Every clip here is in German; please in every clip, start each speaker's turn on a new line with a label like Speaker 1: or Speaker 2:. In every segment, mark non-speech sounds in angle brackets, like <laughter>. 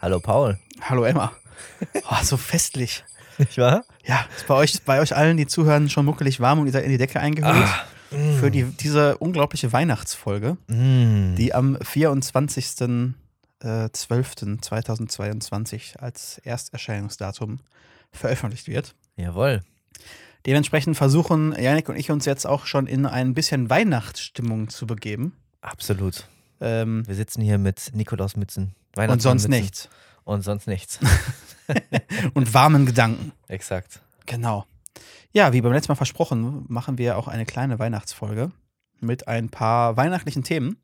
Speaker 1: Hallo Paul.
Speaker 2: Hallo Emma. Oh, so festlich.
Speaker 1: Nicht wahr?
Speaker 2: Ja, ist bei euch, bei euch allen, die zuhören, schon muckelig warm und ihr seid in die Decke eingehüllt. Für die, diese unglaubliche Weihnachtsfolge,
Speaker 1: Mm.
Speaker 2: die am 24.12.2022 als Ersterscheinungsdatum veröffentlicht wird.
Speaker 1: Jawohl.
Speaker 2: Dementsprechend versuchen Janik und ich uns jetzt auch schon in ein bisschen Weihnachtsstimmung zu begeben.
Speaker 1: Absolut.
Speaker 2: Ähm,
Speaker 1: Wir sitzen hier mit Nikolausmützen.
Speaker 2: und sonst
Speaker 1: Weihnachtsmannmützen.
Speaker 2: nichts.
Speaker 1: Und sonst nichts.
Speaker 2: <laughs> Und warmen Gedanken.
Speaker 1: Exakt.
Speaker 2: Genau. Ja, wie beim letzten Mal versprochen, machen wir auch eine kleine Weihnachtsfolge mit ein paar weihnachtlichen Themen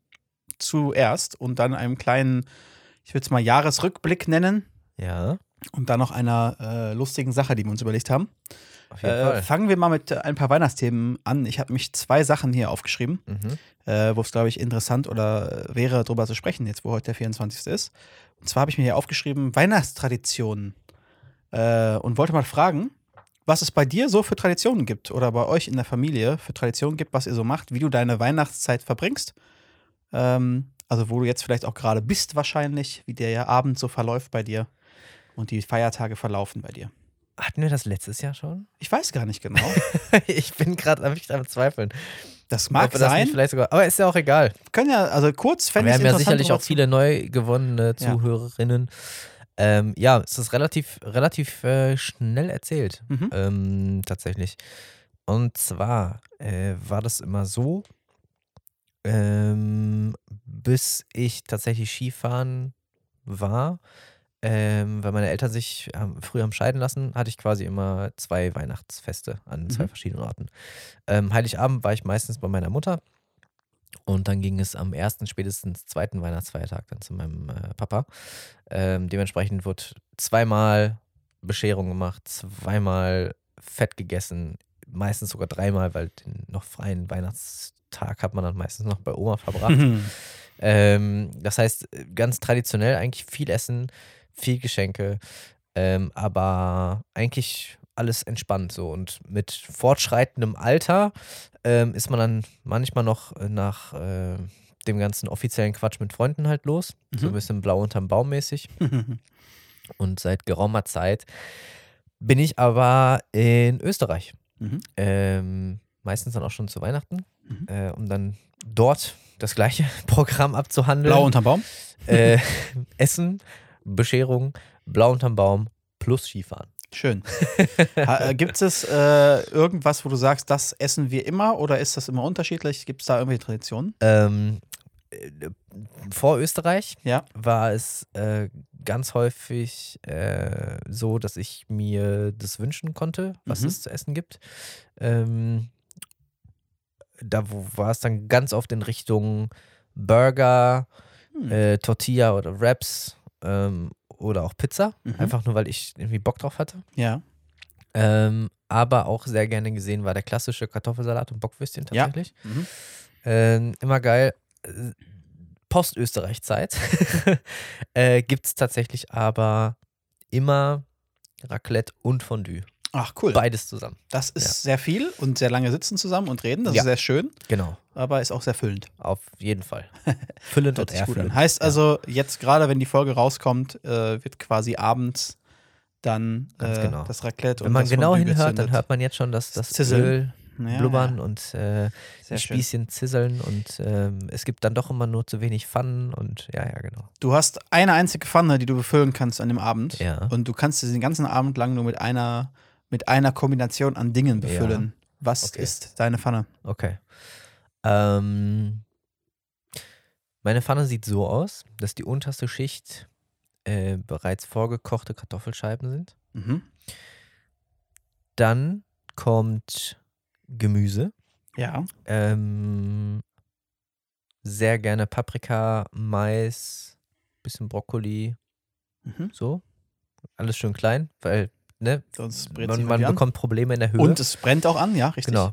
Speaker 2: zuerst und dann einem kleinen, ich würde es mal Jahresrückblick nennen
Speaker 1: Ja,
Speaker 2: und dann noch einer äh, lustigen Sache, die wir uns überlegt haben.
Speaker 1: auf jeden
Speaker 2: Äh,
Speaker 1: Fall.
Speaker 2: fangen wir mal mit äh, ein paar Weihnachtsthemen an. Ich habe mich zwei Sachen hier aufgeschrieben,
Speaker 1: Mhm.
Speaker 2: äh, wo es, glaube ich, interessant oder äh, wäre, darüber zu sprechen, jetzt wo heute der 24. ist. Und zwar habe ich mir hier aufgeschrieben Weihnachtstraditionen äh, und wollte mal fragen, was es bei dir so für Traditionen gibt oder bei euch in der Familie für Traditionen gibt, was ihr so macht, wie du deine Weihnachtszeit verbringst. Ähm, also wo du jetzt vielleicht auch gerade bist wahrscheinlich, wie der ja Abend so verläuft bei dir und die Feiertage verlaufen bei dir.
Speaker 1: Hatten wir das letztes Jahr schon? <laughs>
Speaker 2: Ich weiß gar nicht genau.
Speaker 1: ich bin gerade am, echt am Zweifeln.
Speaker 2: Das
Speaker 1: <laughs>
Speaker 2: mag
Speaker 1: Ob wir Das nicht
Speaker 2: sein.
Speaker 1: vielleicht sogar, aber ist ja auch egal.
Speaker 2: Können ja, also kurz
Speaker 1: Wir
Speaker 2: fände ich
Speaker 1: haben ja
Speaker 2: interessant. um
Speaker 1: sicherlich
Speaker 2: drüber
Speaker 1: auch
Speaker 2: zu-
Speaker 1: viele neu gewonnene
Speaker 2: Ja.
Speaker 1: Zuhörerinnen. Ähm, ja, es ist relativ, relativ äh, schnell erzählt,
Speaker 2: Mhm.
Speaker 1: ähm, tatsächlich. Und zwar äh, war das immer so, ähm, bis ich tatsächlich Skifahren war, ähm, weil meine Eltern sich haben, früh haben scheiden lassen, hatte ich quasi immer zwei Weihnachtsfeste an zwei
Speaker 2: Mhm.
Speaker 1: verschiedenen Orten. Ähm, Heiligabend war ich meistens bei meiner Mutter und dann ging es am ersten, spätestens zweiten Weihnachtsfeiertag dann zu meinem äh, Papa. Ähm, dementsprechend wurde zweimal Bescherung gemacht, zweimal fett gegessen, meistens sogar dreimal, weil den noch freien Weihnachtstag hat man dann meistens noch bei Oma verbracht.
Speaker 2: Mhm.
Speaker 1: Ähm, das heißt, ganz traditionell eigentlich viel Essen, viel Geschenke, ähm, aber eigentlich alles entspannt so. Und mit fortschreitendem Alter ähm, ist man dann manchmal noch äh, nach äh, dem ganzen offiziellen Quatsch mit Freunden halt los. So ein
Speaker 2: Mhm.
Speaker 1: bisschen blau unterm Baum mäßig.
Speaker 2: Mhm.
Speaker 1: Und seit geraumer Zeit bin ich aber in Österreich.
Speaker 2: Mhm.
Speaker 1: Ähm, meistens dann auch schon zu Weihnachten,
Speaker 2: Mhm.
Speaker 1: äh, um dann dort das gleiche <laughs> Programm abzuhandeln
Speaker 2: Blau unterm Baum.
Speaker 1: äh, <laughs> Essen, Bescherung, blau unterm Baum plus Skifahren. <laughs>
Speaker 2: Schön. Ha- äh, Gibt es äh, irgendwas, wo du sagst, das essen wir immer oder ist das immer unterschiedlich? Gibt es da irgendwelche Traditionen?
Speaker 1: Ähm, äh, vor Österreich
Speaker 2: Ja.
Speaker 1: war es äh, ganz häufig äh, so, dass ich mir das wünschen konnte, was
Speaker 2: Mhm.
Speaker 1: es zu essen gibt. Ähm, da wo- war es dann ganz oft in Richtung Burger,
Speaker 2: Hm.
Speaker 1: äh, Tortilla oder Wraps ähm, oder auch Pizza.
Speaker 2: Mhm.
Speaker 1: Einfach nur, weil ich irgendwie Bock drauf hatte.
Speaker 2: Ja.
Speaker 1: Ähm, aber auch sehr gerne gesehen war der klassische Kartoffelsalat und Bockwürstchen
Speaker 2: Ja.
Speaker 1: tatsächlich.
Speaker 2: Mhm.
Speaker 1: Ähm, immer geil. Äh, Postösterreich-Zeit <laughs> äh, gibt es tatsächlich aber immer Raclette und Fondue.
Speaker 2: Ach, cool.
Speaker 1: Beides zusammen.
Speaker 2: Das ist
Speaker 1: Ja.
Speaker 2: sehr viel und sehr lange sitzen zusammen und reden. Das
Speaker 1: Ja.
Speaker 2: ist sehr schön,
Speaker 1: Genau.
Speaker 2: aber ist auch sehr füllend.
Speaker 1: Auf jeden
Speaker 2: <laughs>
Speaker 1: Fall. Füllend
Speaker 2: Hört
Speaker 1: und
Speaker 2: sich gut an.
Speaker 1: erfüllend.
Speaker 2: Heißt also, jetzt gerade, wenn die Folge rauskommt, äh, wird quasi abends dann
Speaker 1: Ganz
Speaker 2: äh,
Speaker 1: genau.
Speaker 2: das Raclette
Speaker 1: Wenn
Speaker 2: und
Speaker 1: man
Speaker 2: das
Speaker 1: genau
Speaker 2: Fondue
Speaker 1: hinhört, dann
Speaker 2: gezündet.
Speaker 1: hört man jetzt schon, dass das
Speaker 2: Zisseln.
Speaker 1: Öl
Speaker 2: Ja,
Speaker 1: blubbern und äh,
Speaker 2: ja.
Speaker 1: die
Speaker 2: Sehr schön.
Speaker 1: Spießchen zisseln und ähm, es gibt dann doch immer nur zu wenig Pfannen und ja, ja, genau.
Speaker 2: Du hast eine einzige Pfanne, die du befüllen kannst an dem Abend.
Speaker 1: Ja.
Speaker 2: Und du kannst sie den ganzen Abend lang nur mit einer, mit einer Kombination an Dingen befüllen. Was
Speaker 1: Okay.
Speaker 2: ist deine Pfanne?
Speaker 1: Okay. Ähm, meine Pfanne sieht so aus, dass die unterste Schicht äh, bereits vorgekochte Kartoffelscheiben sind.
Speaker 2: Mhm.
Speaker 1: Dann kommt Gemüse.
Speaker 2: Ja.
Speaker 1: Ähm, sehr gerne Paprika, Mais, bisschen Brokkoli,
Speaker 2: Mhm.
Speaker 1: so. Alles schön klein, weil ne,
Speaker 2: Sonst brät
Speaker 1: man,
Speaker 2: sich
Speaker 1: man
Speaker 2: halt an.
Speaker 1: bekommt Probleme in der Höhe.
Speaker 2: Und es brennt auch an, ja, richtig.
Speaker 1: genau.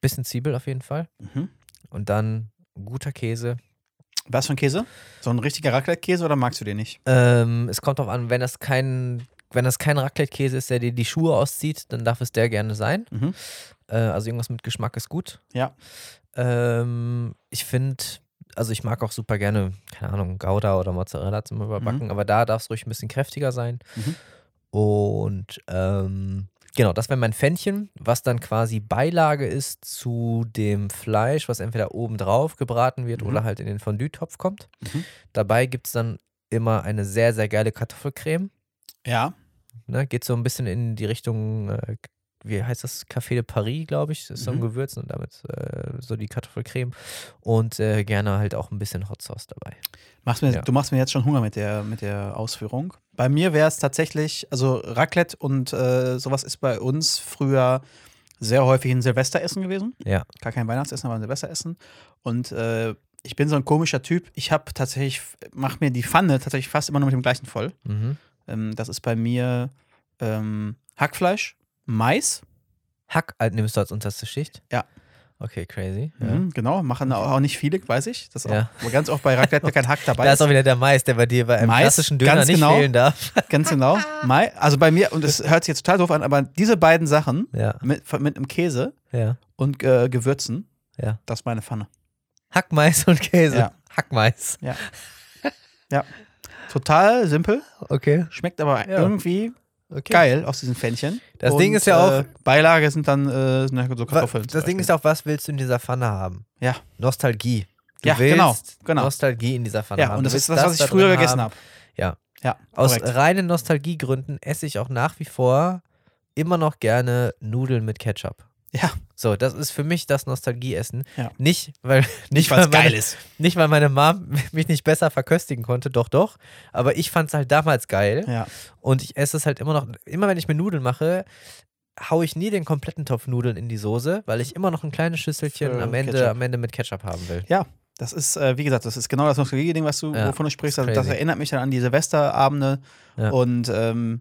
Speaker 1: Bisschen Zwiebel auf jeden Fall.
Speaker 2: Mhm.
Speaker 1: Und dann guter Käse.
Speaker 2: Was für ein Käse? So ein richtiger Raclette-Käse oder magst du den nicht?
Speaker 1: Ähm, es kommt drauf an, wenn das kein, wenn das kein Raclette-Käse ist, der dir die Schuhe auszieht, dann darf es der gerne sein.
Speaker 2: Mhm.
Speaker 1: Äh, also irgendwas mit Geschmack ist gut.
Speaker 2: Ja.
Speaker 1: Ähm, ich finde also ich mag auch super gerne, keine Ahnung, Gouda oder Mozzarella zum Überbacken, aber da darf es ruhig ein bisschen kräftiger sein.
Speaker 2: Mhm.
Speaker 1: Und ähm, genau, das wäre mein Pfännchen, was dann quasi Beilage ist zu dem Fleisch, was entweder oben drauf gebraten wird
Speaker 2: Mhm.
Speaker 1: oder halt in den Fondue-Topf kommt.
Speaker 2: Mhm.
Speaker 1: Dabei gibt es dann immer eine sehr, sehr geile Kartoffelcreme.
Speaker 2: Ja.
Speaker 1: Ne? Geht so ein bisschen in die Richtung, äh, wie heißt das? Café de Paris, glaube ich. Das ist so ein
Speaker 2: Mhm.
Speaker 1: Gewürz und damit äh, so die Kartoffelcreme. Und äh, gerne halt auch ein bisschen Hot Sauce dabei.
Speaker 2: Machst mir,
Speaker 1: Ja.
Speaker 2: Du machst mir jetzt schon Hunger mit der, mit der Ausführung. Bei mir wäre es tatsächlich, also Raclette und äh, sowas ist bei uns früher sehr häufig ein Silvesteressen gewesen.
Speaker 1: Ja.
Speaker 2: Gar kein Weihnachtsessen, aber ein Silvesteressen. Und äh, ich bin so ein komischer Typ. Ich habe tatsächlich, mache mir die Pfanne tatsächlich fast immer nur mit dem gleichen voll.
Speaker 1: Mhm.
Speaker 2: Ähm, das ist bei mir ähm, Hackfleisch, Mais,
Speaker 1: Hack äh, nimmst du als unterste Schicht?
Speaker 2: Ja.
Speaker 1: Okay, crazy. Ja.
Speaker 2: mhm, genau, machen auch nicht viele, weiß ich. Das auch,
Speaker 1: Ja.
Speaker 2: Ganz oft
Speaker 1: <laughs>
Speaker 2: bei Raclette kein Hack dabei
Speaker 1: Da ist auch wieder der Mais, der bei dir bei einem
Speaker 2: Mais,
Speaker 1: klassischen Döner
Speaker 2: ganz
Speaker 1: nicht
Speaker 2: genau.
Speaker 1: fehlen darf. <laughs>
Speaker 2: Ganz genau. Mai, also bei mir, und es hört sich jetzt total doof an, aber diese beiden Sachen
Speaker 1: Ja,
Speaker 2: mit, mit einem Käse
Speaker 1: ja.
Speaker 2: und äh, Gewürzen,
Speaker 1: Ja.
Speaker 2: das ist meine Pfanne.
Speaker 1: Hackmais und Käse.
Speaker 2: Ja.
Speaker 1: Hackmais.
Speaker 2: Total simpel,
Speaker 1: Okay.
Speaker 2: schmeckt aber
Speaker 1: Ja.
Speaker 2: irgendwie
Speaker 1: okay.
Speaker 2: geil aus diesen Fännchen.
Speaker 1: Das Ding ist ja auch-
Speaker 2: Äh, Beilage sind dann äh, sind halt so
Speaker 1: Wa-
Speaker 2: Kartoffeln.
Speaker 1: Das Ding ist auch, was willst du in dieser Pfanne haben?
Speaker 2: Ja.
Speaker 1: Nostalgie. Du
Speaker 2: Ja,
Speaker 1: willst
Speaker 2: genau, genau.
Speaker 1: Nostalgie in dieser Pfanne
Speaker 2: ja,
Speaker 1: haben. Du
Speaker 2: und das ist
Speaker 1: willst
Speaker 2: das, was
Speaker 1: da
Speaker 2: ich früher
Speaker 1: drin
Speaker 2: gegessen
Speaker 1: haben.
Speaker 2: habe.
Speaker 1: Ja.
Speaker 2: Ja,
Speaker 1: Aus äh,
Speaker 2: korrekt.
Speaker 1: reinen Nostalgiegründen esse ich auch nach wie vor immer noch gerne Nudeln mit Ketchup.
Speaker 2: Ja.
Speaker 1: So, das ist für mich das Nostalgieessen.
Speaker 2: Ja.
Speaker 1: Nicht, weil <laughs> nicht,
Speaker 2: Nicht,
Speaker 1: weil
Speaker 2: weil es
Speaker 1: meine,
Speaker 2: geil
Speaker 1: <laughs>
Speaker 2: ist.
Speaker 1: nicht, weil meine Mom <laughs> mich nicht besser verköstigen konnte, doch, doch. Aber ich fand es halt damals geil.
Speaker 2: Ja.
Speaker 1: Und ich esse es halt immer noch, immer wenn ich mir Nudeln mache, hau ich nie den kompletten Topf Nudeln in die Soße, weil ich immer noch ein kleines Schüsselchen
Speaker 2: Für
Speaker 1: am Ende,
Speaker 2: Ketchup.
Speaker 1: am Ende mit Ketchup haben will.
Speaker 2: Das ist, äh, wie gesagt, das ist genau das Nostalgie-Ding, was du,
Speaker 1: Ja,
Speaker 2: wovon du sprichst.
Speaker 1: ist
Speaker 2: Also, das
Speaker 1: crazy.
Speaker 2: erinnert mich dann an die Silvesterabende
Speaker 1: Ja.
Speaker 2: und ähm,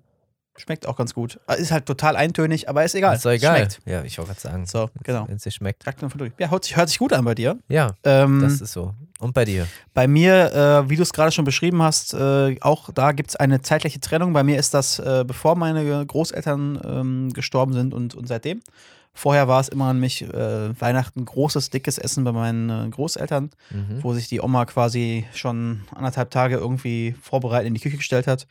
Speaker 2: schmeckt auch ganz gut. Ist halt total eintönig, aber ist egal.
Speaker 1: Ist doch egal.
Speaker 2: Schmeckt.
Speaker 1: Ja, ich wollte gerade sagen.
Speaker 2: So, genau.
Speaker 1: Wenn es dir schmeckt.
Speaker 2: Raclette und Fondue. Ja, hört sich, hört sich gut an bei dir.
Speaker 1: Ja,
Speaker 2: Ähm,
Speaker 1: das ist so. Und bei dir?
Speaker 2: bei mir, äh, wie du es gerade schon beschrieben hast, äh, auch da gibt es eine zeitliche Trennung. Bei mir ist das, äh, bevor meine Großeltern ähm, gestorben sind und, und seitdem. Vorher war es immer an mich äh, Weihnachten großes, dickes Essen bei meinen äh, Großeltern,
Speaker 1: Mhm.
Speaker 2: wo sich die Oma quasi schon anderthalb Tage irgendwie vorbereitet in die Küche gestellt hat.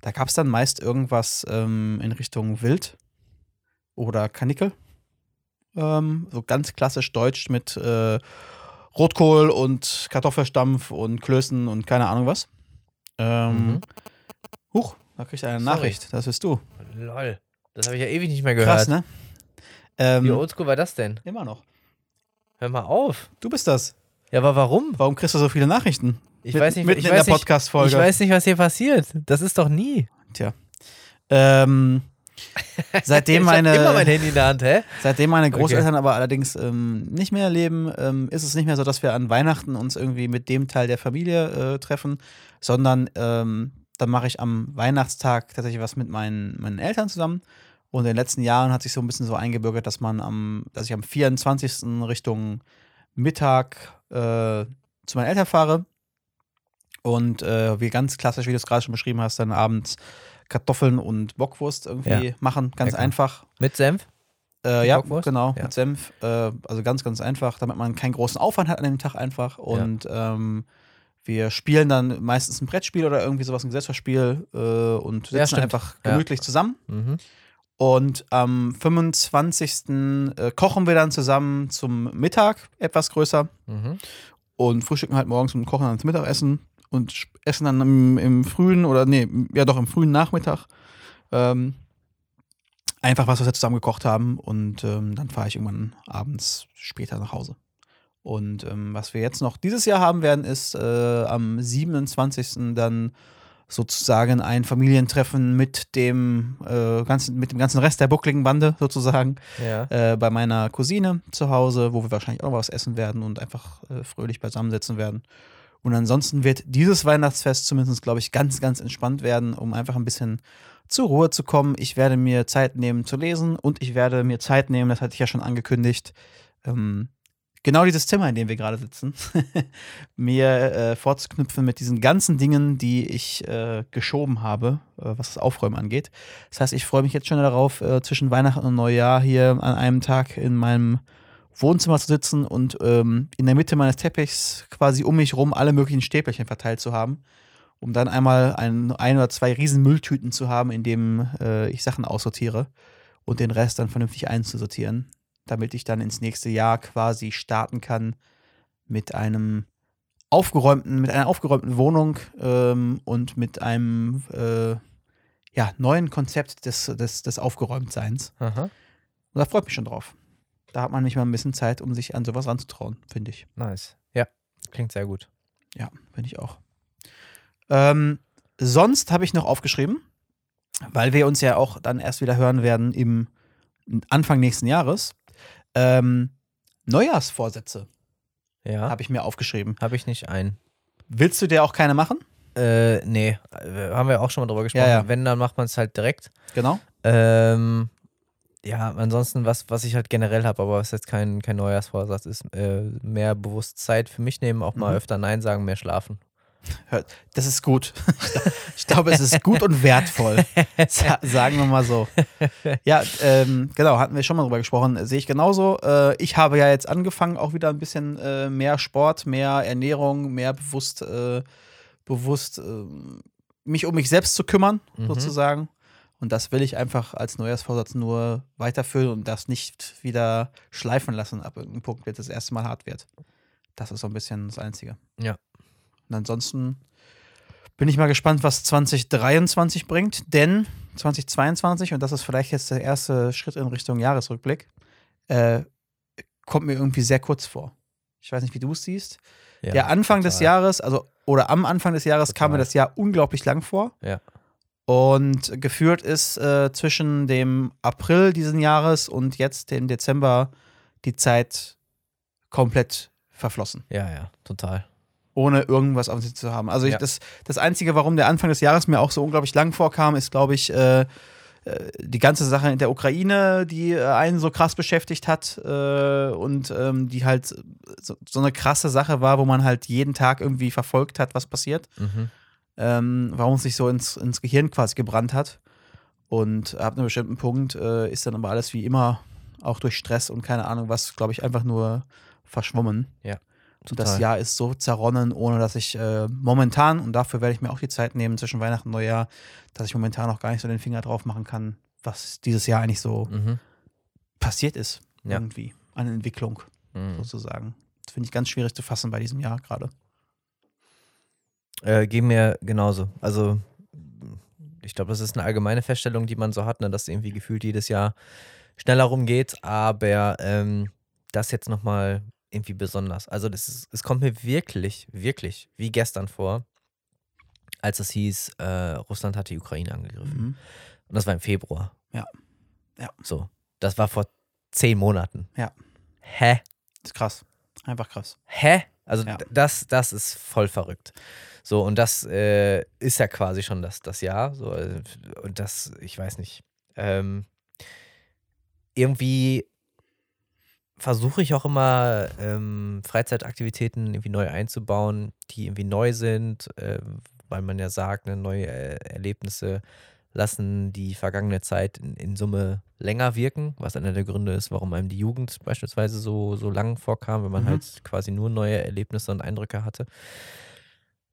Speaker 2: Da gab es dann meist irgendwas ähm, in Richtung Wild oder Kanickel. Ähm, so ganz klassisch deutsch mit äh, Rotkohl und Kartoffelstampf und Klößen und keine Ahnung was. Ähm,
Speaker 1: Mhm.
Speaker 2: Huch, da kriegt eine
Speaker 1: Sorry.
Speaker 2: Nachricht. Das bist du.
Speaker 1: Lol. Das habe ich ja ewig nicht mehr gehört.
Speaker 2: Krass, ne?
Speaker 1: Wie
Speaker 2: Ähm,
Speaker 1: oldschool war das denn?
Speaker 2: immer noch.
Speaker 1: Hör mal auf.
Speaker 2: Du bist das.
Speaker 1: Ja, aber warum?
Speaker 2: Warum kriegst du so viele Nachrichten?
Speaker 1: Ich
Speaker 2: Mitten-
Speaker 1: weiß nicht,
Speaker 2: mitten
Speaker 1: ich
Speaker 2: in
Speaker 1: weiß
Speaker 2: der
Speaker 1: nicht, ich
Speaker 2: Podcast-Folge.
Speaker 1: weiß nicht, was hier passiert. Das ist doch nie. <laughs>
Speaker 2: Ähm, <laughs> seitdem
Speaker 1: ich hab
Speaker 2: meine.
Speaker 1: immer mein Handy in der Hand, hä?
Speaker 2: Seitdem meine Großeltern aber allerdings ähm, nicht mehr leben, ähm, ist es nicht mehr so, dass wir an Weihnachten uns irgendwie mit dem Teil der Familie äh, treffen, sondern ähm, dann mache ich am Weihnachtstag tatsächlich was mit meinen, meinen Eltern zusammen. Und in den letzten Jahren hat sich so ein bisschen so eingebürgert, dass man am, dass ich am 24. Richtung Mittag äh, zu meinen Eltern fahre. Und äh, wir ganz klassisch, wie du es gerade schon beschrieben hast, dann abends Kartoffeln und Bockwurst irgendwie machen. Ganz
Speaker 1: Lecker.
Speaker 2: einfach.
Speaker 1: Mit Senf?
Speaker 2: Äh, ja,
Speaker 1: Bockwurst?
Speaker 2: genau,
Speaker 1: Ja.
Speaker 2: mit Senf. Äh, also ganz, ganz einfach, damit man keinen großen Aufwand hat an dem Tag einfach. Und ähm, wir spielen dann meistens ein Brettspiel oder irgendwie sowas, ein Gesellschaftsspiel äh, und
Speaker 1: Ja,
Speaker 2: sitzen
Speaker 1: stimmt.
Speaker 2: einfach
Speaker 1: Ja.
Speaker 2: gemütlich zusammen.
Speaker 1: Mhm.
Speaker 2: Und am 25. Äh, kochen wir dann zusammen zum Mittag etwas größer
Speaker 1: Mhm.
Speaker 2: und frühstücken halt morgens und kochen dann zum Mittagessen und sch- essen dann im, im frühen oder nee, im- ja doch im frühen Nachmittag ähm, einfach was, was wir zusammen gekocht haben und ähm, dann fahre ich irgendwann abends später nach Hause. Und ähm, was wir jetzt noch dieses Jahr haben werden, ist äh, am 27. dann sozusagen ein Familientreffen mit dem, äh, ganzen, mit dem ganzen Rest der buckligen Bande sozusagen
Speaker 1: Ja.
Speaker 2: äh, bei meiner Cousine zu Hause, wo wir wahrscheinlich auch noch was essen werden und einfach äh, fröhlich beisammensitzen werden. Und ansonsten wird dieses Weihnachtsfest zumindest, glaube ich, ganz, ganz entspannt werden, um einfach ein bisschen zur Ruhe zu kommen. Ich werde mir Zeit nehmen zu lesen und ich werde mir Zeit nehmen, das hatte ich ja schon angekündigt, ähm, genau dieses Zimmer, in dem wir gerade sitzen, <laughs> mir äh, vorzuknüpfen mit diesen ganzen Dingen, die ich äh, geschoben habe, äh, was das Aufräumen angeht. Das heißt, ich freue mich jetzt schon darauf, äh, zwischen Weihnachten und Neujahr hier an einem Tag in meinem Wohnzimmer zu sitzen und ähm, in der Mitte meines Teppichs quasi um mich rum alle möglichen Stäbchen verteilt zu haben, um dann einmal ein, ein oder zwei riesen Mülltüten zu haben, in dem äh, ich Sachen aussortiere und den Rest dann vernünftig einzusortieren, damit ich dann ins nächste Jahr quasi starten kann mit einem aufgeräumten, mit einer aufgeräumten Wohnung ähm, und mit einem äh, ja, neuen Konzept des, des, des Aufgeräumtseins.
Speaker 1: Aha,
Speaker 2: Und da freut mich schon drauf. Da hat man nicht mal ein bisschen Zeit, um sich an sowas ranzutrauen, finde ich.
Speaker 1: nice. Ja, klingt sehr gut.
Speaker 2: Ja, finde ich auch. Ähm, sonst habe ich noch aufgeschrieben, weil wir uns ja auch dann erst wieder hören werden im Anfang nächsten Jahres. Ähm, Neujahrsvorsätze
Speaker 1: Ja, habe
Speaker 2: habe ich mir aufgeschrieben.
Speaker 1: ich, nicht ein.
Speaker 2: Willst du dir auch keine machen?
Speaker 1: Äh, nee, äh, haben wir auch schon mal drüber gesprochen.
Speaker 2: ja.
Speaker 1: Wenn, dann macht man es halt direkt.
Speaker 2: Genau.
Speaker 1: Ähm, ja, ansonsten, was, was ich halt generell habe, aber was jetzt kein, kein Neujahrsvorsatz ist, äh, mehr bewusst Zeit für mich nehmen, auch mal
Speaker 2: Mhm.
Speaker 1: öfter Nein sagen, mehr schlafen.
Speaker 2: Hört- Das ist gut. <laughs> Ich glaube, es ist gut und wertvoll. Sa- Sagen wir mal so. Ja, ähm, genau, hatten wir schon mal drüber gesprochen. Äh, Sehe ich genauso. Äh, ich habe ja jetzt angefangen, auch wieder ein bisschen äh, mehr Sport, mehr Ernährung, mehr bewusst, äh, bewusst ähm, mich um mich selbst zu kümmern,
Speaker 1: Mhm.
Speaker 2: sozusagen. Und das will ich einfach als Neujahrsvorsatz nur weiterführen und das nicht wieder schleifen lassen. Ab irgendeinem Punkt wird das erste Mal hart wird. Das ist so ein bisschen das Einzige.
Speaker 1: Ja.
Speaker 2: Und ansonsten bin ich mal gespannt, was 2023 bringt, denn 2022, und das ist vielleicht jetzt der erste Schritt in Richtung Jahresrückblick, äh, kommt mir irgendwie sehr kurz vor. Ich weiß nicht, wie du es siehst.
Speaker 1: Ja,
Speaker 2: der Anfang des
Speaker 1: total.
Speaker 2: Jahres, also oder am Anfang des Jahres kam mir
Speaker 1: Total.
Speaker 2: das Jahr unglaublich lang vor.
Speaker 1: Ja.
Speaker 2: Und geführt ist äh, zwischen dem April diesen Jahres und jetzt dem Dezember die Zeit komplett verflossen
Speaker 1: Ja, ja, total.
Speaker 2: ohne irgendwas auf sich zu haben. Also ich,
Speaker 1: Ja.
Speaker 2: das, das Einzige, warum der Anfang des Jahres mir auch so unglaublich lang vorkam, ist, glaube ich, äh, äh, die ganze Sache in der Ukraine, die äh, einen so krass beschäftigt hat äh, und ähm, die halt so, so eine krasse Sache war, wo man halt jeden Tag irgendwie verfolgt hat, was passiert
Speaker 1: Mhm.
Speaker 2: ähm, warum es sich so ins, ins Gehirn quasi gebrannt hat. Und ab einem bestimmten Punkt äh, ist dann aber alles wie immer, auch durch Stress und keine Ahnung was, glaube ich, einfach nur verschwommen.
Speaker 1: Ja,
Speaker 2: Und das
Speaker 1: total.
Speaker 2: Jahr ist so zerronnen, ohne dass ich äh, momentan, und dafür werde ich mir auch die Zeit nehmen zwischen Weihnachten und Neujahr, dass ich momentan auch gar nicht so den Finger drauf machen kann, was dieses Jahr eigentlich so
Speaker 1: Mhm.
Speaker 2: passiert ist.
Speaker 1: Ja.
Speaker 2: Irgendwie. An Entwicklung
Speaker 1: Mhm.
Speaker 2: sozusagen. Das finde ich ganz schwierig zu fassen bei diesem Jahr gerade.
Speaker 1: Äh, geht mir genauso. Also, ich glaube, das ist eine allgemeine Feststellung, die man so hat, ne, dass irgendwie gefühlt jedes Jahr schneller rumgeht, aber ähm, das jetzt nochmal irgendwie besonders. Also, das ist, es kommt mir wirklich, wirklich wie gestern vor, als es hieß, äh, Russland hat die Ukraine angegriffen. Und das war im Februar.
Speaker 2: Mhm. Ja. Ja.
Speaker 1: So. Das war vor zehn Monaten.
Speaker 2: Ja.
Speaker 1: Hä?
Speaker 2: Ist krass. Einfach krass.
Speaker 1: Hä? Also
Speaker 2: Ja.
Speaker 1: d- das, das ist voll verrückt. So, und das äh, ist ja quasi schon das, das Jahr. So, äh, und das, ich weiß nicht. Ähm, irgendwie versuche ich auch immer, ähm, Freizeitaktivitäten irgendwie neu einzubauen, die irgendwie neu sind, ähm, weil man ja sagt, ne, neue äh, Erlebnisse lassen die vergangene Zeit in, in Summe länger wirken, was einer der Gründe ist, warum einem die Jugend beispielsweise so, so lang vorkam, wenn man
Speaker 2: Mhm.
Speaker 1: halt quasi nur neue Erlebnisse und Eindrücke hatte.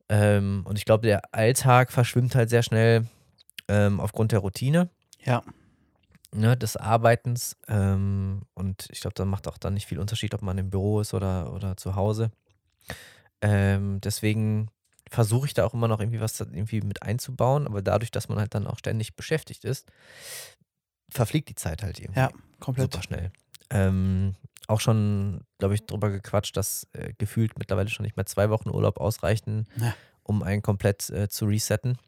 Speaker 1: Ähm, und ich glaube, der Alltag verschwimmt halt sehr schnell ähm, aufgrund der Routine
Speaker 2: Ja.
Speaker 1: ne, des Arbeitens. Ähm, und ich glaube, da macht auch dann nicht viel Unterschied, ob man im Büro ist oder, oder zu Hause. Ähm, deswegen versuche ich da auch immer noch irgendwie was da irgendwie mit einzubauen, aber dadurch, dass man halt dann auch ständig beschäftigt ist, verfliegt die Zeit halt irgendwie
Speaker 2: Ja, komplett.
Speaker 1: super schnell. Ähm, auch schon, glaube ich, drüber gequatscht, dass äh, gefühlt mittlerweile schon nicht mehr zwei Wochen Urlaub ausreichten,
Speaker 2: Ja.
Speaker 1: um einen komplett äh, zu resetten.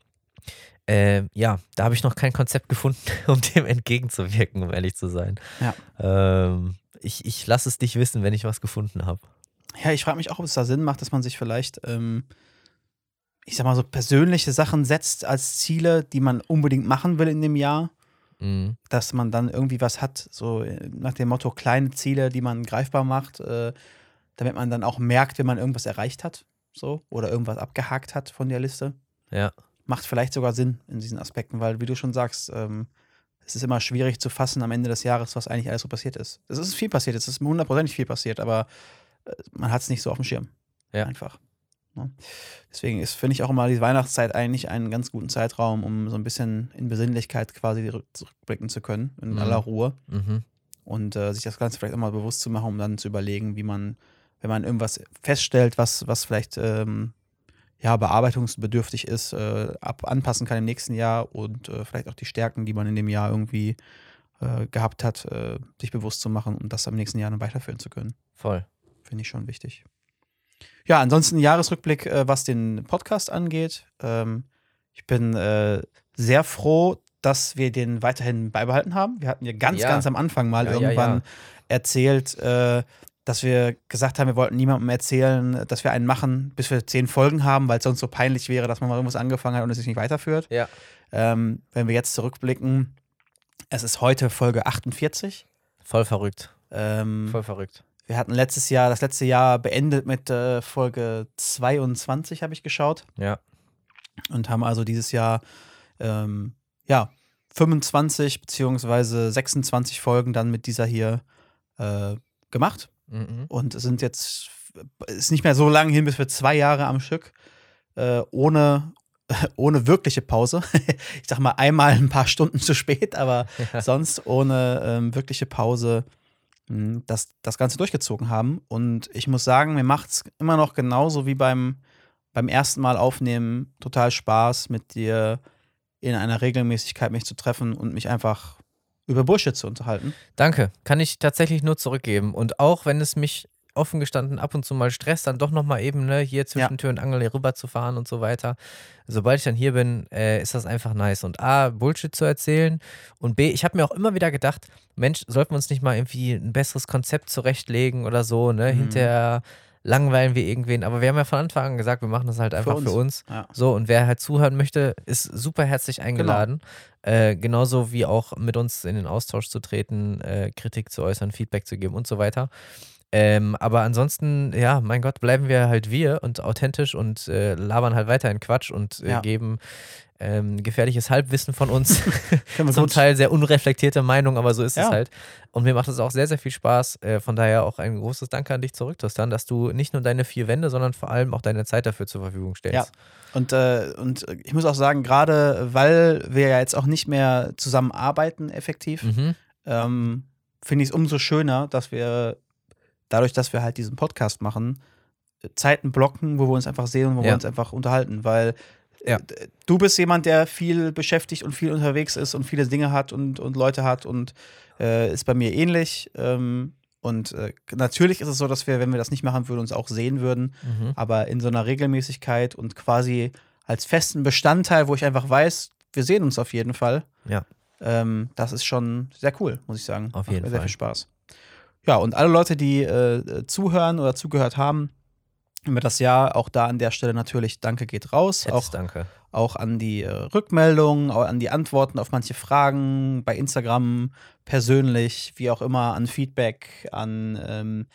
Speaker 1: Ähm, ja, da habe ich noch kein Konzept gefunden, <laughs> um dem entgegenzuwirken, um ehrlich zu sein.
Speaker 2: Ja.
Speaker 1: Ähm, ich ich lasse es dich wissen, wenn ich was gefunden habe.
Speaker 2: Ja, ich frage mich auch, ob es da Sinn macht, dass man sich vielleicht, ähm, ich sag mal so, persönliche Sachen setzt als Ziele, die man unbedingt machen will in dem Jahr,
Speaker 1: Mhm.
Speaker 2: dass man dann irgendwie was hat, so äh, nach dem Motto kleine Ziele, die man greifbar macht, äh, damit man dann auch merkt, wenn man irgendwas erreicht hat, so, oder irgendwas abgehakt hat von der Liste.
Speaker 1: Ja.
Speaker 2: Macht vielleicht sogar Sinn in diesen Aspekten, weil, wie du schon sagst, ähm, es ist immer schwierig zu fassen am Ende des Jahres, was eigentlich alles so passiert ist. Es ist viel passiert, es ist hundertprozentig viel passiert, aber äh, man hat es nicht so auf dem Schirm.
Speaker 1: Ja.
Speaker 2: Einfach. Ne? Deswegen ist, finde ich auch immer die Weihnachtszeit eigentlich einen ganz guten Zeitraum, um so ein bisschen in Besinnlichkeit quasi rück- zurückblicken zu können, in
Speaker 1: Mhm.
Speaker 2: aller Ruhe
Speaker 1: Mhm.
Speaker 2: und äh, sich das Ganze vielleicht auch mal bewusst zu machen, um dann zu überlegen, wie man, wenn man irgendwas feststellt, was, was vielleicht ähm, ja, bearbeitungsbedürftig ist, äh, ab, anpassen kann im nächsten Jahr und äh, vielleicht auch die Stärken, die man in dem Jahr irgendwie äh, gehabt hat, äh, sich bewusst zu machen und das am nächsten Jahr dann weiterführen zu können.
Speaker 1: Voll.
Speaker 2: Finde ich schon wichtig. Ja, ansonsten Jahresrückblick, äh, was den Podcast angeht. Ähm, ich bin äh, sehr froh, dass wir den weiterhin beibehalten haben. Wir hatten ja ganz,
Speaker 1: Ja.
Speaker 2: ganz am Anfang mal
Speaker 1: Ja, ja,
Speaker 2: irgendwann
Speaker 1: ja.
Speaker 2: erzählt, äh, dass wir gesagt haben, wir wollten niemandem erzählen, dass wir einen machen, bis wir zehn Folgen haben, weil es sonst so peinlich wäre, dass man mal irgendwas angefangen hat und es sich nicht weiterführt.
Speaker 1: Ja.
Speaker 2: Ähm, wenn wir jetzt zurückblicken, es ist heute Folge 48.
Speaker 1: Voll verrückt.
Speaker 2: Ähm,
Speaker 1: Voll verrückt.
Speaker 2: wir hatten letztes Jahr, das letzte Jahr beendet mit äh, Folge 22, habe ich geschaut.
Speaker 1: Ja.
Speaker 2: Und haben also dieses Jahr, ähm, ja, 25 beziehungsweise 26 Folgen dann mit dieser hier äh, gemacht.
Speaker 1: Mhm. <laughs>
Speaker 2: Und es sind jetzt, ist nicht mehr so lang hin, bis wir zwei Jahre am Stück äh, ohne, <laughs> ohne wirkliche Pause. <laughs> ich sag mal, einmal ein paar Stunden zu spät, aber
Speaker 1: Ja.
Speaker 2: sonst ohne ähm, wirkliche Pause mh, das, das Ganze durchgezogen haben. Und ich muss sagen, mir macht es immer noch genauso wie beim, beim ersten Mal aufnehmen total Spaß, mit dir in einer Regelmäßigkeit mich zu treffen und mich einfach über Bullshit zu unterhalten.
Speaker 1: Danke. Kann ich tatsächlich nur zurückgeben. Und auch wenn es mich offen gestanden ab und zu mal stresst, dann doch nochmal eben ne, hier zwischen Tür und Angel rüber zu fahren und so weiter. Sobald ich dann hier bin, äh, ist das einfach nice. Und A, Bullshit zu erzählen. Und B, ich habe mir auch immer wieder gedacht, Mensch, sollten wir uns nicht mal irgendwie ein besseres Konzept zurechtlegen oder so, ne?
Speaker 2: Mhm.
Speaker 1: Hinterher langweilen wir irgendwen. Aber wir haben ja von Anfang an gesagt, wir machen das halt einfach
Speaker 2: uns.
Speaker 1: Für uns.
Speaker 2: Ja.
Speaker 1: So, und wer halt zuhören möchte, ist super herzlich
Speaker 2: Genau.
Speaker 1: eingeladen. Äh, genauso wie auch mit uns in den Austausch zu treten, äh, Kritik zu äußern, Feedback zu geben und so weiter. Ähm, aber ansonsten, ja, mein Gott, bleiben wir halt wir und authentisch und äh, labern halt weiter in Quatsch und äh,
Speaker 2: Ja.
Speaker 1: geben ähm, gefährliches Halbwissen von
Speaker 2: <laughs>
Speaker 1: uns. <laughs>
Speaker 2: Können wir
Speaker 1: Zum
Speaker 2: gut-
Speaker 1: Teil sehr unreflektierte Meinung, aber so ist es
Speaker 2: Ja.
Speaker 1: halt. Und mir macht es auch sehr, sehr viel Spaß. Äh, von daher auch ein großes Danke an dich zurück, Tristan, dass du nicht nur deine vier Wände, sondern vor allem auch deine Zeit dafür zur Verfügung stellst.
Speaker 2: Ja. Und, äh, und ich muss auch sagen, gerade weil wir ja jetzt auch nicht mehr zusammenarbeiten effektiv,
Speaker 1: Mhm.
Speaker 2: ähm, finde ich es umso schöner, dass wir dadurch, dass wir halt diesen Podcast machen, Zeiten blocken, wo wir uns einfach sehen und wo wir
Speaker 1: Ja.
Speaker 2: uns einfach unterhalten, weil äh,
Speaker 1: Ja.
Speaker 2: d- du bist jemand, der viel beschäftigt und viel unterwegs ist und viele Dinge hat und, und Leute hat und äh, ist bei mir ähnlich. Ähm, und äh, natürlich ist es so, dass wir, wenn wir das nicht machen würden, uns auch sehen würden,
Speaker 1: Mhm.
Speaker 2: aber in so einer Regelmäßigkeit und quasi als festen Bestandteil, wo ich einfach weiß, wir sehen uns auf jeden Fall.
Speaker 1: Ja.
Speaker 2: Ähm, das ist schon sehr cool, muss ich sagen.
Speaker 1: Auf jeden
Speaker 2: mir Sehr
Speaker 1: Fall.
Speaker 2: viel Spaß. Ja, und alle Leute, die äh, äh, zuhören oder zugehört haben über das Jahr, auch da an der Stelle natürlich Danke geht raus.
Speaker 1: Auch
Speaker 2: Auch,
Speaker 1: danke.
Speaker 2: auch an die äh, Rückmeldungen, auch an die Antworten auf manche Fragen, bei Instagram, persönlich, wie auch immer, an Feedback, an ähm,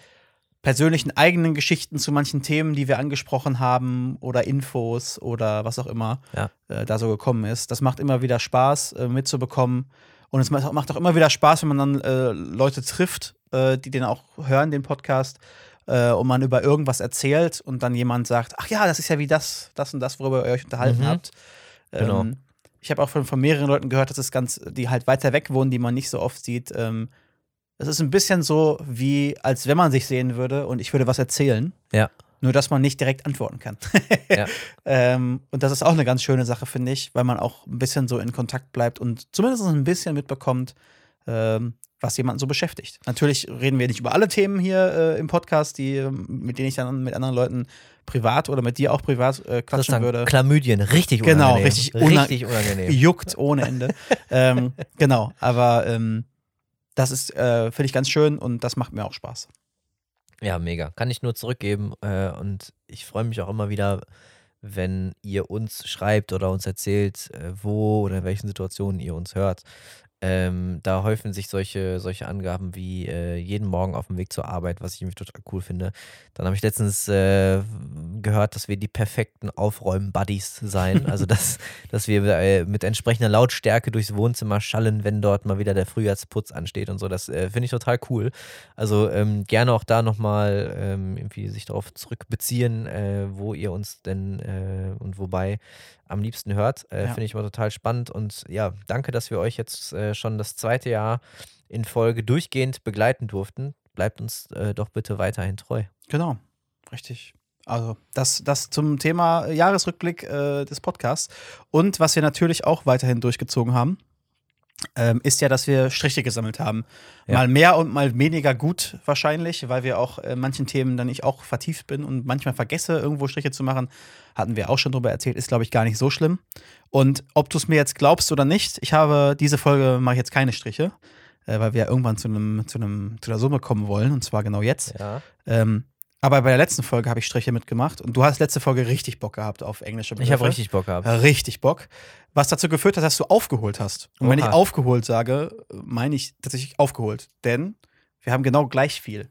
Speaker 2: persönlichen eigenen Geschichten zu manchen Themen, die wir angesprochen haben oder Infos oder was auch immer
Speaker 1: Ja.
Speaker 2: äh, da so gekommen ist. Das macht immer wieder Spaß äh, mitzubekommen und es macht auch- macht auch immer wieder Spaß, wenn man dann äh, Leute trifft, äh, die den auch hören, den Podcast. äh, Und man über irgendwas erzählt und dann jemand sagt, ach ja, das ist ja wie das, das und das, worüber ihr euch unterhalten
Speaker 1: Mhm.
Speaker 2: habt.
Speaker 1: Genau.
Speaker 2: Ähm, ich habe auch von, von mehreren Leuten gehört, dass es ganz, die halt weiter weg wohnen, die man nicht so oft sieht. Ähm, es ist ein bisschen so, wie als wenn man sich sehen würde und ich würde was erzählen.
Speaker 1: Ja.
Speaker 2: Nur, dass man nicht direkt antworten kann.
Speaker 1: Ja.
Speaker 2: <laughs> ähm, und das ist auch eine ganz schöne Sache, finde ich, weil man auch ein bisschen so in Kontakt bleibt und zumindest ein bisschen mitbekommt, ähm, was jemanden so beschäftigt. Natürlich reden wir nicht über alle Themen hier äh, im Podcast, die, ähm, mit denen ich dann mit anderen Leuten privat oder mit dir auch privat äh,
Speaker 1: Das ist
Speaker 2: quatschen
Speaker 1: dann
Speaker 2: würde.
Speaker 1: Chlamydien, richtig
Speaker 2: Genau,
Speaker 1: unangenehm.
Speaker 2: richtig una-
Speaker 1: richtig unangenehm.
Speaker 2: juckt ohne Ende. ähm, genau, aber ähm, das ist, äh, finde ich, ganz schön und das macht mir auch Spaß.
Speaker 1: Ja, mega. Kann ich nur zurückgeben. Äh, und ich freue mich auch immer wieder, wenn ihr uns schreibt oder uns erzählt, äh, wo oder in welchen Situationen ihr uns hört. Ähm, da häufen sich solche, solche Angaben wie äh, jeden Morgen auf dem Weg zur Arbeit, was ich nämlich total cool finde. Dann habe ich letztens äh, gehört, dass wir die perfekten Aufräumen-Buddies seien. Also, dass, dass wir äh, mit entsprechender Lautstärke durchs Wohnzimmer schallen, wenn dort mal wieder der Frühjahrsputz ansteht und so. Das äh, finde ich total cool. Also, ähm, gerne auch da nochmal ähm, irgendwie sich darauf zurückbeziehen, äh, wo ihr uns denn äh, und wobei am liebsten hört. Äh,
Speaker 2: Ja.
Speaker 1: Finde ich immer total spannend. Und ja, danke, dass wir euch jetzt äh, schon das zweite Jahr in Folge durchgehend begleiten durften. Bleibt uns äh, doch bitte weiterhin treu.
Speaker 2: Genau, richtig. Also, das, das zum Thema Jahresrückblick äh, des Podcasts. Und was wir natürlich auch weiterhin durchgezogen haben, ähm, ist ja, dass wir Striche gesammelt haben.
Speaker 1: Ja.
Speaker 2: Mal mehr und mal weniger gut wahrscheinlich, weil wir auch äh, manchen Themen dann ich auch vertieft bin und manchmal vergesse, irgendwo Striche zu machen. Hatten wir auch schon drüber erzählt, ist, glaube ich, gar nicht so schlimm. Und ob du es mir jetzt glaubst oder nicht, ich habe diese Folge, mache ich jetzt keine Striche, äh, weil wir ja irgendwann zu einem, zu einem, zu einer Summe kommen wollen, und zwar genau jetzt.
Speaker 1: Ja.
Speaker 2: Ähm, aber bei der letzten Folge habe ich Striche mitgemacht und du hast letzte Folge richtig Bock gehabt auf englische
Speaker 1: Ich
Speaker 2: Begriffe.
Speaker 1: habe richtig Bock gehabt.
Speaker 2: richtig Bock. Was dazu geführt hat, dass du aufgeholt hast. Und wenn ich
Speaker 1: Oha.
Speaker 2: aufgeholt sage, meine ich tatsächlich aufgeholt. Denn wir haben genau gleich viel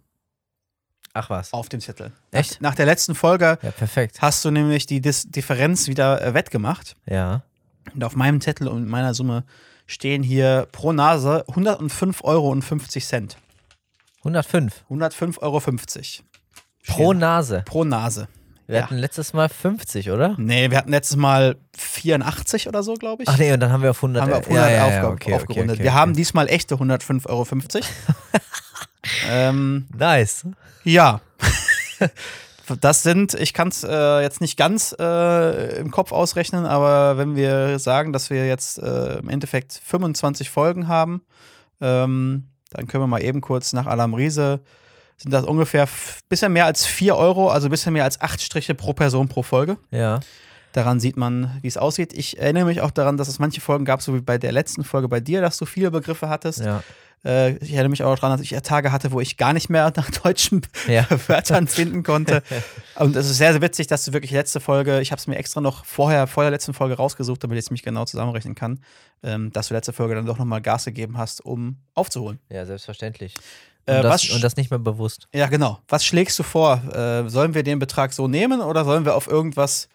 Speaker 1: Ach was.
Speaker 2: auf dem Zettel.
Speaker 1: Echt?
Speaker 2: Nach der letzten Folge
Speaker 1: Ja, perfekt.
Speaker 2: hast du nämlich die Dis Differenz wieder äh, wettgemacht.
Speaker 1: Ja.
Speaker 2: Und auf meinem Zettel und meiner Summe stehen hier pro Nase 105,50 Euro.
Speaker 1: 105
Speaker 2: 105,50 Euro.
Speaker 1: pro Nase.
Speaker 2: pro Nase.
Speaker 1: Wir hatten letztes Mal 50, oder?
Speaker 2: Nee, wir hatten letztes Mal 84 oder so, glaube ich.
Speaker 1: Ach nee, und dann haben wir auf 100,
Speaker 2: haben wir auf
Speaker 1: ja,
Speaker 2: 100
Speaker 1: ja, ja,
Speaker 2: aufge-
Speaker 1: okay, okay,
Speaker 2: aufgerundet.
Speaker 1: okay,
Speaker 2: wir
Speaker 1: okay.
Speaker 2: haben diesmal echte
Speaker 1: <laughs>
Speaker 2: 105,50 Euro. ähm,
Speaker 1: Nice.
Speaker 2: ja. <laughs> Das sind, ich kann es äh, jetzt nicht ganz äh, im Kopf ausrechnen, aber wenn wir sagen, dass wir jetzt äh, im Endeffekt 25 Folgen haben, ähm, dann können wir mal eben kurz nach Alarm Riese, sind das ungefähr f- bisschen mehr als 4 Euro, also bisschen mehr als 8 Striche pro Person pro Folge.
Speaker 1: Ja.
Speaker 2: Daran sieht man, wie es aussieht. Ich erinnere mich auch daran, dass es manche Folgen gab, so wie bei der letzten Folge bei dir, dass du viele Begriffe hattest.
Speaker 1: Ja.
Speaker 2: Äh, ich erinnere mich auch daran, dass ich Tage hatte, wo ich gar nicht mehr nach deutschen <laughs>
Speaker 1: Ja.
Speaker 2: Wörtern finden
Speaker 1: <laughs>
Speaker 2: konnte. Und es ist sehr, sehr witzig, dass du wirklich letzte Folge, ich habe es mir extra noch vorher, vor der letzten Folge rausgesucht, damit ich es mich genau zusammenrechnen kann, ähm, dass du letzte Folge dann doch nochmal Gas gegeben hast, um aufzuholen.
Speaker 1: Ja, selbstverständlich. Und,
Speaker 2: Äh,
Speaker 1: das,
Speaker 2: was-
Speaker 1: und das nicht mehr bewusst.
Speaker 2: Ja, genau. Was schlägst du vor? Äh, sollen wir den Betrag so nehmen oder sollen wir auf irgendwas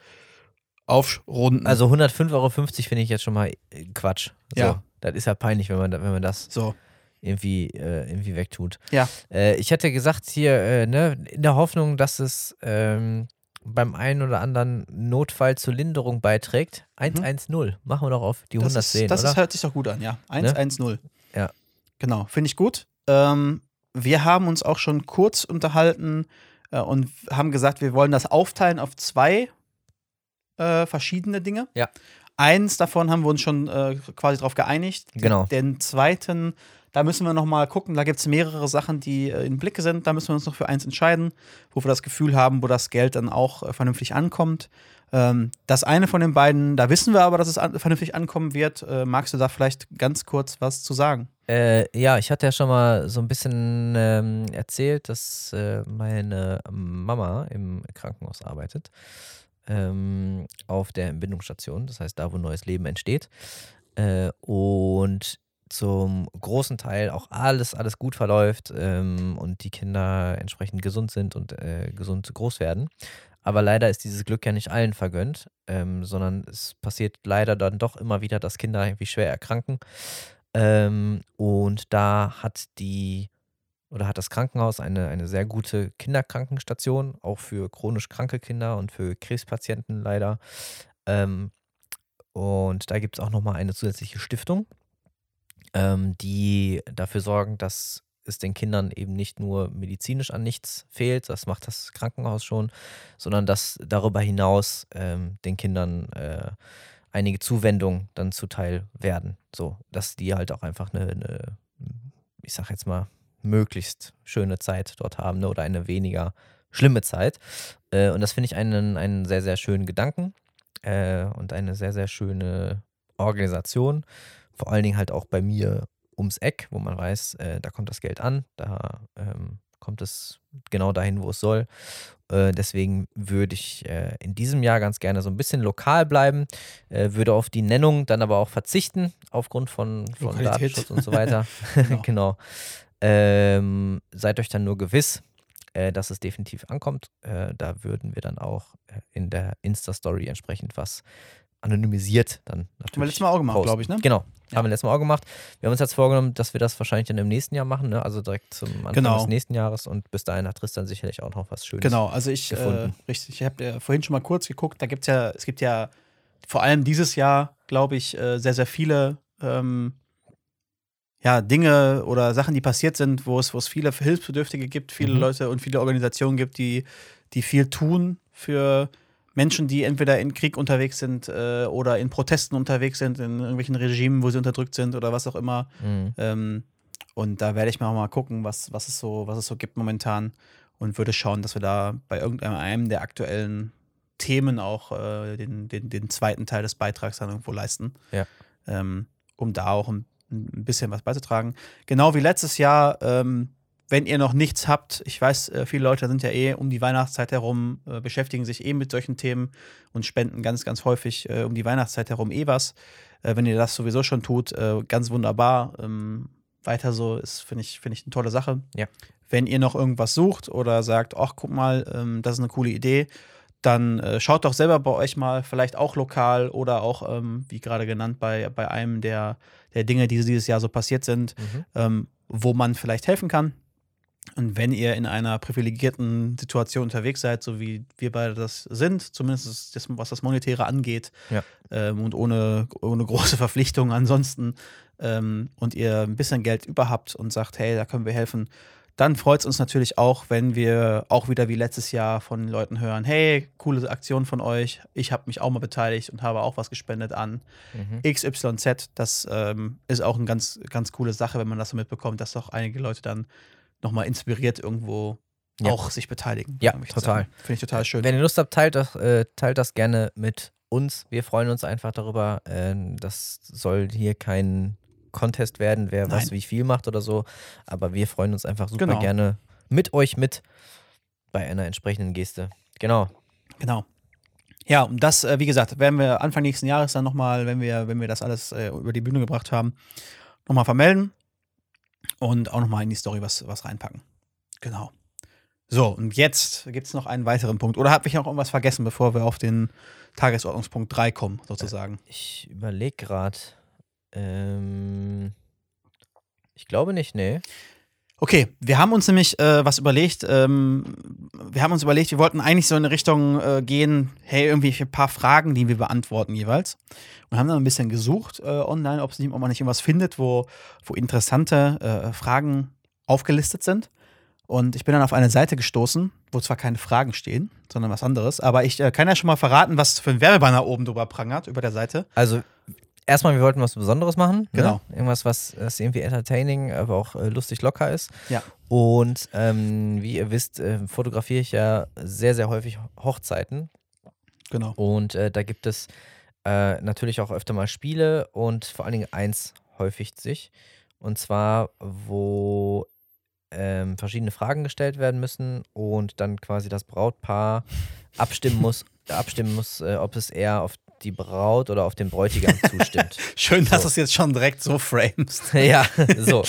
Speaker 2: aufrunden?
Speaker 1: Also 105,50 Euro finde ich jetzt schon mal äh, Quatsch. So.
Speaker 2: Ja.
Speaker 1: Das ist ja peinlich, wenn man, da- wenn man das
Speaker 2: so.
Speaker 1: irgendwie, äh, irgendwie wegtut.
Speaker 2: Ja.
Speaker 1: Äh, ich hätte gesagt hier, äh, ne, in der Hoffnung, dass es ähm, beim einen oder anderen Notfall zur Linderung beiträgt, 110. Machen wir doch auf die
Speaker 2: Mhm. Das,
Speaker 1: 110,
Speaker 2: ist, das
Speaker 1: oder? Ne?
Speaker 2: ist, hört sich doch gut an, ja. 1-1-0.
Speaker 1: Ja.
Speaker 2: Genau, finde ich gut. Ähm, wir haben uns auch schon kurz unterhalten äh, und haben gesagt, wir wollen das aufteilen auf zwei äh, verschiedene Dinge.
Speaker 1: Ja.
Speaker 2: Eins davon haben wir uns schon äh, quasi darauf geeinigt.
Speaker 1: Genau.
Speaker 2: Den zweiten, da müssen wir noch mal gucken. Da gibt es mehrere Sachen, die äh, im Blick sind. Da müssen wir uns noch für eins entscheiden, wo wir das Gefühl haben, wo das Geld dann auch äh, vernünftig ankommt. Ähm, das eine von den beiden, da wissen wir aber, dass es an, vernünftig ankommen wird. Äh, magst du da vielleicht ganz kurz was zu sagen?
Speaker 1: Äh, ja, ich hatte ja schon mal so ein bisschen ähm, erzählt, dass äh, meine Mama im Krankenhaus arbeitet, ähm, auf der Entbindungsstation, das heißt da, wo neues Leben entsteht. Äh, und zum großen Teil auch alles, alles gut verläuft ähm, und die Kinder entsprechend gesund sind und äh, gesund groß werden. Aber leider ist dieses Glück ja nicht allen vergönnt, ähm, sondern es passiert leider dann doch immer wieder, dass Kinder irgendwie schwer erkranken. Ähm, und da hat die oder hat das Krankenhaus eine, eine sehr gute Kinderkrankenstation, auch für chronisch kranke Kinder und für Krebspatienten leider. Ähm, und da gibt es auch nochmal eine zusätzliche Stiftung, ähm, die dafür sorgen, dass es den Kindern eben nicht nur medizinisch an nichts fehlt, das macht das Krankenhaus schon, sondern dass darüber hinaus ähm, den Kindern äh, einige Zuwendungen dann zuteil werden. So, dass die halt auch einfach eine, eine ich sag jetzt mal, möglichst schöne Zeit dort haben ne? oder eine weniger schlimme Zeit. Äh, und das finde ich einen, einen sehr, sehr schönen Gedanken äh, und eine sehr, sehr schöne Organisation. Vor allen Dingen halt auch bei mir ums Eck, wo man weiß, äh, da kommt das Geld an, da ähm, kommt es genau dahin, wo es soll. Äh, deswegen würde ich äh, in diesem Jahr ganz gerne so ein bisschen lokal bleiben, äh, würde auf die Nennung dann aber auch verzichten, aufgrund von, von
Speaker 2: Lokalität.
Speaker 1: Datenschutz und so weiter. <laughs>
Speaker 2: Genau.
Speaker 1: genau. Ähm, seid euch dann nur gewiss, äh, dass es definitiv ankommt. Äh, da würden wir dann auch äh, in der Insta-Story entsprechend was anonymisiert dann natürlich.
Speaker 2: Haben wir letztes Mal auch gemacht,
Speaker 1: posten.
Speaker 2: glaube ich, ne?
Speaker 1: Genau.
Speaker 2: Ja.
Speaker 1: Haben wir letztes Mal auch gemacht. Wir haben uns jetzt vorgenommen, dass wir das wahrscheinlich dann im nächsten Jahr machen, ne? also direkt zum Anfang
Speaker 2: Genau.
Speaker 1: des nächsten Jahres und bis dahin hat Tristan sicherlich auch noch was Schönes.
Speaker 2: Genau, also ich, äh,
Speaker 1: gefunden.
Speaker 2: richtig, ich habe äh, vorhin schon mal kurz geguckt, da gibt's ja, es gibt ja vor allem dieses Jahr, glaube ich, äh, sehr, sehr viele ähm, ja, Dinge oder Sachen, die passiert sind, wo es, wo es viele Hilfsbedürftige gibt, viele
Speaker 1: Mhm.
Speaker 2: Leute und viele Organisationen gibt, die, die viel tun für Menschen, die entweder in Krieg unterwegs sind äh, oder in Protesten unterwegs sind, in irgendwelchen Regimen, wo sie unterdrückt sind oder was auch immer.
Speaker 1: Mhm.
Speaker 2: Ähm, und da werde ich mal, mal gucken, was, was, es so, was es so gibt momentan und würde schauen, dass wir da bei irgendeinem der aktuellen Themen auch äh, den, den, den zweiten Teil des Beitrags dann irgendwo leisten,
Speaker 1: Ja.
Speaker 2: ähm, um da auch ein, ein bisschen was beizutragen. Genau wie letztes Jahr, ähm, wenn ihr noch nichts habt, ich weiß, äh, viele Leute sind ja eh um die Weihnachtszeit herum, äh, beschäftigen sich eh mit solchen Themen und spenden ganz, ganz häufig äh, um die Weihnachtszeit herum eh was. Äh, wenn ihr das sowieso schon tut, äh, ganz wunderbar. Ähm, weiter so ist, finde ich, finde ich eine tolle Sache.
Speaker 1: Ja.
Speaker 2: Wenn ihr noch irgendwas sucht oder sagt, ach, guck mal, ähm, das ist eine coole Idee, dann äh, schaut doch selber bei euch mal, vielleicht auch lokal oder auch, ähm, wie gerade genannt, bei, bei einem der, der Dinge, die dieses Jahr so passiert sind,
Speaker 1: Mhm.
Speaker 2: ähm, wo man vielleicht helfen kann. Und wenn ihr in einer privilegierten Situation unterwegs seid, so wie wir beide das sind, zumindest das, was das Monetäre angeht,
Speaker 1: Ja.
Speaker 2: ähm, und ohne, ohne große <laughs> Verpflichtungen ansonsten, ähm, und ihr ein bisschen Geld über habt und sagt, hey, da können wir helfen, dann freut es uns natürlich auch, wenn wir auch wieder wie letztes Jahr von Leuten hören, hey, coole Aktion von euch, ich habe mich auch mal beteiligt und habe auch was gespendet an
Speaker 1: Mhm.
Speaker 2: XYZ, das ähm, ist auch eine ganz, ganz coole Sache, wenn man das so mitbekommt, dass doch einige Leute dann nochmal inspiriert irgendwo
Speaker 1: Ja.
Speaker 2: auch sich beteiligen.
Speaker 1: Ja,
Speaker 2: an irgendwelchen
Speaker 1: total. Äh,
Speaker 2: Sachen. Finde ich total schön.
Speaker 1: Wenn ihr Lust habt, teilt das, äh, teilt das gerne mit uns. Wir freuen uns einfach darüber. Ähm, das soll hier kein Contest werden, wer was
Speaker 2: Nein.
Speaker 1: wie viel macht oder so. Aber wir freuen uns einfach super
Speaker 2: Genau.
Speaker 1: gerne mit euch mit bei einer entsprechenden Geste. Genau.
Speaker 2: Genau. Ja, und das, äh, wie gesagt, werden wir Anfang nächsten Jahres dann nochmal, wenn wir, wenn wir das alles äh, über die Bühne gebracht haben, nochmal vermelden und auch nochmal in die Story was, was reinpacken. Genau. So, und jetzt gibt es noch einen weiteren Punkt. Oder habe ich noch irgendwas vergessen, bevor wir auf den Tagesordnungspunkt 3 kommen, sozusagen?
Speaker 1: Ich überlege gerade. Ähm, ich glaube nicht, nee.
Speaker 2: Okay, wir haben uns nämlich äh, was überlegt. Ähm, wir haben uns überlegt, wir wollten eigentlich so in eine Richtung äh, gehen, hey, irgendwie ein paar Fragen, die wir beantworten jeweils. Und haben dann ein bisschen gesucht äh, online, ob's nicht, ob man nicht irgendwas findet, wo, wo interessante äh, Fragen aufgelistet sind. Und ich bin dann auf eine Seite gestoßen, wo zwar keine Fragen stehen, sondern was anderes. Aber ich äh, kann ja schon mal verraten, was für ein Werbebanner oben drüber prangert, über der Seite.
Speaker 1: Also erstmal, wir wollten was Besonderes machen.
Speaker 2: Genau.
Speaker 1: Ne? Irgendwas, was, was irgendwie entertaining, aber auch äh, lustig locker ist.
Speaker 2: Ja.
Speaker 1: Und ähm, wie ihr wisst, äh, fotografiere ich ja sehr, sehr häufig Hochzeiten.
Speaker 2: Genau.
Speaker 1: Und äh, da gibt es äh, natürlich auch öfter mal Spiele und vor allen Dingen eins häufigt sich. Und zwar, wo ähm, verschiedene Fragen gestellt werden müssen und dann quasi das Brautpaar abstimmen muss, abstimmen muss äh, ob es eher auf die Braut oder auf den Bräutigam zustimmt.
Speaker 2: Schön,
Speaker 1: So.
Speaker 2: dass du es jetzt schon direkt so
Speaker 1: <laughs>
Speaker 2: framest.
Speaker 1: ja, so.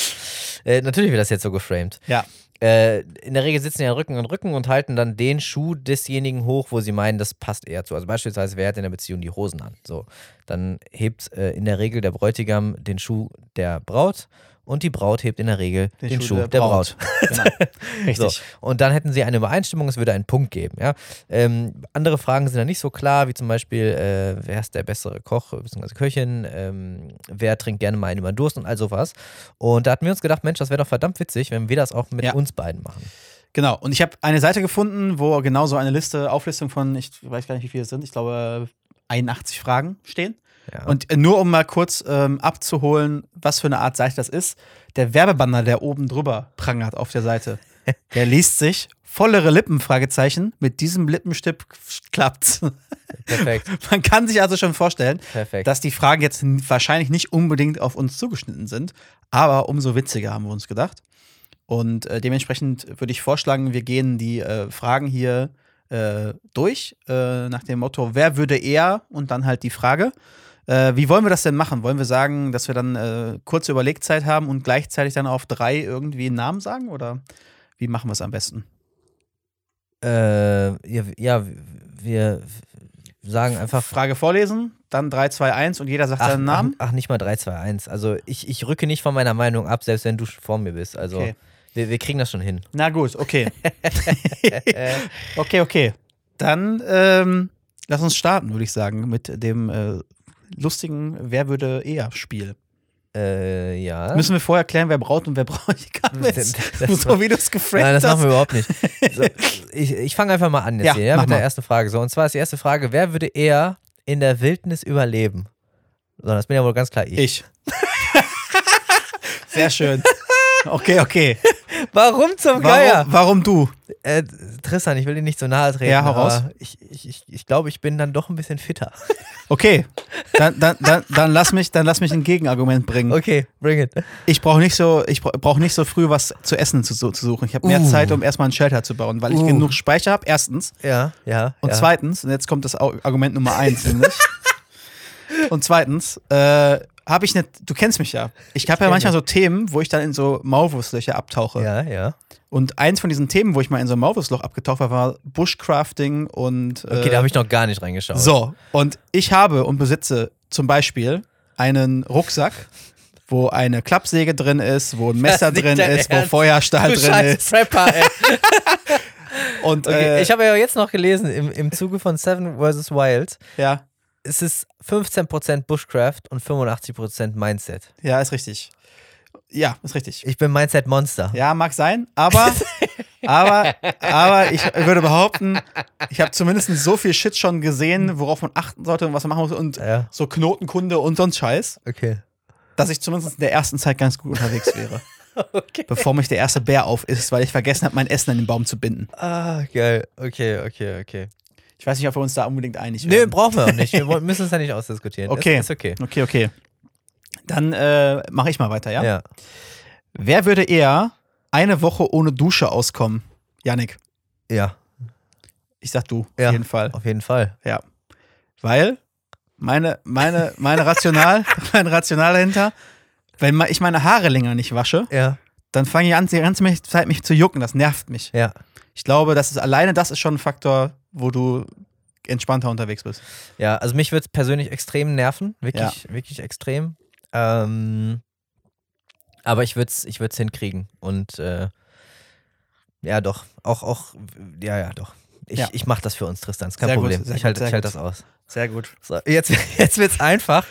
Speaker 1: Äh, natürlich wird das jetzt so geframed.
Speaker 2: Ja.
Speaker 1: Äh, in der Regel sitzen ja Rücken an Rücken und halten dann den Schuh desjenigen hoch, wo sie meinen, das passt eher zu. Also beispielsweise, wer hat in der Beziehung die Hosen an? So, dann hebt äh, in der Regel der Bräutigam den Schuh der Braut und die Braut hebt in der Regel den, Schuh, der, Braut.
Speaker 2: <laughs> Genau. Richtig.
Speaker 1: So. Und dann hätten sie eine Übereinstimmung, es würde einen Punkt geben. Ja? Ähm, andere Fragen sind dann nicht so klar, wie zum Beispiel, äh, wer ist der bessere Koch bzw. Köchin, ähm, wer trinkt gerne mal einen über den Durst und all sowas. Und da hatten wir uns gedacht, Mensch, das wäre doch verdammt witzig, wenn wir das auch mit
Speaker 2: Ja.
Speaker 1: uns beiden machen.
Speaker 2: Genau, und ich habe eine Seite gefunden, wo genau so eine Liste, Auflistung von, ich weiß gar nicht, wie viele es sind, ich glaube 81 Fragen stehen.
Speaker 1: Ja.
Speaker 2: Und äh, nur um mal kurz ähm, abzuholen, was für eine Art Seite das ist, der Werbebanner, der oben drüber prangert auf der Seite, der liest sich vollere Lippen, Fragezeichen, mit diesem Lippenstift klappt's.
Speaker 1: perfekt,
Speaker 2: <laughs>
Speaker 1: <laughs>
Speaker 2: Man kann sich also schon vorstellen,
Speaker 1: perfekt.
Speaker 2: dass die Fragen jetzt n- wahrscheinlich nicht unbedingt auf uns zugeschnitten sind, aber umso witziger haben wir uns gedacht. Und äh, dementsprechend würde ich vorschlagen, wir gehen die äh, Fragen hier äh, durch, äh, nach dem Motto, wer würde eher und dann halt die Frage. Äh, wie wollen wir das denn machen? Wollen wir sagen, dass wir dann äh, kurze Überlegzeit haben und gleichzeitig dann auf drei irgendwie einen Namen sagen? Oder wie machen wir es am besten?
Speaker 1: Äh, ja, w- ja, w- wir sagen einfach.
Speaker 2: Frage vorlesen, dann 3, 2, 1 und jeder sagt
Speaker 1: Ach,
Speaker 2: seinen
Speaker 1: ach,
Speaker 2: Namen.
Speaker 1: ach, nicht mal 3, 2, 1. Also ich, ich rücke nicht von meiner Meinung ab, selbst wenn du vor mir bist. Also
Speaker 2: Okay.
Speaker 1: wir, wir kriegen das schon
Speaker 2: <laughs>
Speaker 1: hin. Äh,
Speaker 2: Na gut, okay. okay, okay. Dann ähm, lass uns starten, würde ich sagen, mit dem äh, lustigen Wer würde eher Spiel.
Speaker 1: Äh, ja.
Speaker 2: Müssen wir vorher klären, wer Braut und wer Bräutigam ist.
Speaker 1: Das- das-
Speaker 2: so wie du es
Speaker 1: Nein,
Speaker 2: geframed
Speaker 1: das machen
Speaker 2: hast.
Speaker 1: wir überhaupt nicht.
Speaker 2: <laughs>
Speaker 1: So, ich ich fange einfach mal an jetzt
Speaker 2: Ja,
Speaker 1: hier, ja,
Speaker 2: mach
Speaker 1: mit
Speaker 2: mal.
Speaker 1: der ersten Frage. So, und zwar ist die erste Frage: Wer würde eher in der Wildnis überleben? So, das bin ja wohl ganz klar ich.
Speaker 2: Ich. <laughs> Sehr schön.
Speaker 1: <laughs>
Speaker 2: Okay, okay.
Speaker 1: Warum zum Geier?
Speaker 2: Warum, warum du?
Speaker 1: Äh, Tristan, ich will dir nicht so nahe treten.
Speaker 2: Ja, hau raus.
Speaker 1: aber Ich, ich, ich, ich glaube, ich bin dann doch ein bisschen
Speaker 2: <laughs>
Speaker 1: fitter.
Speaker 2: Okay, dann, dann, dann, dann, lass, mich, dann lass mich ein Gegenargument bringen.
Speaker 1: Okay, bring it.
Speaker 2: Ich brauche nicht so, ich bra- brauch nicht so früh was zu essen zu, zu suchen. Ich habe mehr
Speaker 1: Uh.
Speaker 2: Zeit, um erstmal ein Shelter zu bauen, weil ich
Speaker 1: Uh.
Speaker 2: genug Speicher habe, erstens.
Speaker 1: Ja, ja.
Speaker 2: Und
Speaker 1: ja.
Speaker 2: zweitens, und jetzt kommt das Au- Argument Nummer
Speaker 1: <laughs>
Speaker 2: eins, nämlich. Und zweitens, äh, habe ich nicht, du kennst mich ja. Ich habe ja
Speaker 1: kenn
Speaker 2: manchmal so Themen, wo ich dann in so Maulwurfslöcher abtauche.
Speaker 1: Ja, ja.
Speaker 2: Und eins von diesen Themen, wo ich mal in so ein Maulwurfsloch abgetaucht war, war Bushcrafting und. Äh,
Speaker 1: Okay, da habe ich noch gar nicht reingeschaut.
Speaker 2: so, und ich habe und besitze zum Beispiel einen Rucksack, wo eine Klappsäge drin ist, wo ein Messer
Speaker 1: nicht
Speaker 2: drin
Speaker 1: dein
Speaker 2: ist, wo
Speaker 1: Ernst.
Speaker 2: Feuerstahl
Speaker 1: Du
Speaker 2: halt drin
Speaker 1: scheiß
Speaker 2: ist.
Speaker 1: Prepper, ey.
Speaker 2: Und
Speaker 1: Okay,
Speaker 2: <laughs> äh,
Speaker 1: ich habe ja jetzt noch gelesen, im, im Zuge von Seven vs. Wild
Speaker 2: ja,
Speaker 1: ist es 15% Bushcraft und 85% Mindset.
Speaker 2: ja, ist richtig. Ja, ist richtig.
Speaker 1: Ich bin Mindset-Monster.
Speaker 2: Ja, mag sein,
Speaker 1: <laughs>
Speaker 2: aber, aber, aber ich würde behaupten, ich habe zumindest so viel Shit schon gesehen, worauf man achten sollte und was man machen muss und
Speaker 1: Ja.
Speaker 2: so Knotenkunde und sonst Scheiß,
Speaker 1: Okay.
Speaker 2: dass ich zumindest in der ersten Zeit ganz gut unterwegs wäre,
Speaker 1: <laughs> Okay.
Speaker 2: bevor mich der erste Bär auf ist, weil ich vergessen habe, mein Essen an den Baum zu binden.
Speaker 1: Ah, geil. Okay, okay, okay.
Speaker 2: Ich weiß nicht, ob wir uns da unbedingt einig
Speaker 1: Nö,
Speaker 2: werden.
Speaker 1: brauchen wir auch nicht. Wir wollen- müssen es ja nicht ausdiskutieren.
Speaker 2: Okay.
Speaker 1: Ist, ist okay.
Speaker 2: Okay, okay. Dann äh, mache ich mal weiter, ja?
Speaker 1: Ja.
Speaker 2: Wer würde eher eine Woche ohne Dusche auskommen? Janik,
Speaker 1: Ja,
Speaker 2: ich sag du,
Speaker 1: Ja.
Speaker 2: auf jeden Fall.
Speaker 1: auf jeden Fall.
Speaker 2: Ja. Weil meine, meine, meine Rational, <laughs> mein Rational dahinter, wenn ma- ich meine Haare länger nicht wasche,
Speaker 1: Ja,
Speaker 2: dann fange ich an, die ganze Me- Zeit mich zu jucken. Das nervt mich.
Speaker 1: ja.
Speaker 2: Ich glaube, das ist alleine das ist schon ein Faktor, wo du entspannter unterwegs bist.
Speaker 1: Ja, also mich würde es persönlich extrem nerven. Wirklich, wirklich extrem. Ähm, aber ich würde es ich würd's hinkriegen. Und äh, ja, doch. Auch, auch, ja, ja, doch. Ich,
Speaker 2: Ja.
Speaker 1: ich mache das für uns, Tristan. Ist kein
Speaker 2: Sehr gut,
Speaker 1: Problem.
Speaker 2: sehr
Speaker 1: ich
Speaker 2: gut,
Speaker 1: halte
Speaker 2: sehr
Speaker 1: ich halt
Speaker 2: gut.
Speaker 1: das aus.
Speaker 2: Sehr gut.
Speaker 1: So, jetzt, <laughs> jetzt wird's einfach.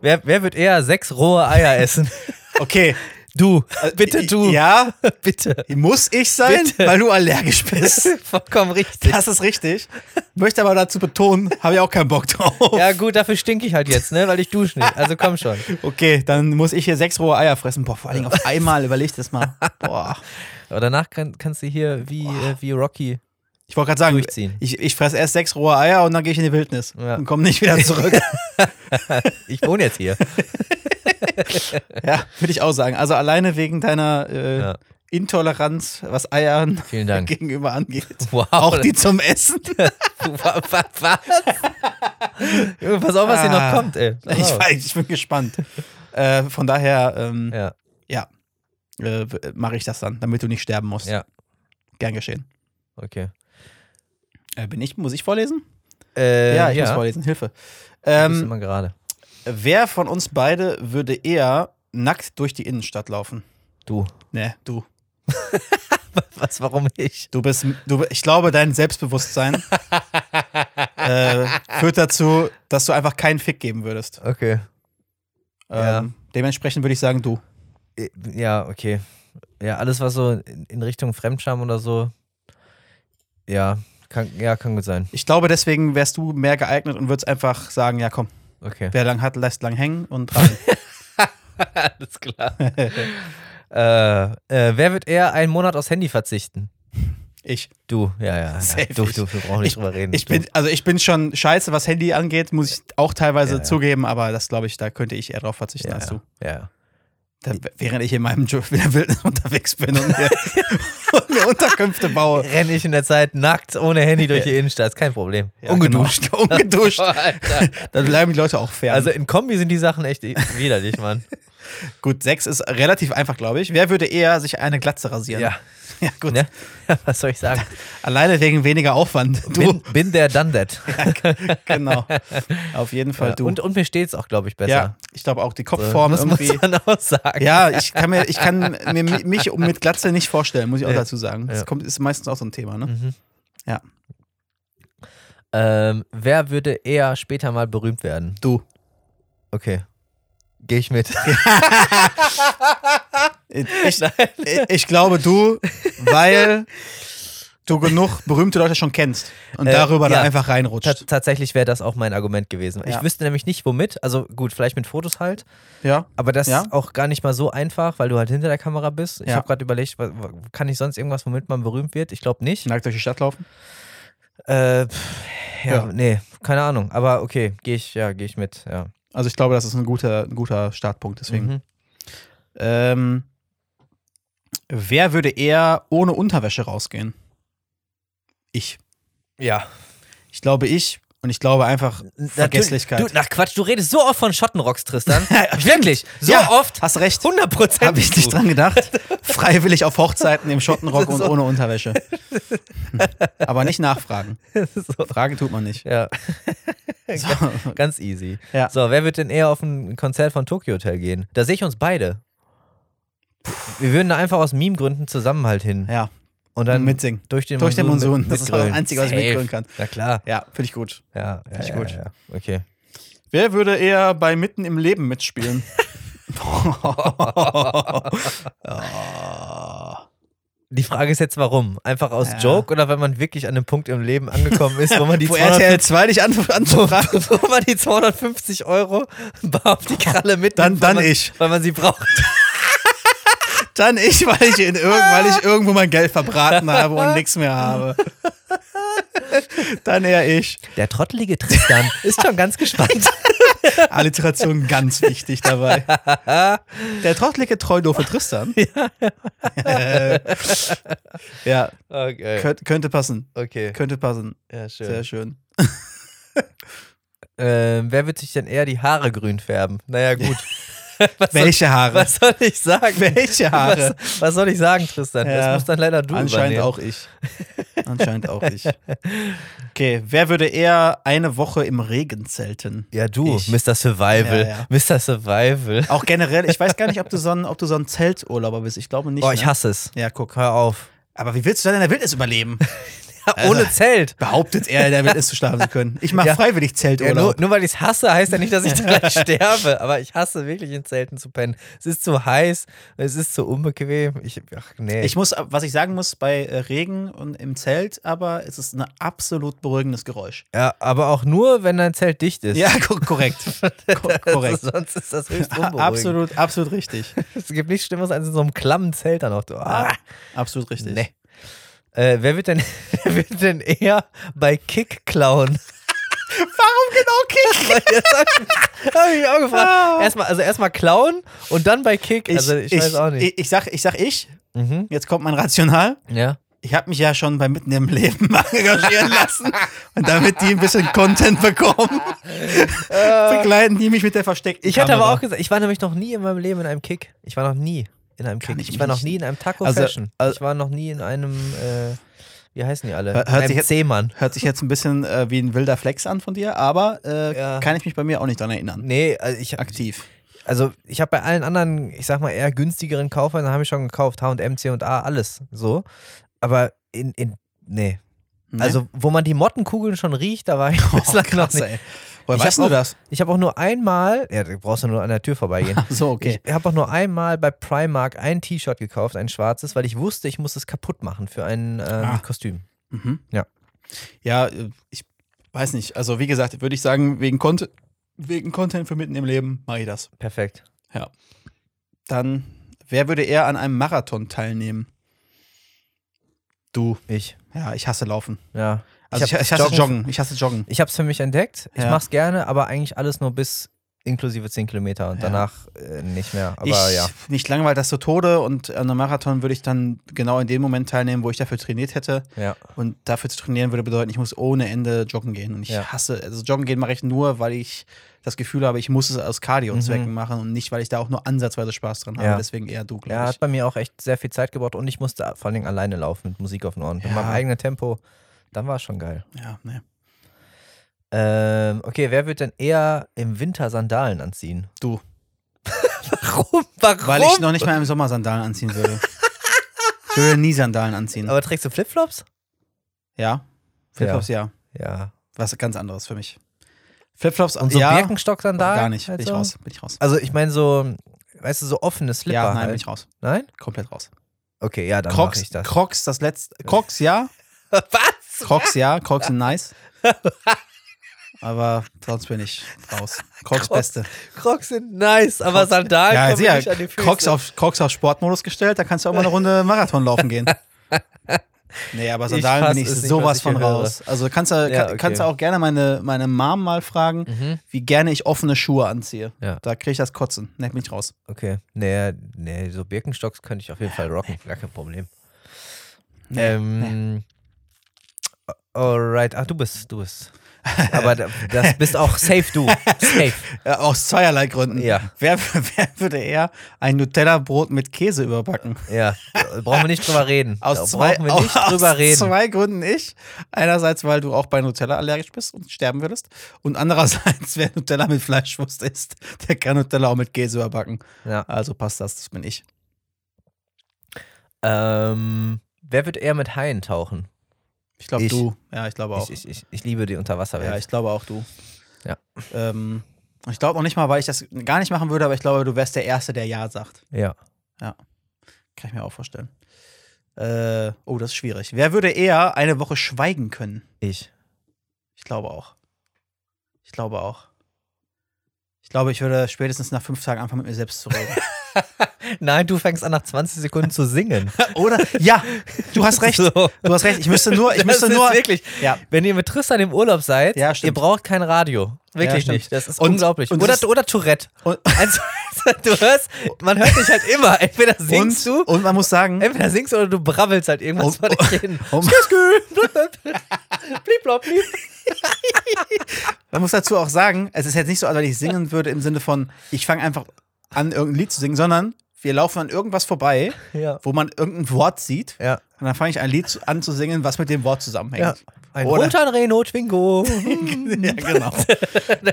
Speaker 1: Wer, wer wird eher sechs rohe
Speaker 2: <laughs>
Speaker 1: Eier essen?
Speaker 2: Okay.
Speaker 1: Du. <laughs> Bitte du.
Speaker 2: Also, Ja,
Speaker 1: <laughs> Bitte.
Speaker 2: muss ich sein,
Speaker 1: Bitte.
Speaker 2: weil du allergisch bist.
Speaker 1: <laughs> Vollkommen richtig.
Speaker 2: Das ist richtig. Möchte aber dazu betonen, habe ich auch keinen Bock drauf.
Speaker 1: Ja, gut, dafür stinke ich halt jetzt, ne? Weil ich dusche nicht. Also komm schon.
Speaker 2: Okay, dann muss ich hier sechs rohe Eier fressen. Boah, vor allen
Speaker 1: <laughs>
Speaker 2: Dingen auf einmal, überleg das mal. Boah.
Speaker 1: Aber danach kann, kannst du hier wie, äh, wie Rocky
Speaker 2: Ich wollte gerade sagen,
Speaker 1: durchziehen.
Speaker 2: ich, ich fresse erst sechs rohe Eier und dann gehe ich in die Wildnis
Speaker 1: Ja.
Speaker 2: und komme
Speaker 1: <laughs>
Speaker 2: nicht wieder zurück.
Speaker 1: Ich wohne jetzt
Speaker 2: <laughs>
Speaker 1: hier.
Speaker 2: ja, würde ich auch sagen. Also alleine wegen deiner äh,
Speaker 1: Ja.
Speaker 2: Intoleranz, was Eiern
Speaker 1: Vielen Dank.
Speaker 2: <laughs> gegenüber angeht.
Speaker 1: <laughs> Wow.
Speaker 2: Auch die
Speaker 1: <laughs>
Speaker 2: zum Essen.
Speaker 1: Wa- wa- was? Junge, pass auf, was hier
Speaker 2: Ah.
Speaker 1: noch kommt, ey. Pass
Speaker 2: Ich
Speaker 1: auf.
Speaker 2: weiß, ich bin
Speaker 1: <laughs>
Speaker 2: gespannt. äh, von daher, ähm,
Speaker 1: Ja,
Speaker 2: ja, äh, w- mache ich das dann, damit du nicht sterben musst.
Speaker 1: Ja.
Speaker 2: Gern geschehen.
Speaker 1: okay.
Speaker 2: Äh, bin ich, muss ich vorlesen?
Speaker 1: Äh,
Speaker 2: ja, ich muss vorlesen, Hilfe. Ähm,
Speaker 1: mal gerade.
Speaker 2: wer von uns beide würde eher nackt durch die Innenstadt laufen?
Speaker 1: Du.
Speaker 2: Nee, du.
Speaker 1: Was, warum ich?
Speaker 2: Du bist, du, ich glaube,
Speaker 1: <laughs>
Speaker 2: dein Selbstbewusstsein äh, führt dazu, dass du einfach keinen Fick geben würdest.
Speaker 1: Okay.
Speaker 2: Ähm,
Speaker 1: Ja.
Speaker 2: Dementsprechend würde ich sagen, du.
Speaker 1: Äh, Ja, okay. Ja, alles, was so in in Richtung Fremdscham oder so. Ja, kann, ja, kann gut sein.
Speaker 2: Ich glaube, deswegen wärst du mehr geeignet und würdest einfach sagen, ja komm,
Speaker 1: Okay.
Speaker 2: wer lang hat, lässt lang hängen und rein.
Speaker 1: <laughs> Alles klar. äh, äh, wer wird eher einen Monat aufs Handy verzichten?
Speaker 2: ich.
Speaker 1: Du,
Speaker 2: <laughs>
Speaker 1: ja, ja. ja.
Speaker 2: Safe
Speaker 1: Du,
Speaker 2: ich.
Speaker 1: du, wir brauchen nicht drüber reden.
Speaker 2: Ich bin, also ich bin schon scheiße, was Handy angeht, muss ich auch teilweise
Speaker 1: Ja, ja.
Speaker 2: zugeben, aber das glaube ich, da könnte ich eher drauf verzichten
Speaker 1: ja,
Speaker 2: als du.
Speaker 1: ja. ja.
Speaker 2: Da, während ich in meinem Job in der Wildnis unterwegs bin
Speaker 1: <laughs>
Speaker 2: und mir, und mir Unterkünfte baue.
Speaker 1: Renne ich in der Zeit nackt ohne Handy durch die Innenstadt, ist kein Problem.
Speaker 2: Ja, genau. <laughs> Oh,
Speaker 1: <laughs>
Speaker 2: Ungeduscht, ungeduscht.
Speaker 1: Alter.
Speaker 2: Dann bleiben die Leute auch fern.
Speaker 1: Also in Kombi sind die Sachen echt widerlich,
Speaker 2: <laughs>
Speaker 1: Mann.
Speaker 2: gut, sechs ist relativ einfach, glaube ich. Wer würde eher sich eine Glatze rasieren?
Speaker 1: Ja.
Speaker 2: <laughs>
Speaker 1: <laughs>
Speaker 2: ja gut.
Speaker 1: Ne? Ja, was soll ich
Speaker 2: <laughs>
Speaker 1: sagen?
Speaker 2: Alleine wegen
Speaker 1: <laughs>
Speaker 2: weniger Aufwand.
Speaker 1: Bin, bin der done that. <laughs>
Speaker 2: genau. Auf jeden Fall du.
Speaker 1: Und, und mir steht es auch, glaube ich, besser.
Speaker 2: ja, ich glaube auch die Kopfform
Speaker 1: Muss man <laughs>
Speaker 2: irgendwie.
Speaker 1: dann auch sagen.
Speaker 2: Ja, ich kann mir, ich kann mir mich um mit Glatze nicht vorstellen, muss ich auch
Speaker 1: Ja.
Speaker 2: dazu sagen. Das
Speaker 1: Ja.
Speaker 2: kommt, ist meistens auch so ein Thema, ne?
Speaker 1: Mhm.
Speaker 2: Ja.
Speaker 1: Ähm, wer würde eher später mal berühmt werden? <laughs>
Speaker 2: Du.
Speaker 1: Okay. Gehe ich mit.
Speaker 2: Ich, ich, ich glaube du, weil du genug berühmte Leute schon kennst und
Speaker 1: Äh,
Speaker 2: darüber
Speaker 1: ja.
Speaker 2: dann einfach
Speaker 1: Ta- <laughs>
Speaker 2: reinrutscht.
Speaker 1: tatsächlich wäre das auch mein Argument gewesen.
Speaker 2: Ja.
Speaker 1: Ich wüsste nämlich nicht, womit. Also gut, vielleicht mit Fotos halt.
Speaker 2: Ja.
Speaker 1: Aber das
Speaker 2: Ja.
Speaker 1: ist auch gar nicht mal so einfach, weil du halt hinter der Kamera bist. Ich
Speaker 2: Ja.
Speaker 1: habe gerade überlegt, wa- wa- kann ich sonst irgendwas, womit man berühmt wird? Ich glaube nicht.
Speaker 2: Nackt durch die Stadt laufen.
Speaker 1: Äh, pff, ja,
Speaker 2: Ja.
Speaker 1: nee, keine Ahnung. Aber okay, gehe ich, ja, gehe ich mit. Ja.
Speaker 2: Also ich glaube, das ist ein guter, ein guter Startpunkt. Deswegen.
Speaker 1: Mhm.
Speaker 2: Ähm, wer würde eher ohne Unterwäsche rausgehen? Ich.
Speaker 1: Ja.
Speaker 2: Ich glaube ich und ich glaube einfach Vergesslichkeit.
Speaker 1: Du, nach Quatsch, du redest so oft von Schottenrocks,
Speaker 2: <laughs>
Speaker 1: Tristan. Wirklich, so
Speaker 2: Ja,
Speaker 1: oft.
Speaker 2: Hast recht.
Speaker 1: 100 Prozent.
Speaker 2: Habe ich nicht dran gedacht. Freiwillig auf Hochzeiten im Schottenrock und ohne Unterwäsche. Aber nicht nachfragen.
Speaker 1: so.
Speaker 2: Fragen tut man
Speaker 1: <laughs>
Speaker 2: nicht.
Speaker 1: Ja,
Speaker 2: So.
Speaker 1: ganz easy.
Speaker 2: Ja.
Speaker 1: So, wer wird denn eher auf ein Konzert von Tokyo Hotel gehen? Da sehe ich uns beide. Wir würden da einfach aus Meme-Gründen zusammen halt hin.
Speaker 2: Ja,
Speaker 1: Und dann
Speaker 2: mitsingen.
Speaker 1: durch den
Speaker 2: Durch den Monsun.
Speaker 1: mit-
Speaker 2: Das ist das
Speaker 1: mitgrölen.
Speaker 2: Einzige, was ich
Speaker 1: Safe.
Speaker 2: mitgrölen kann.
Speaker 1: Na klar.
Speaker 2: Ja, finde ich gut.
Speaker 1: Ja, ja,
Speaker 2: Finde ich
Speaker 1: ja,
Speaker 2: gut.
Speaker 1: ja, ja. Okay.
Speaker 2: Wer würde eher bei Mitten im Leben mitspielen? oh.
Speaker 1: Die Frage ist jetzt, warum? Einfach aus
Speaker 2: Ja.
Speaker 1: Joke oder wenn man wirklich an einem Punkt im Leben angekommen ist, wo man die,
Speaker 2: <laughs> Wo
Speaker 1: 200,
Speaker 2: RTL 2 dich an,
Speaker 1: wo,
Speaker 2: anfragt,
Speaker 1: <laughs> wo man die 250 Euro bar auf die Kralle mitnimmt,
Speaker 2: Dann- dann
Speaker 1: weil man,
Speaker 2: ich.
Speaker 1: Weil man sie braucht.
Speaker 2: dann ich, weil ich, in irgend, weil ich irgendwo mein Geld verbraten habe und nichts mehr habe. Dann eher ich.
Speaker 1: Der trottelige Tristan <laughs> ist schon ganz gespannt.
Speaker 2: Alliteration ganz wichtig dabei. Der trottelige, treudoofe Tristan. <laughs> Ja, ja
Speaker 1: <laughs> Okay.
Speaker 2: könnt, könnte passen.
Speaker 1: Okay.
Speaker 2: Könnte passen.
Speaker 1: Ja,
Speaker 2: Sehr
Speaker 1: schön.
Speaker 2: schön.
Speaker 1: Ähm, wer wird sich denn eher die Haare grün färben? Naja,
Speaker 2: <laughs>
Speaker 1: gut. <laughs> was, soll,
Speaker 2: Welche Haare?
Speaker 1: was soll ich sagen?
Speaker 2: Welche Haare?
Speaker 1: Was, was soll ich sagen, Tristan?
Speaker 2: Ja.
Speaker 1: Das muss dann leider du
Speaker 2: Anscheinend
Speaker 1: übernehmen.
Speaker 2: auch ich. Anscheinend auch ich. Okay, wer würde eher eine Woche im Regen zelten?
Speaker 1: Ja, du,
Speaker 2: Ich.
Speaker 1: Mr. Survival.
Speaker 2: Ja, ja.
Speaker 1: Mr. Survival.
Speaker 2: Auch generell, ich weiß gar nicht, ob du so ein, ob du so ein Zelturlauber bist. Ich glaube nicht.
Speaker 1: Oh, ich
Speaker 2: ne?
Speaker 1: hasse es.
Speaker 2: Ja, guck.
Speaker 1: Hör auf.
Speaker 2: Aber wie willst du denn in der Wildnis überleben?
Speaker 1: Ohne Zelt.
Speaker 2: Behauptet er, in der Wildnis zu schlafen zu können. Ich mache
Speaker 1: Ja.
Speaker 2: freiwillig
Speaker 1: Ja, nur
Speaker 2: Zelturlaub.
Speaker 1: nur weil ich es hasse, heißt ja nicht,
Speaker 2: <laughs>
Speaker 1: dass ich daran sterbe. Aber ich hasse wirklich in Zelten zu pennen. Es ist zu heiß, es ist zu unbequem. Ich, ach nee.
Speaker 2: ich muss, was ich sagen muss, bei äh, Regen und im Zelt, aber es ist ein absolut beruhigendes Geräusch.
Speaker 1: ja, aber auch nur, wenn dein Zelt dicht ist. <laughs> Also
Speaker 2: Ja, ko- <laughs> korrekt. Ko korrekt.
Speaker 1: Sonst ist das höchst unberuhigend.
Speaker 2: Absolut, absolut richtig.
Speaker 1: Es gibt nichts Schlimmeres als in so einem klammen Zelt dann auch. so, Ah,
Speaker 2: Absolut richtig.
Speaker 1: nee. Äh, wer, wird denn, <laughs> wer wird denn eher bei Kick klauen?
Speaker 2: Warum genau
Speaker 1: <laughs>
Speaker 2: Kick?
Speaker 1: Weil Jetzt hab ich- hab ich mich auch
Speaker 2: Ah.
Speaker 1: gefragt. Erstmal, also erstmal klauen und dann bei Kick.
Speaker 2: Ich,
Speaker 1: also ich, weiß auch nicht.
Speaker 2: Ich, ich, sag, ich sag ich,
Speaker 1: mhm.
Speaker 2: jetzt kommt mein Rational.
Speaker 1: Ja.
Speaker 2: Ich habe mich ja schon bei Mitten im Leben <laughs> engagieren lassen. Und damit die ein bisschen Content bekommen, begleiten die mich mit der versteckten
Speaker 1: Äh. Ich hätte aber
Speaker 2: Kamera.
Speaker 1: auch gesagt, ich war nämlich noch nie in meinem Leben in einem Kick. Ich war noch nie in einem Kick.
Speaker 2: ich
Speaker 1: Ich, war noch
Speaker 2: nicht-
Speaker 1: nie in einem Taco
Speaker 2: Also,
Speaker 1: Fashion.
Speaker 2: also-
Speaker 1: ich war noch nie in einem, äh, wie heißen die alle?
Speaker 2: Hört- hört
Speaker 1: in
Speaker 2: sich
Speaker 1: einem
Speaker 2: jetzt-
Speaker 1: C-Mann.
Speaker 2: Hört sich jetzt ein bisschen äh, wie ein wilder Flex an von dir, aber äh,
Speaker 1: Ja.
Speaker 2: kann ich mich bei mir auch nicht dran erinnern.
Speaker 1: Nee, also ich,
Speaker 2: Aktiv.
Speaker 1: Also ich habe bei allen anderen, ich sag mal eher günstigeren Kaufhäusern, habe ich schon gekauft, H&M, C&A, alles so. Aber in, in nee.
Speaker 2: Ne?
Speaker 1: <laughs> Also wo man die Mottenkugeln schon riecht, da war ich <laughs>
Speaker 2: oh,
Speaker 1: bislang
Speaker 2: krass,
Speaker 1: noch nicht.
Speaker 2: ey. Woher
Speaker 1: Ich
Speaker 2: weißt
Speaker 1: hab
Speaker 2: du das?
Speaker 1: Ich habe auch nur einmal, ja, da brauchst du nur an der Tür vorbeigehen.
Speaker 2: So, <laughs> okay.
Speaker 1: Ich habe auch nur einmal bei Primark ein T-Shirt gekauft, ein schwarzes, weil ich wusste, ich muss es kaputt machen für ein ähm,
Speaker 2: Ah.
Speaker 1: Kostüm.
Speaker 2: Mhm.
Speaker 1: Ja.
Speaker 2: Ja, äh, ich weiß nicht. Also, wie gesagt, würde ich sagen, wegen, Content, wegen Content für mitten im Leben mache ich das.
Speaker 1: Perfekt.
Speaker 2: Dann, wer würde eher an einem Marathon teilnehmen? Du.
Speaker 1: Ich,
Speaker 2: Ja, ich hasse Laufen.
Speaker 1: ja.
Speaker 2: Also, ich,
Speaker 1: hab
Speaker 2: ich hasse
Speaker 1: Joggen-
Speaker 2: Joggen. Ich hasse Joggen.
Speaker 1: Ich habe es für mich entdeckt. Ich
Speaker 2: Ja.
Speaker 1: mache es gerne, aber eigentlich alles nur bis inklusive 10 Kilometer und
Speaker 2: Ja.
Speaker 1: danach äh, nicht mehr. Aber
Speaker 2: ich,
Speaker 1: ja.
Speaker 2: Mich langweilt das zu Tode und an einem Marathon würde ich dann genau in dem Moment teilnehmen, wo ich dafür trainiert hätte.
Speaker 1: ja.
Speaker 2: Und dafür zu trainieren würde bedeuten, ich muss ohne Ende joggen gehen. Und ich
Speaker 1: Ja.
Speaker 2: hasse, also joggen gehen mache ich nur, weil ich das Gefühl habe, ich muss es aus Cardio-Zwecken machen und nicht, weil ich da auch nur ansatzweise Spaß dran habe.
Speaker 1: Mhm. Ja.
Speaker 2: Deswegen eher du,
Speaker 1: Ja,
Speaker 2: glaube
Speaker 1: hat
Speaker 2: ich.
Speaker 1: bei mir auch echt sehr viel Zeit gebraucht und ich musste vor allen Dingen alleine laufen mit Musik auf den Ohren.
Speaker 2: Ja.
Speaker 1: In meinem eigenen Tempo. Dann war es schon geil.
Speaker 2: Ja, nee.
Speaker 1: Ähm, okay, wer wird denn eher im Winter Sandalen anziehen?
Speaker 2: Du.
Speaker 1: <laughs> Warum? Warum?
Speaker 2: Weil ich noch nicht mal im Sommer Sandalen anziehen würde. ich würde nie Sandalen anziehen.
Speaker 1: Aber trägst du Flipflops?
Speaker 2: ja. Flipflops, ja.
Speaker 1: Ja.
Speaker 2: Was ganz anderes für mich. Flipflops
Speaker 1: Und so
Speaker 2: ja,
Speaker 1: Birkenstock-Sandalen?
Speaker 2: Gar nicht. Bin
Speaker 1: Also?
Speaker 2: ich raus. Bin ich raus.
Speaker 1: Also ich meine so, weißt du, so offene Slipper
Speaker 2: ja, nein,
Speaker 1: halt.
Speaker 2: bin ich raus.
Speaker 1: Nein?
Speaker 2: Komplett raus.
Speaker 1: Okay, ja, dann mache
Speaker 2: Crocs,
Speaker 1: ich das.
Speaker 2: Crocs, das letzte. Crocs, ja.
Speaker 1: <laughs> Was?
Speaker 2: Crocs, ja. Crocs
Speaker 1: <laughs>
Speaker 2: sind nice. Aber sonst bin ich raus. Crocs,
Speaker 1: Crocs,
Speaker 2: Beste.
Speaker 1: Crocs sind nice, aber Sandalen
Speaker 2: Ja,
Speaker 1: kommen
Speaker 2: sieh ja,
Speaker 1: nicht an die Füße.
Speaker 2: Crocs auf, Crocs auf Sportmodus gestellt, da kannst du auch mal
Speaker 1: <laughs>
Speaker 2: eine Runde Marathon laufen gehen. Nee, aber Sandalen
Speaker 1: fass
Speaker 2: bin ich
Speaker 1: es nicht, was
Speaker 2: sowas
Speaker 1: ich
Speaker 2: von
Speaker 1: hier höre.
Speaker 2: raus. Also kannst
Speaker 1: Ja,
Speaker 2: du kann-
Speaker 1: okay.
Speaker 2: kannst du auch gerne meine, meine Mom mal fragen,
Speaker 1: Mhm.
Speaker 2: wie gerne ich offene Schuhe anziehe.
Speaker 1: Ja.
Speaker 2: Da kriege ich das Kotzen. Nennt mich raus.
Speaker 1: Okay, nee, nee, so Birkenstocks könnte ich auf jeden Fall rocken, gar kein Problem.
Speaker 2: Nee,
Speaker 1: ähm, Alright, ach, du bist, du <laughs> bist. Aber da- das bist auch safe du. Safe.
Speaker 2: Ja, Äh, aus zweierlei Gründen.
Speaker 1: Ja.
Speaker 2: Wer, <laughs> wer würde eher ein Nutella-Brot mit Käse überbacken?
Speaker 1: Ja, da Äh, brauchen wir nicht drüber reden.
Speaker 2: Aus
Speaker 1: da
Speaker 2: zwei,
Speaker 1: brauchen <laughs> wir nicht
Speaker 2: <laughs> aus
Speaker 1: drüber reden.
Speaker 2: zwei Gründen ich. Einerseits, weil du auch bei Nutella allergisch bist und sterben würdest. Und andererseits, <laughs> wer Nutella mit Fleischwurst isst, der kann Nutella auch mit Käse überbacken.
Speaker 1: Ja.
Speaker 2: Also passt das, das bin ich.
Speaker 1: Ähm, wer wird eher mit Haien tauchen?
Speaker 2: Ich glaube,
Speaker 1: Ich.
Speaker 2: du. Ja, ich glaube auch.
Speaker 1: Ich, ich, ich, ich liebe die Unterwasserwelt.
Speaker 2: ja, ich glaube auch du.
Speaker 1: Ja.
Speaker 2: Ähm, und ich glaube auch nicht mal, weil ich das gar nicht machen würde, aber ich glaube, du wärst der Erste, der Ja sagt.
Speaker 1: ja.
Speaker 2: Kann ich mir auch vorstellen. Äh, oh, das ist schwierig. Wer würde eher eine Woche schweigen können?
Speaker 1: Ich.
Speaker 2: Ich glaube auch. Ich glaube auch. Ich glaube, ich würde spätestens nach fünf Tagen anfangen, mit mir selbst
Speaker 1: <laughs>
Speaker 2: zu reden.
Speaker 1: Nein, du fängst an, nach 20 Sekunden zu singen.
Speaker 2: Oder? Ja, du hast recht.
Speaker 1: So.
Speaker 2: Du hast recht. Ich müsste nur, <laughs> ich müsste
Speaker 1: das
Speaker 2: nur.
Speaker 1: Ist wirklich,
Speaker 2: Ja.
Speaker 1: Wenn ihr mit Tristan im Urlaub seid,
Speaker 2: Ja,
Speaker 1: ihr
Speaker 2: stimmt.
Speaker 1: braucht kein Radio.
Speaker 2: Ja,
Speaker 1: Wirklich
Speaker 2: stimmt.
Speaker 1: nicht. Das ist
Speaker 2: Und-
Speaker 1: unglaublich.
Speaker 2: und
Speaker 1: oder,
Speaker 2: es ist-
Speaker 1: oder Tourette.
Speaker 2: Und,
Speaker 1: <laughs> Also, du hörst, man hört dich halt immer. Entweder
Speaker 2: und,
Speaker 1: singst du,
Speaker 2: und man muss sagen,
Speaker 1: entweder singst du oder du brabbelst halt irgendwas
Speaker 2: Und-
Speaker 1: vor dich hin.
Speaker 2: und-
Speaker 1: <laughs> Blieb, blop, blieb.
Speaker 2: man muss dazu auch sagen, es ist jetzt nicht so, als wenn ich singen würde im Sinne von, ich fange einfach an, irgendein Lied zu singen, sondern wir laufen an irgendwas vorbei,
Speaker 1: Ja.
Speaker 2: wo man irgendein Wort sieht.
Speaker 1: Ja.
Speaker 2: Und dann fange ich ein Lied zu, an zu singen, was mit dem Wort
Speaker 1: ja.
Speaker 2: zusammenhängt.
Speaker 1: Ein
Speaker 2: Oder-
Speaker 1: roter Renault Twingo.
Speaker 2: <laughs>
Speaker 1: <laughs>
Speaker 2: Ja, genau.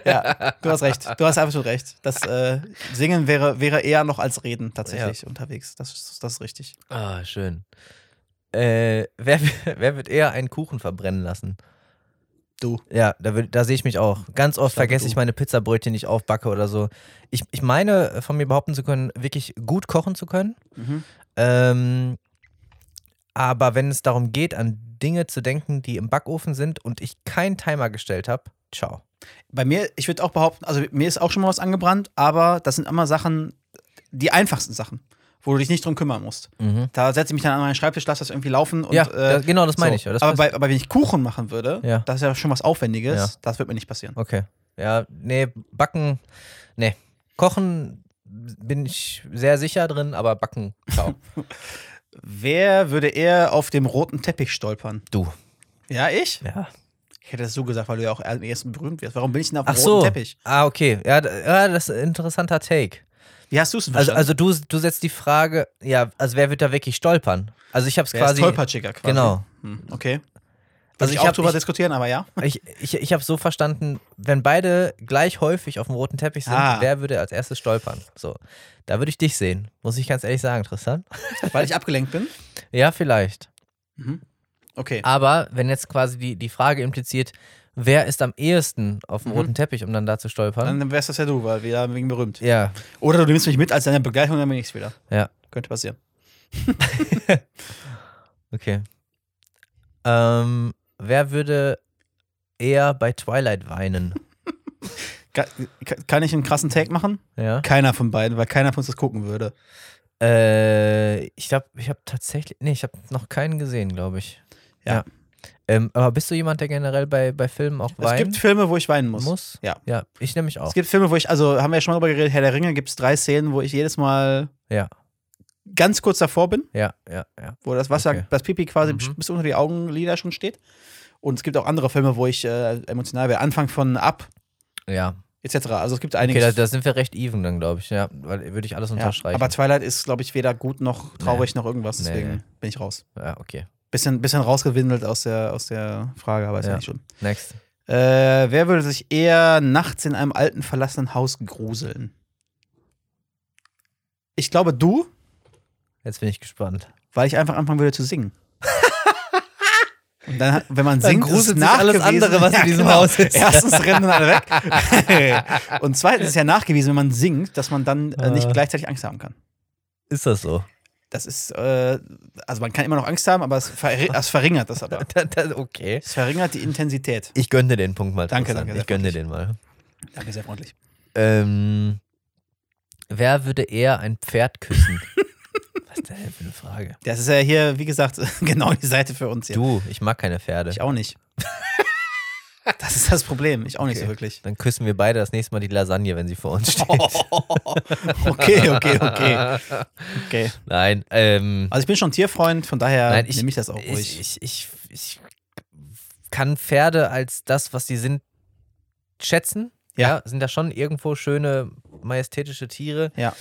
Speaker 2: ja, du hast recht. Du hast absolut recht. Das äh, Singen wäre, wäre eher noch als Reden tatsächlich unterwegs. Das ist, das ist richtig.
Speaker 1: ah, schön. Äh, wer, <laughs> wer wird eher einen Kuchen verbrennen lassen?
Speaker 2: Du.
Speaker 1: Ja, da, würd- da sehe ich mich auch. Ganz oft
Speaker 2: Ich glaube,
Speaker 1: vergesse ich
Speaker 2: du.
Speaker 1: meine Pizzabrötchen nicht aufbacke oder so. Ich, ich meine, äh, von mir behaupten zu können, wirklich gut kochen zu können.
Speaker 2: Mhm.
Speaker 1: Ähm, aber wenn es darum geht, an Dinge zu denken, die im Backofen sind und ich keinen Timer gestellt habe, ciao.
Speaker 2: Bei mir, ich würde auch behaupten, also mir ist auch schon mal was angebrannt, aber das sind immer Sachen, die einfachsten Sachen, wo du dich nicht drum kümmern musst. Da setze ich mich dann an meinen Schreibtisch, lasse das irgendwie laufen Mhm. und
Speaker 1: ja,
Speaker 2: äh,
Speaker 1: da- genau, das meine
Speaker 2: so.
Speaker 1: ich. Das
Speaker 2: aber,
Speaker 1: ist-
Speaker 2: bei, aber wenn ich Kuchen machen würde,
Speaker 1: Ja.
Speaker 2: das ist ja schon was Aufwendiges,
Speaker 1: Ja.
Speaker 2: das wird mir nicht passieren.
Speaker 1: okay. Ja, nee, backen, nee. Kochen bin ich sehr sicher drin, aber backen, ciao.
Speaker 2: Wer würde eher auf dem roten Teppich stolpern?
Speaker 1: du.
Speaker 2: <laughs> Ja, ich?
Speaker 1: Ja.
Speaker 2: Ich hätte das so gesagt, weil du ja auch am ersten berühmt wirst. Warum bin ich denn auf dem
Speaker 1: Ach
Speaker 2: roten
Speaker 1: so.
Speaker 2: Teppich?
Speaker 1: Ah, okay. Ja, d- ja, das ist ein interessanter Take.
Speaker 2: Wie hast du es denn
Speaker 1: Also,
Speaker 2: verstanden?
Speaker 1: also du, du setzt die Frage, ja, also wer wird da wirklich stolpern? Also ich habe es
Speaker 2: Wer ist
Speaker 1: quasi.
Speaker 2: tollpatschiger quasi.
Speaker 1: Genau.
Speaker 2: Hm, okay.
Speaker 1: Also
Speaker 2: Also ich
Speaker 1: ich
Speaker 2: auch
Speaker 1: hab-
Speaker 2: drüber
Speaker 1: ich-
Speaker 2: diskutieren, aber ja.
Speaker 1: Ich, ich, ich habe so verstanden, wenn beide gleich häufig auf dem roten Teppich sind,
Speaker 2: Ah.
Speaker 1: wer würde als erstes stolpern? So, da würde ich dich sehen, muss ich ganz ehrlich sagen, Tristan.
Speaker 2: Weil ich abgelenkt bin.
Speaker 1: Ja, vielleicht.
Speaker 2: Okay.
Speaker 1: Aber wenn jetzt quasi die, die Frage impliziert, wer ist am ehesten auf dem
Speaker 2: Mhm.
Speaker 1: roten Teppich, um dann da zu stolpern?
Speaker 2: Dann wärst das ja du, weil wir ja wegen berühmt.
Speaker 1: ja,
Speaker 2: Oder du nimmst mich mit als deine Begleitung, dann bin ich's wieder.
Speaker 1: Ja.
Speaker 2: Könnte passieren.
Speaker 1: okay. Ähm, wer würde eher bei Twilight weinen?
Speaker 2: Ka- ka- Kann ich einen krassen Take machen?
Speaker 1: <laughs> Ja.
Speaker 2: Keiner von beiden, weil keiner von uns das gucken würde.
Speaker 1: Äh, ich glaube, ich habe tatsächlich, nee, ich habe noch keinen gesehen, glaube ich. Ähm, aber bist du jemand, der generell bei, bei Filmen auch
Speaker 2: Es
Speaker 1: weinen
Speaker 2: gibt Filme, wo ich weinen muss.
Speaker 1: muss?
Speaker 2: Ja.
Speaker 1: Ja, ich nämlich auch.
Speaker 2: Es gibt Filme, wo ich, also haben wir ja schon mal drüber geredet, Herr der Ringe, gibt es drei Szenen, wo ich jedes Mal
Speaker 1: Ja.
Speaker 2: ganz kurz davor bin,
Speaker 1: Ja, ja, ja.
Speaker 2: wo das Wasser,
Speaker 1: Okay.
Speaker 2: das Pipi quasi
Speaker 1: Mhm.
Speaker 2: bis unter die Augenlider schon steht. Und es gibt auch andere Filme, wo ich äh, emotional werde. Anfang von ab,
Speaker 1: Ja.
Speaker 2: etc. Also es gibt
Speaker 1: Okay,
Speaker 2: einiges.
Speaker 1: da, da sind wir recht even dann, glaube ich. Ja, weil würde ich alles
Speaker 2: ja,
Speaker 1: unterstreichen.
Speaker 2: aber Twilight ist, glaube ich, weder gut noch traurig noch irgendwas,
Speaker 1: Nee,
Speaker 2: deswegen
Speaker 1: nee.
Speaker 2: bin ich raus.
Speaker 1: ja, okay.
Speaker 2: Bisschen, bisschen rausgewindelt aus der, aus der Frage, aber ist ja,
Speaker 1: Ja.
Speaker 2: nicht schlimm.
Speaker 1: Next.
Speaker 2: Äh, wer würde sich eher nachts in einem alten verlassenen Haus gruseln? Ich glaube du,
Speaker 1: Jetzt bin ich gespannt.
Speaker 2: weil ich einfach anfangen würde zu singen. Und dann, hat- wenn man
Speaker 1: Dann
Speaker 2: singt, ist es
Speaker 1: gruselt sich
Speaker 2: nachgewiesen. genau.
Speaker 1: alles andere, was in diesem Haus ist.
Speaker 2: Erstens rennen dann alle weg. <laughs> Und zweitens ist ja nachgewiesen, wenn man singt, dass man dann äh, nicht
Speaker 1: Äh.
Speaker 2: gleichzeitig Angst haben kann.
Speaker 1: Ist das so? <laughs>
Speaker 2: Das ist, äh, also man kann immer noch Angst haben, aber
Speaker 1: <laughs>
Speaker 2: es, verri es verringert das aber.
Speaker 1: Da- da- okay.
Speaker 2: Es verringert die Intensität.
Speaker 1: Ich gönne dir den Punkt mal.
Speaker 2: Danke,
Speaker 1: Tristan.
Speaker 2: danke,
Speaker 1: Ich gönne dir den mal.
Speaker 2: Danke, sehr freundlich.
Speaker 1: Ähm, wer würde eher ein Pferd
Speaker 2: <laughs>
Speaker 1: küssen? Was ist denn für eine Frage?
Speaker 2: Das ist ja hier, wie gesagt, <laughs> genau die Seite für uns hier.
Speaker 1: Du, ich mag keine Pferde.
Speaker 2: Ich
Speaker 1: <laughs>
Speaker 2: auch nicht. Das ist das Problem. Ich auch nicht so
Speaker 1: Okay. <laughs>
Speaker 2: wirklich. <laughs>
Speaker 1: Dann küssen wir beide das nächste Mal die Lasagne, wenn sie vor uns steht.
Speaker 2: Oh. Okay, okay, okay. okay.
Speaker 1: <laughs> Nein, ähm,
Speaker 2: Also ich bin schon Tierfreund, von daher
Speaker 1: nein, ich,
Speaker 2: Ähm, nehme ich das auch
Speaker 1: ich,
Speaker 2: ruhig.
Speaker 1: ich, ich, ich kann Pferde als das, was sie sind, schätzen.
Speaker 2: Ja.
Speaker 1: sind da schon irgendwo schöne, majestätische Tiere.
Speaker 2: Ja.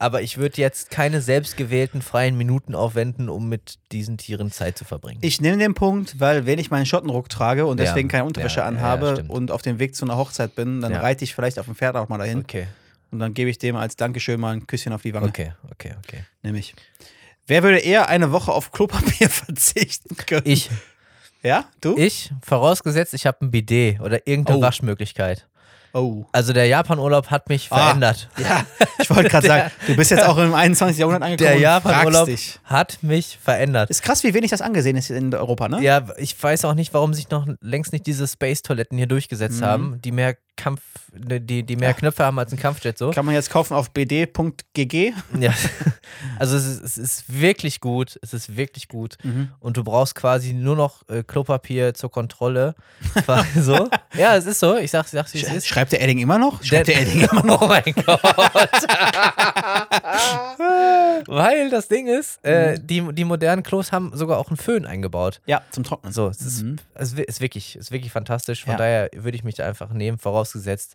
Speaker 1: Aber ich würde jetzt keine selbstgewählten freien Minuten aufwenden, um mit diesen Tieren Zeit zu verbringen.
Speaker 2: Ich nehme den Punkt, weil wenn ich meinen Schottenrock trage und
Speaker 1: Ja.
Speaker 2: deswegen keine Unterwäsche
Speaker 1: Ja, ja, ja,
Speaker 2: anhabe
Speaker 1: stimmt.
Speaker 2: und auf dem Weg zu einer Hochzeit bin, dann
Speaker 1: Ja.
Speaker 2: reite ich vielleicht auf dem Pferd auch mal dahin
Speaker 1: okay,
Speaker 2: und dann gebe ich dem als Dankeschön mal ein Küsschen auf die Wange.
Speaker 1: okay, okay, okay.
Speaker 2: Nämlich. Wer würde eher eine Woche auf Klopapier <laughs> verzichten können? <laughs>
Speaker 1: Ich,
Speaker 2: Ja, du?
Speaker 1: ich, vorausgesetzt, ich habe ein Bidet oder irgendeine
Speaker 2: Oh.
Speaker 1: Waschmöglichkeit.
Speaker 2: Oh.
Speaker 1: Also der Japan-Urlaub hat mich
Speaker 2: Ah.
Speaker 1: verändert.
Speaker 2: Ja, <laughs> ich wollte
Speaker 1: <laughs>
Speaker 2: gerade sagen, du bist jetzt auch im 21. Jahrhundert angekommen
Speaker 1: Der
Speaker 2: und fragst
Speaker 1: Japan-Urlaub
Speaker 2: dich.
Speaker 1: hat mich verändert.
Speaker 2: Ist krass, wie wenig das angesehen ist in Europa, ne?
Speaker 1: Ja, ich weiß auch nicht, warum sich noch längst nicht diese Space-Toiletten hier durchgesetzt
Speaker 2: Mhm.
Speaker 1: haben, die mehr Kampf, ne, die, die mehr Knöpfe haben als ein Kampfjet so.
Speaker 2: Kann man jetzt kaufen auf bd.gg.
Speaker 1: Ja. <laughs> Also es ist, es ist wirklich gut, es ist wirklich gut.
Speaker 2: Mhm.
Speaker 1: Und du brauchst quasi nur noch äh, Klopapier zur Kontrolle. Quasi
Speaker 2: <laughs>
Speaker 1: so. Ja, es ist so. Ich sag's, ich sag's, wie es ist.
Speaker 2: Schreibt der Edding immer noch? Schreibt der, Edding immer
Speaker 1: <laughs>
Speaker 2: noch?
Speaker 1: Oh mein
Speaker 2: <laughs>
Speaker 1: Gott. Weil das Ding ist, äh,
Speaker 2: Mhm.
Speaker 1: die, die modernen Klos haben sogar auch einen Föhn eingebaut.
Speaker 2: Ja, zum Trocknen.
Speaker 1: So, es ist,
Speaker 2: Mhm.
Speaker 1: es wi- ist wirklich, ist wirklich fantastisch. Von
Speaker 2: Ja.
Speaker 1: daher würde ich mich da einfach nehmen, vorausgesetzt,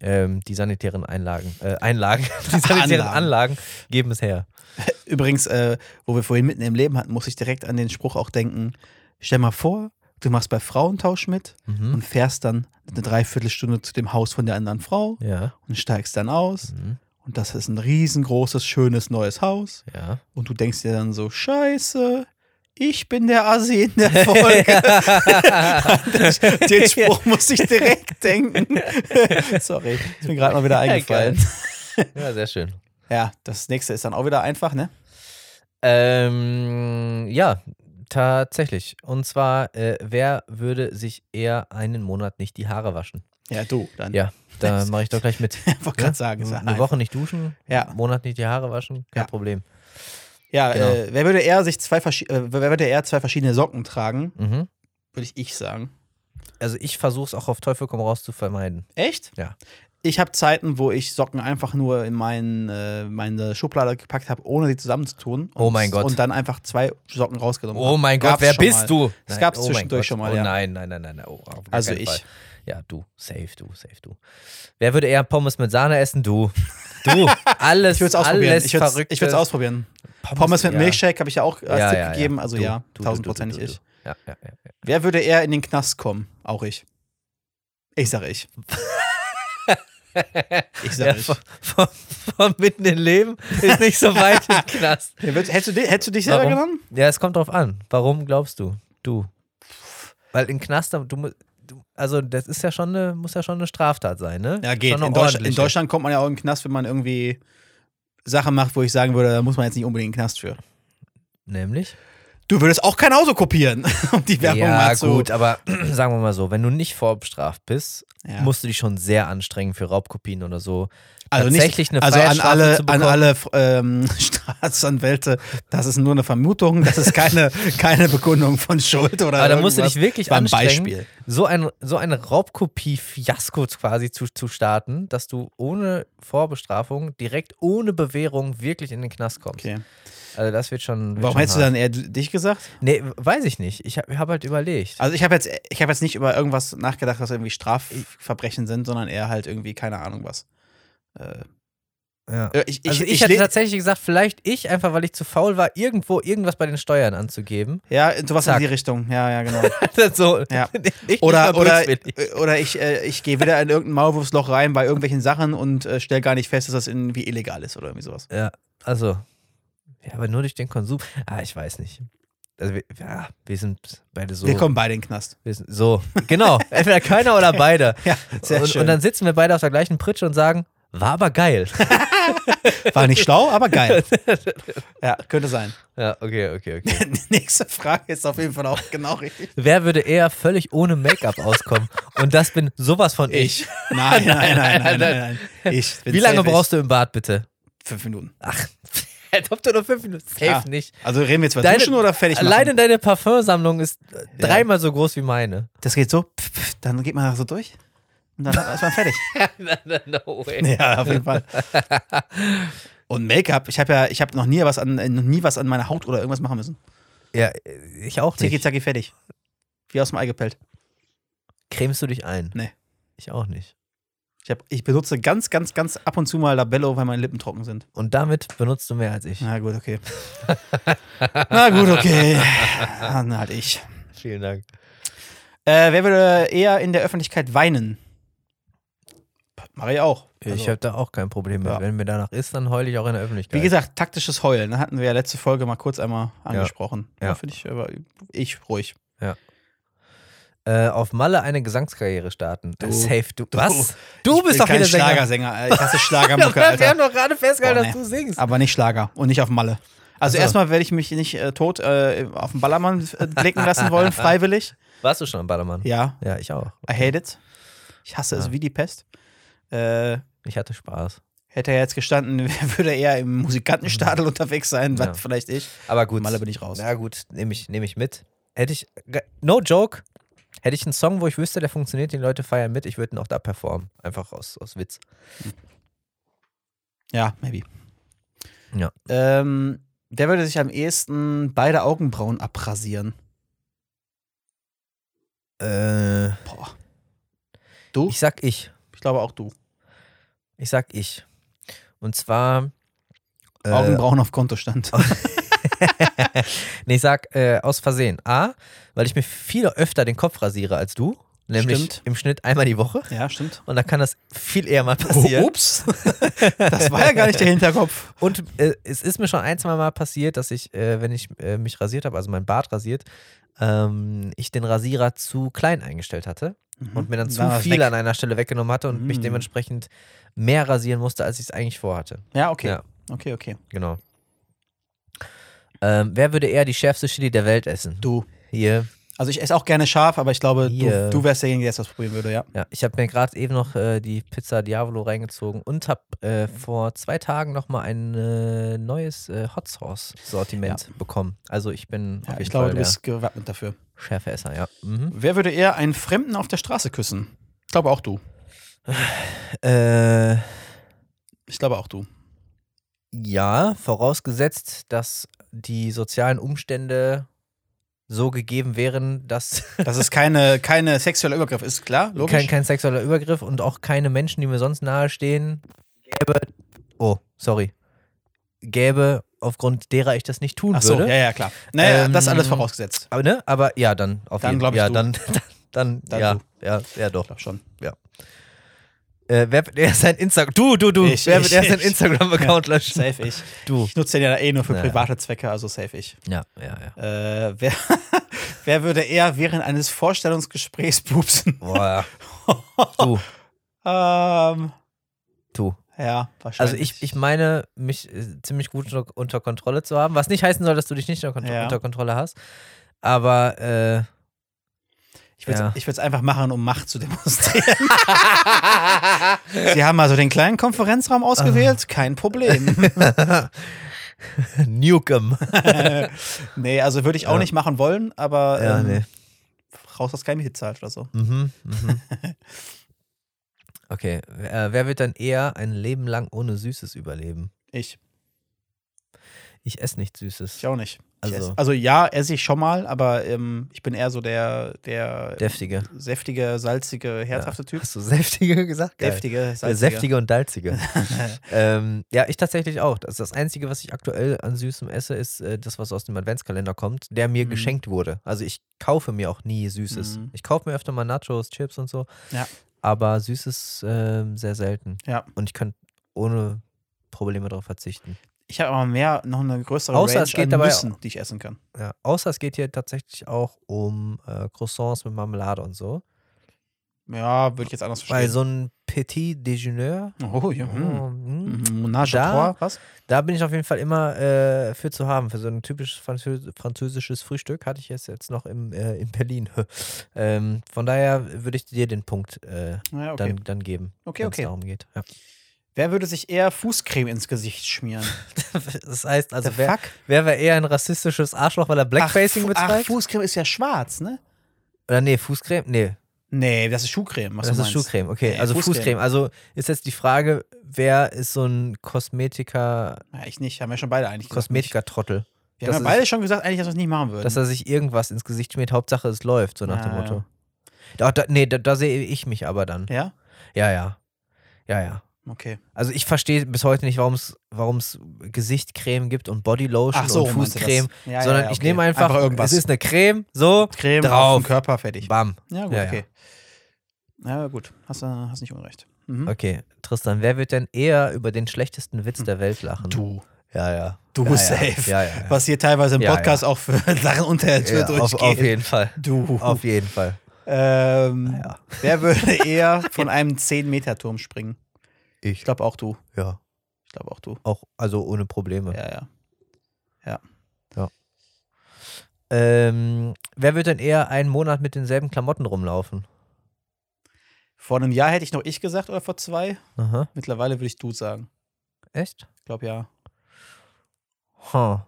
Speaker 1: ähm, die sanitären Einlagen, äh, Einlagen, <laughs> die sanitären
Speaker 2: Anlagen.
Speaker 1: Anlagen. geben es her.
Speaker 2: Übrigens, äh, wo wir vorhin mitten im Leben hatten, muss ich direkt an den Spruch auch denken. Stell mal vor, du machst bei Frauentausch mit
Speaker 1: Mhm.
Speaker 2: und fährst dann eine Dreiviertelstunde zu dem Haus von der anderen Frau
Speaker 1: Ja.
Speaker 2: und steigst dann aus.
Speaker 1: Mhm.
Speaker 2: Und das ist ein riesengroßes, schönes neues Haus.
Speaker 1: Ja.
Speaker 2: Und du denkst dir dann so, scheiße, ich bin der
Speaker 1: <laughs>
Speaker 2: Asi in der Folge. Den Spruch muss ich
Speaker 1: <laughs>
Speaker 2: direkt denken. Sorry, ist mir gerade mal wieder eingefallen.
Speaker 1: ja, sehr schön.
Speaker 2: Ja, das nächste ist dann auch wieder einfach, ne?
Speaker 1: Ähm, ja, tatsächlich. Und zwar, äh, wer würde sich eher einen Monat nicht die Haare waschen?
Speaker 2: Ja, du, dann.
Speaker 1: Ja, da mache ich doch gleich
Speaker 2: <laughs>
Speaker 1: mit.
Speaker 2: Ich <laughs> wollte
Speaker 1: Ja?
Speaker 2: gerade sagen. sag
Speaker 1: Eine Woche nicht duschen,
Speaker 2: Ja.
Speaker 1: einen Monat nicht die Haare waschen, kein
Speaker 2: Ja.
Speaker 1: Problem.
Speaker 2: Ja,
Speaker 1: Genau.
Speaker 2: äh, wer würde eher sich zwei verschi- äh, wer würde eher zwei verschiedene Socken tragen?
Speaker 1: Mhm.
Speaker 2: Würde ich ich sagen.
Speaker 1: Also ich versuche es auch auf Teufel komm raus zu vermeiden.
Speaker 2: Echt?
Speaker 1: Ja.
Speaker 2: Ich habe Zeiten, wo ich Socken einfach nur in meinen, äh, meine Schublade gepackt habe, ohne sie zusammenzutun.
Speaker 1: Oh
Speaker 2: und-
Speaker 1: mein Gott.
Speaker 2: Und dann einfach zwei Socken rausgenommen
Speaker 1: Oh
Speaker 2: hab.
Speaker 1: mein Gott,
Speaker 2: Gab's
Speaker 1: wer
Speaker 2: schon
Speaker 1: bist
Speaker 2: mal.
Speaker 1: du?
Speaker 2: Das
Speaker 1: Nein,
Speaker 2: gab's
Speaker 1: mein
Speaker 2: zwischendurch schon mal,
Speaker 1: Oh
Speaker 2: ja.
Speaker 1: nein, nein, nein, nein, nein. Oh, auf gar
Speaker 2: Also
Speaker 1: keinen
Speaker 2: ich.
Speaker 1: Fall. Ja, du, safe, du, safe, du. Wer würde eher Pommes mit Sahne essen?
Speaker 2: <laughs>
Speaker 1: Du. Du, alles,
Speaker 2: Ich würde es ausprobieren.
Speaker 1: alles
Speaker 2: Ich würd's-
Speaker 1: verrückt.
Speaker 2: Ich würde es ausprobieren. Pommes mit Milchshake habe ich ja auch als Tipp gegeben. Also ja, tausendprozentig ich.
Speaker 1: Ja, ja, ja. ja.
Speaker 2: Wer würde eher in den Knast kommen? Auch ich. Ich sage
Speaker 1: <laughs>
Speaker 2: ich. ich
Speaker 1: Ja,
Speaker 2: sage ich.
Speaker 1: von, von, von mitten im Leben ist nicht so
Speaker 2: <laughs>
Speaker 1: weit im Knast.
Speaker 2: Ja, würd- Hättest du, di- hättest du dich selber
Speaker 1: Warum?
Speaker 2: genommen?
Speaker 1: Ja, es kommt drauf an. Warum glaubst du? Du. Weil im Knast, da- du, mu- du also das ist ja schon eine, muss ja schon eine Straftat sein, ne?
Speaker 2: Ja, geht.
Speaker 1: Schon eine
Speaker 2: In Deutschland, in
Speaker 1: ordentliche.
Speaker 2: Deutschland kommt man ja auch in den Knast, wenn man irgendwie Sachen macht, wo ich sagen würde, da muss man jetzt nicht unbedingt in den Knast für.
Speaker 1: Nämlich?
Speaker 2: Du würdest auch kein Auto kopieren, <laughs> um die Werbung
Speaker 1: ja,
Speaker 2: mal zu.
Speaker 1: gut, aber <clears throat> sagen wir mal so, wenn du nicht vorbestraft bist,
Speaker 2: Ja.
Speaker 1: musst du dich schon sehr anstrengen für Raubkopien oder so.
Speaker 2: also
Speaker 1: tatsächlich
Speaker 2: nicht,
Speaker 1: eine
Speaker 2: also an
Speaker 1: Freiheitsstrafe
Speaker 2: alle,
Speaker 1: zu
Speaker 2: an
Speaker 1: bekommen.
Speaker 2: alle ähm, <laughs> Staatsanwälte, das ist nur eine Vermutung, das
Speaker 1: <laughs>
Speaker 2: ist keine, keine Bekundung von Schuld oder
Speaker 1: Aber da musst du
Speaker 2: irgendwas.
Speaker 1: dich wirklich
Speaker 2: Beim
Speaker 1: anstrengen,
Speaker 2: Beispiel.
Speaker 1: so ein so eine Raubkopie-Fiasko quasi zu, zu starten, dass du ohne Vorbestrafung, direkt ohne Bewährung wirklich in den Knast kommst.
Speaker 2: Okay.
Speaker 1: Also das wird schon. Wird
Speaker 2: Warum
Speaker 1: schon
Speaker 2: hättest du
Speaker 1: hart.
Speaker 2: dann eher dich gesagt?
Speaker 1: Nee, weiß ich nicht. Ich habe hab halt überlegt.
Speaker 2: Also ich habe jetzt, ich habe jetzt nicht über irgendwas nachgedacht, was irgendwie Strafverbrechen sind, sondern eher halt irgendwie keine Ahnung was. Äh,
Speaker 1: Ja.
Speaker 2: ich, ich,
Speaker 1: Also ich,
Speaker 2: ich
Speaker 1: hätte
Speaker 2: le-
Speaker 1: tatsächlich gesagt, vielleicht ich, einfach weil ich zu faul war, irgendwo irgendwas bei den Steuern anzugeben. <laughs>
Speaker 2: ja, sowas
Speaker 1: Zack.
Speaker 2: in die Richtung. Ja,
Speaker 1: <laughs>
Speaker 2: ja, genau.
Speaker 1: so,
Speaker 2: Ja.
Speaker 1: <laughs> nicht- nicht mal
Speaker 2: Oder, oder,
Speaker 1: böswillig.
Speaker 2: oder ich, äh, ich gehe wieder in irgendein Maulwurfsloch rein bei irgendwelchen Sachen und äh, stelle gar nicht fest, dass das irgendwie illegal ist oder irgendwie sowas.
Speaker 1: Ja, also. Ja, aber nur durch den Konsum. Ah, ich weiß nicht. Also, wir, ja, wir sind beide so.
Speaker 2: Wir kommen beide in den Knast. <laughs>
Speaker 1: wir sind, so, genau. Entweder keiner oder beide.
Speaker 2: Ja, sehr
Speaker 1: und,
Speaker 2: schön.
Speaker 1: und dann sitzen wir beide auf der gleichen Pritsche und sagen, war aber
Speaker 2: <laughs>
Speaker 1: geil.
Speaker 2: War nicht schlau,
Speaker 1: <laughs>
Speaker 2: aber geil. ja, könnte sein. <laughs>
Speaker 1: ja, okay, okay, okay.
Speaker 2: Die nächste Frage ist auf jeden Fall auch genau richtig.
Speaker 1: Wer würde eher völlig ohne Make-up auskommen? Und das bin sowas von ich.
Speaker 2: <laughs> Nein, nein,
Speaker 1: <laughs>
Speaker 2: nein, nein, nein, nein. Ich
Speaker 1: Wie lange brauchst du im Bad, bitte?
Speaker 2: du? Fünf Minuten.
Speaker 1: Ach, <laughs> als ob du nur fünf Minuten. Safe
Speaker 2: Ja.
Speaker 1: nicht.
Speaker 2: Also reden wir jetzt über
Speaker 1: Deine-
Speaker 2: Duschen oder fertig machen?
Speaker 1: Alleine deine Parfümsammlung ist äh,
Speaker 2: Ja.
Speaker 1: dreimal so groß wie
Speaker 2: <laughs>
Speaker 1: meine.
Speaker 2: Das geht so, pf, pf, dann geht man so durch und dann
Speaker 1: <laughs>
Speaker 2: ist man fertig.
Speaker 1: no way.
Speaker 2: <laughs> ja, auf jeden Fall. Und Make-up, ich habe ja, ich habe noch nie was an, äh, noch nie was an meiner Haut oder irgendwas machen müssen.
Speaker 1: Ja, ich auch
Speaker 2: Tiki
Speaker 1: nicht.
Speaker 2: zacki fertig. Wie aus dem Ei gepellt.
Speaker 1: Cremst du dich ein?
Speaker 2: Nee.
Speaker 1: Ich auch nicht.
Speaker 2: Ich, hab, ich benutze ganz, ganz, ganz ab und zu mal Labello, weil meine Lippen trocken sind.
Speaker 1: Und damit benutzt du mehr als ich.
Speaker 2: Na gut,
Speaker 1: <laughs>
Speaker 2: okay. Na gut, okay. Dann halt ich.
Speaker 1: Vielen Dank.
Speaker 2: Äh, wer würde eher in der Öffentlichkeit weinen? Mach ich auch.
Speaker 1: ich habe da auch kein Problem mit.
Speaker 2: Ja.
Speaker 1: Wenn mir danach ist, dann heule ich auch in der Öffentlichkeit.
Speaker 2: Wie gesagt, taktisches Heulen, ne, hatten wir ja letzte Folge mal kurz einmal angesprochen.
Speaker 1: Ja.
Speaker 2: Ja. Finde ich, aber ich ruhig.
Speaker 1: äh, auf Malle eine Gesangskarriere starten.
Speaker 2: Du.
Speaker 1: Safe, du. Was? Du bist
Speaker 2: ich
Speaker 1: doch wieder
Speaker 2: bin kein
Speaker 1: Sänger.
Speaker 2: Schlagersänger. Alter.
Speaker 1: <laughs>
Speaker 2: Ich hasse Schlagermucke,
Speaker 1: wir haben
Speaker 2: Alter.
Speaker 1: doch gerade festgehalten,
Speaker 2: Boah,
Speaker 1: dass du singst.
Speaker 2: Aber nicht Schlager und nicht auf Malle. Also
Speaker 1: Ach so.
Speaker 2: erstmal werde ich mich nicht äh, tot äh, auf den Ballermann äh, blicken lassen
Speaker 1: <laughs>
Speaker 2: wollen, freiwillig.
Speaker 1: Warst du schon am Ballermann?
Speaker 2: Ja,
Speaker 1: Ja, ich auch.
Speaker 2: I hate it. Ich hasse
Speaker 1: Ja.
Speaker 2: es wie die Pest. Äh,
Speaker 1: Ich hatte Spaß.
Speaker 2: hätte er jetzt gestanden, <laughs> würde eher im Musikantenstadel unterwegs sein,
Speaker 1: Mhm. Ja.
Speaker 2: was vielleicht ich.
Speaker 1: Aber gut.
Speaker 2: Malle bin ich raus.
Speaker 1: Na gut, nehme ich, nehm ich mit. Hätte ich, ge- no joke, hätte ich einen Song, wo ich wüsste, der funktioniert, den Leute feiern mit, ich würde ihn auch da performen. Einfach aus, aus Witz.
Speaker 2: Ja, maybe.
Speaker 1: Ja.
Speaker 2: Ähm, der würde sich am ehesten beide Augenbrauen abrasieren.
Speaker 1: Äh,
Speaker 2: Boah. Du?
Speaker 1: ich sag ich.
Speaker 2: Ich glaube auch du.
Speaker 1: Ich sag ich. Und zwar. äh,
Speaker 2: Augenbrauen
Speaker 1: <laughs>
Speaker 2: auf Kontostand.
Speaker 1: Nee, ich sag äh, aus Versehen. A, weil ich mir viel öfter den Kopf rasiere als du. Nämlich
Speaker 2: Stimmt.
Speaker 1: im Schnitt einmal die Woche.
Speaker 2: Ja, stimmt.
Speaker 1: Und da kann das viel eher mal passieren.
Speaker 2: ups. das war ja gar nicht der Hinterkopf.
Speaker 1: Und äh, es ist mir schon ein, zwei Mal passiert, dass ich, äh, wenn ich äh, mich rasiert habe, also mein Bart rasiert, ähm, ich den Rasierer zu klein eingestellt hatte und mir dann zu
Speaker 2: Mhm. Dann war's
Speaker 1: viel
Speaker 2: weg.
Speaker 1: an einer Stelle weggenommen hatte und mich
Speaker 2: Mm.
Speaker 1: dementsprechend mehr rasieren musste, als ich es eigentlich vorhatte.
Speaker 2: Ja, okay.
Speaker 1: Ja.
Speaker 2: Okay, okay.
Speaker 1: Genau. Ähm, wer würde eher die schärfste Chili der Welt essen?
Speaker 2: Du.
Speaker 1: Hier.
Speaker 2: Also ich esse auch gerne scharf, aber ich glaube,
Speaker 1: Yeah.
Speaker 2: du, du wärst derjenige, der jetzt das probieren würde, ja.
Speaker 1: Ja, ich habe mir gerade eben noch äh, die Pizza Diavolo reingezogen und habe äh, vor zwei Tagen nochmal ein äh, neues äh, Hot Sauce Sortiment bekommen. Also ich bin auf
Speaker 2: ja
Speaker 1: jeden
Speaker 2: ich glaube,
Speaker 1: Fall
Speaker 2: du
Speaker 1: der-
Speaker 2: bist gewappnet dafür.
Speaker 1: Schärfeesser, ja. Mhm.
Speaker 2: Wer würde eher einen Fremden auf der Straße küssen? Ich glaube auch du.
Speaker 1: Äh,
Speaker 2: Ich glaube auch du.
Speaker 1: ja, vorausgesetzt, dass die sozialen Umstände so gegeben wären, dass <laughs>
Speaker 2: Dass es keine, keine sexueller Übergriff ist, klar, logisch.
Speaker 1: kein, kein sexueller Übergriff und auch keine Menschen, die mir sonst nahestehen, gäbe. Oh, sorry. Gäbe, aufgrund derer ich das nicht tun
Speaker 2: Ach so,
Speaker 1: würde.
Speaker 2: ja, ja, klar. Naja,
Speaker 1: Ähm,
Speaker 2: das alles vorausgesetzt.
Speaker 1: Aber, ne? Aber ja, dann auf
Speaker 2: Dann
Speaker 1: jeden
Speaker 2: glaub ich
Speaker 1: Ja,
Speaker 2: du.
Speaker 1: dann, <laughs> dann, dann
Speaker 2: Dann
Speaker 1: ja,
Speaker 2: du.
Speaker 1: ja, ja, doch.
Speaker 2: Ich glaube schon.
Speaker 1: Äh, wer wird erst sein Instagram? Du, du, du.
Speaker 2: Ich,
Speaker 1: wer
Speaker 2: ich,
Speaker 1: wird erst sein
Speaker 2: ich.
Speaker 1: Instagram-Account löschen?
Speaker 2: Safe ich.
Speaker 1: Du.
Speaker 2: Ich nutze den ja eh nur für
Speaker 1: Naja.
Speaker 2: private Zwecke, also safe ich.
Speaker 1: Ja, ja, ja.
Speaker 2: Äh, wer, <laughs> wer würde eher während eines <laughs> Vorstellungsgesprächs pupsen?
Speaker 1: Boah. du,
Speaker 2: Ähm,
Speaker 1: du.
Speaker 2: Ja,
Speaker 1: Also
Speaker 2: wahrscheinlich.
Speaker 1: ich, ich meine, mich äh, ziemlich gut unter, unter Kontrolle zu haben, was nicht heißen soll, dass du dich nicht unter, Kontro
Speaker 2: Ja.
Speaker 1: unter Kontrolle hast. Aber äh, <laughs>
Speaker 2: Ich würde
Speaker 1: Ja.
Speaker 2: es einfach machen, um Macht zu demonstrieren. <laughs> Sie haben also den kleinen Konferenzraum
Speaker 1: Ah.
Speaker 2: ausgewählt,
Speaker 1: <laughs>
Speaker 2: kein Problem. <laughs>
Speaker 1: Newcomb.
Speaker 2: nee, also würde ich auch
Speaker 1: Ja.
Speaker 2: nicht machen wollen, aber
Speaker 1: Ja,
Speaker 2: ähm,
Speaker 1: nee.
Speaker 2: raus aus keinem Hitzalt oder so.
Speaker 1: Mhm,
Speaker 2: <laughs>
Speaker 1: mhm. Okay, äh, wer wird dann eher ein Leben lang ohne Süßes überleben?
Speaker 2: Ich,
Speaker 1: Ich esse nicht Süßes.
Speaker 2: ich auch nicht. Ich
Speaker 1: Also-
Speaker 2: esse- also ja, esse ich schon mal, aber ähm, ich bin eher so der, der
Speaker 1: Deftige.
Speaker 2: säftige, salzige, äh, herzhafte Typ.
Speaker 1: Hast du säftige gesagt? <laughs> Geil.
Speaker 2: Deftige,
Speaker 1: Äh,
Speaker 2: salzige.
Speaker 1: Säftige und
Speaker 2: <laughs>
Speaker 1: dalzige. ähm, ja, ich tatsächlich auch. Das, das Einzige, was ich aktuell an Süßem esse, ist äh, das, was aus dem Adventskalender kommt, der mir
Speaker 2: Mhm.
Speaker 1: geschenkt wurde. Also ich kaufe mir auch nie Süßes.
Speaker 2: Mhm.
Speaker 1: Ich kaufe mir öfter mal Nachos, Chips und so.
Speaker 2: Ja.
Speaker 1: Aber Süßes ähm, sehr selten.
Speaker 2: Ja.
Speaker 1: Und ich kann ohne Probleme darauf verzichten.
Speaker 2: Ich habe aber mehr, noch eine größere
Speaker 1: Außer
Speaker 2: Range
Speaker 1: es geht
Speaker 2: an
Speaker 1: dabei-
Speaker 2: Nüssen, die ich essen kann.
Speaker 1: Ja. Außer es geht hier tatsächlich auch um äh, Croissants mit Marmelade und so.
Speaker 2: Ja, würde ich jetzt anders
Speaker 1: Weil
Speaker 2: verstehen.
Speaker 1: so ein Petit Déjeuner.
Speaker 2: oh, ja. Mhm.
Speaker 1: Oh,
Speaker 2: Mh.
Speaker 1: mh,
Speaker 2: Monage à
Speaker 1: Da-
Speaker 2: trois, was?
Speaker 1: Da bin ich auf jeden Fall immer äh, für zu haben. Für so ein typisch Französ französisches Frühstück hatte ich es jetzt noch im, äh, in Berlin. <laughs> ähm, von daher würde ich dir den Punkt äh,
Speaker 2: Ja, okay.
Speaker 1: dann, dann geben,
Speaker 2: Okay,
Speaker 1: wenn es
Speaker 2: okay.
Speaker 1: darum geht.
Speaker 2: <laughs>
Speaker 1: Ja.
Speaker 2: Wer würde sich eher Fußcreme ins Gesicht schmieren?
Speaker 1: Das heißt, also
Speaker 2: The
Speaker 1: wer,
Speaker 2: fuck?
Speaker 1: wer wäre eher ein rassistisches Arschloch, weil er Blackfacing
Speaker 2: ach, Fu- Ach,
Speaker 1: betreibt?
Speaker 2: Fußcreme ist ja schwarz, ne?
Speaker 1: Oder nee, Fußcreme? Nee,
Speaker 2: Nee, das ist Schuhcreme, was
Speaker 1: das
Speaker 2: du
Speaker 1: ist
Speaker 2: meinst.
Speaker 1: Schuhcreme. Okay,
Speaker 2: Nee,
Speaker 1: also Fußcreme.
Speaker 2: Fußcreme.
Speaker 1: Also ist jetzt die Frage, wer ist so ein Kosmetiker,
Speaker 2: Ja, ich nicht, haben wir schon beide eigentlich gesagt.
Speaker 1: Kosmetiker-Trottel?
Speaker 2: Wir
Speaker 1: das
Speaker 2: haben ja
Speaker 1: ist-
Speaker 2: beide schon gesagt, eigentlich, dass wir es nicht machen würden.
Speaker 1: Dass er sich irgendwas ins Gesicht schmiert, Hauptsache es läuft, so nach
Speaker 2: Ja,
Speaker 1: dem
Speaker 2: ja.
Speaker 1: Motto. Da, da, nee, da, da sehe ich mich aber dann.
Speaker 2: ja?
Speaker 1: Ja, ja. Ja, ja.
Speaker 2: Okay.
Speaker 1: Also ich verstehe bis heute nicht, warum es warum es Gesichtcreme gibt und Bodylotion
Speaker 2: Ach so,
Speaker 1: und
Speaker 2: meinst du das?
Speaker 1: Fußcreme,
Speaker 2: Ja, ja,
Speaker 1: sondern
Speaker 2: ja,
Speaker 1: ich
Speaker 2: okay.
Speaker 1: nehme einfach,
Speaker 2: Einfach irgendwas. Hm?
Speaker 1: es ist eine Creme, so
Speaker 2: Creme
Speaker 1: Drauf.
Speaker 2: auf den Körper, fertig.
Speaker 1: bam.
Speaker 2: Ja, gut,
Speaker 1: Ja, ja.
Speaker 2: okay. Ja, gut, hast, äh, hast nicht unrecht. Mhm.
Speaker 1: Okay, Tristan, wer wird denn eher über den schlechtesten Witz der Welt lachen?
Speaker 2: Hm. Du.
Speaker 1: Ja, ja.
Speaker 2: Du
Speaker 1: ja,
Speaker 2: bist
Speaker 1: ja.
Speaker 2: safe.
Speaker 1: Ja, ja. ja.
Speaker 2: Was hier teilweise im
Speaker 1: Ja,
Speaker 2: Podcast auch für <laughs> Sachen unter der Tür
Speaker 1: ja, auf,
Speaker 2: durchgeht.
Speaker 1: auf jeden Fall.
Speaker 2: Du.
Speaker 1: Auf jeden Fall.
Speaker 2: Ähm,
Speaker 1: Ja.
Speaker 2: Wer würde eher von einem 10-Meter-Turm springen? Ich
Speaker 1: Ich,
Speaker 2: glaube auch du.
Speaker 1: ja.
Speaker 2: Ich glaube auch du.
Speaker 1: Auch, also ohne Probleme.
Speaker 2: Ja, ja.
Speaker 1: Ähm, wer wird denn eher einen Monat mit denselben Klamotten rumlaufen?
Speaker 2: Vor einem Jahr hätte ich noch ich gesagt oder vor zwei.
Speaker 1: Aha.
Speaker 2: Mittlerweile würde ich du sagen.
Speaker 1: Echt?
Speaker 2: Ich glaube ja.
Speaker 1: Huh.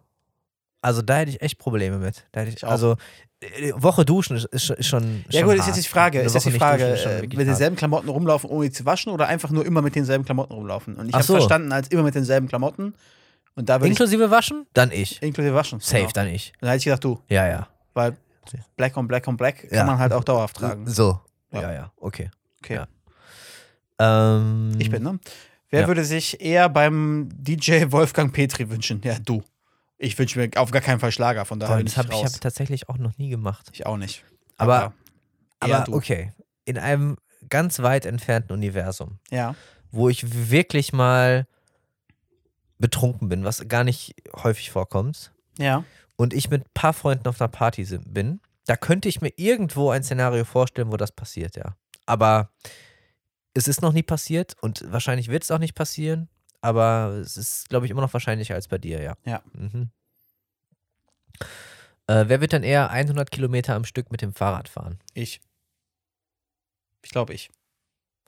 Speaker 1: Also da hätte ich echt Probleme mit. Da hätte ich,
Speaker 2: Ich auch.
Speaker 1: also äh, Woche duschen ist, ist schon- ist schon.
Speaker 2: Ja
Speaker 1: schon
Speaker 2: gut, ist
Speaker 1: hart.
Speaker 2: jetzt die Frage,
Speaker 1: Eine
Speaker 2: ist jetzt
Speaker 1: Woche
Speaker 2: die
Speaker 1: nicht
Speaker 2: Frage,
Speaker 1: duschen ist schon
Speaker 2: äh,
Speaker 1: wirklich
Speaker 2: mit
Speaker 1: hart.
Speaker 2: denselben Klamotten rumlaufen, ohne die zu waschen oder einfach nur immer mit denselben Klamotten rumlaufen? Und ich
Speaker 1: Ach
Speaker 2: habe
Speaker 1: so.
Speaker 2: verstanden, als immer mit denselben Klamotten und da würde ich
Speaker 1: Inklusive waschen? Dann ich.
Speaker 2: inklusive waschen.
Speaker 1: Safe,
Speaker 2: Genau.
Speaker 1: dann ich.
Speaker 2: Dann hätte ich gedacht, du,
Speaker 1: Ja, ja.
Speaker 2: weil Black on Black on Black
Speaker 1: Ja.
Speaker 2: kann man halt auch dauerhaft tragen.
Speaker 1: So.
Speaker 2: Ja.
Speaker 1: Ja, ja. Okay.
Speaker 2: Okay,
Speaker 1: Ja. Ähm,
Speaker 2: ich bin, ne? Wer
Speaker 1: Ja.
Speaker 2: würde sich eher beim DJ Wolfgang Petri wünschen? Ja, du. Ich wünsche mir auf gar keinen Fall Schlager, von daher
Speaker 1: Boah,
Speaker 2: bin ich
Speaker 1: das habe ich
Speaker 2: raus.
Speaker 1: hab tatsächlich auch noch nie gemacht.
Speaker 2: ich auch nicht.
Speaker 1: Aber,
Speaker 2: eher
Speaker 1: aber
Speaker 2: du.
Speaker 1: okay. In einem ganz weit entfernten Universum.
Speaker 2: Ja.
Speaker 1: wo ich wirklich mal betrunken bin, was gar nicht häufig vorkommt,
Speaker 2: Ja.
Speaker 1: und ich mit ein paar Freunden auf einer Party si- bin, da könnte ich mir irgendwo ein Szenario vorstellen, wo das passiert, ja. Aber es ist noch nie passiert und wahrscheinlich wird es auch nicht passieren, aber es ist, glaube ich, immer noch wahrscheinlicher als bei dir, ja.
Speaker 2: Ja.
Speaker 1: Mhm. Äh, wer wird dann eher 100 Kilometer am Stück mit dem Fahrrad fahren?
Speaker 2: Ich. Ich glaube, ich.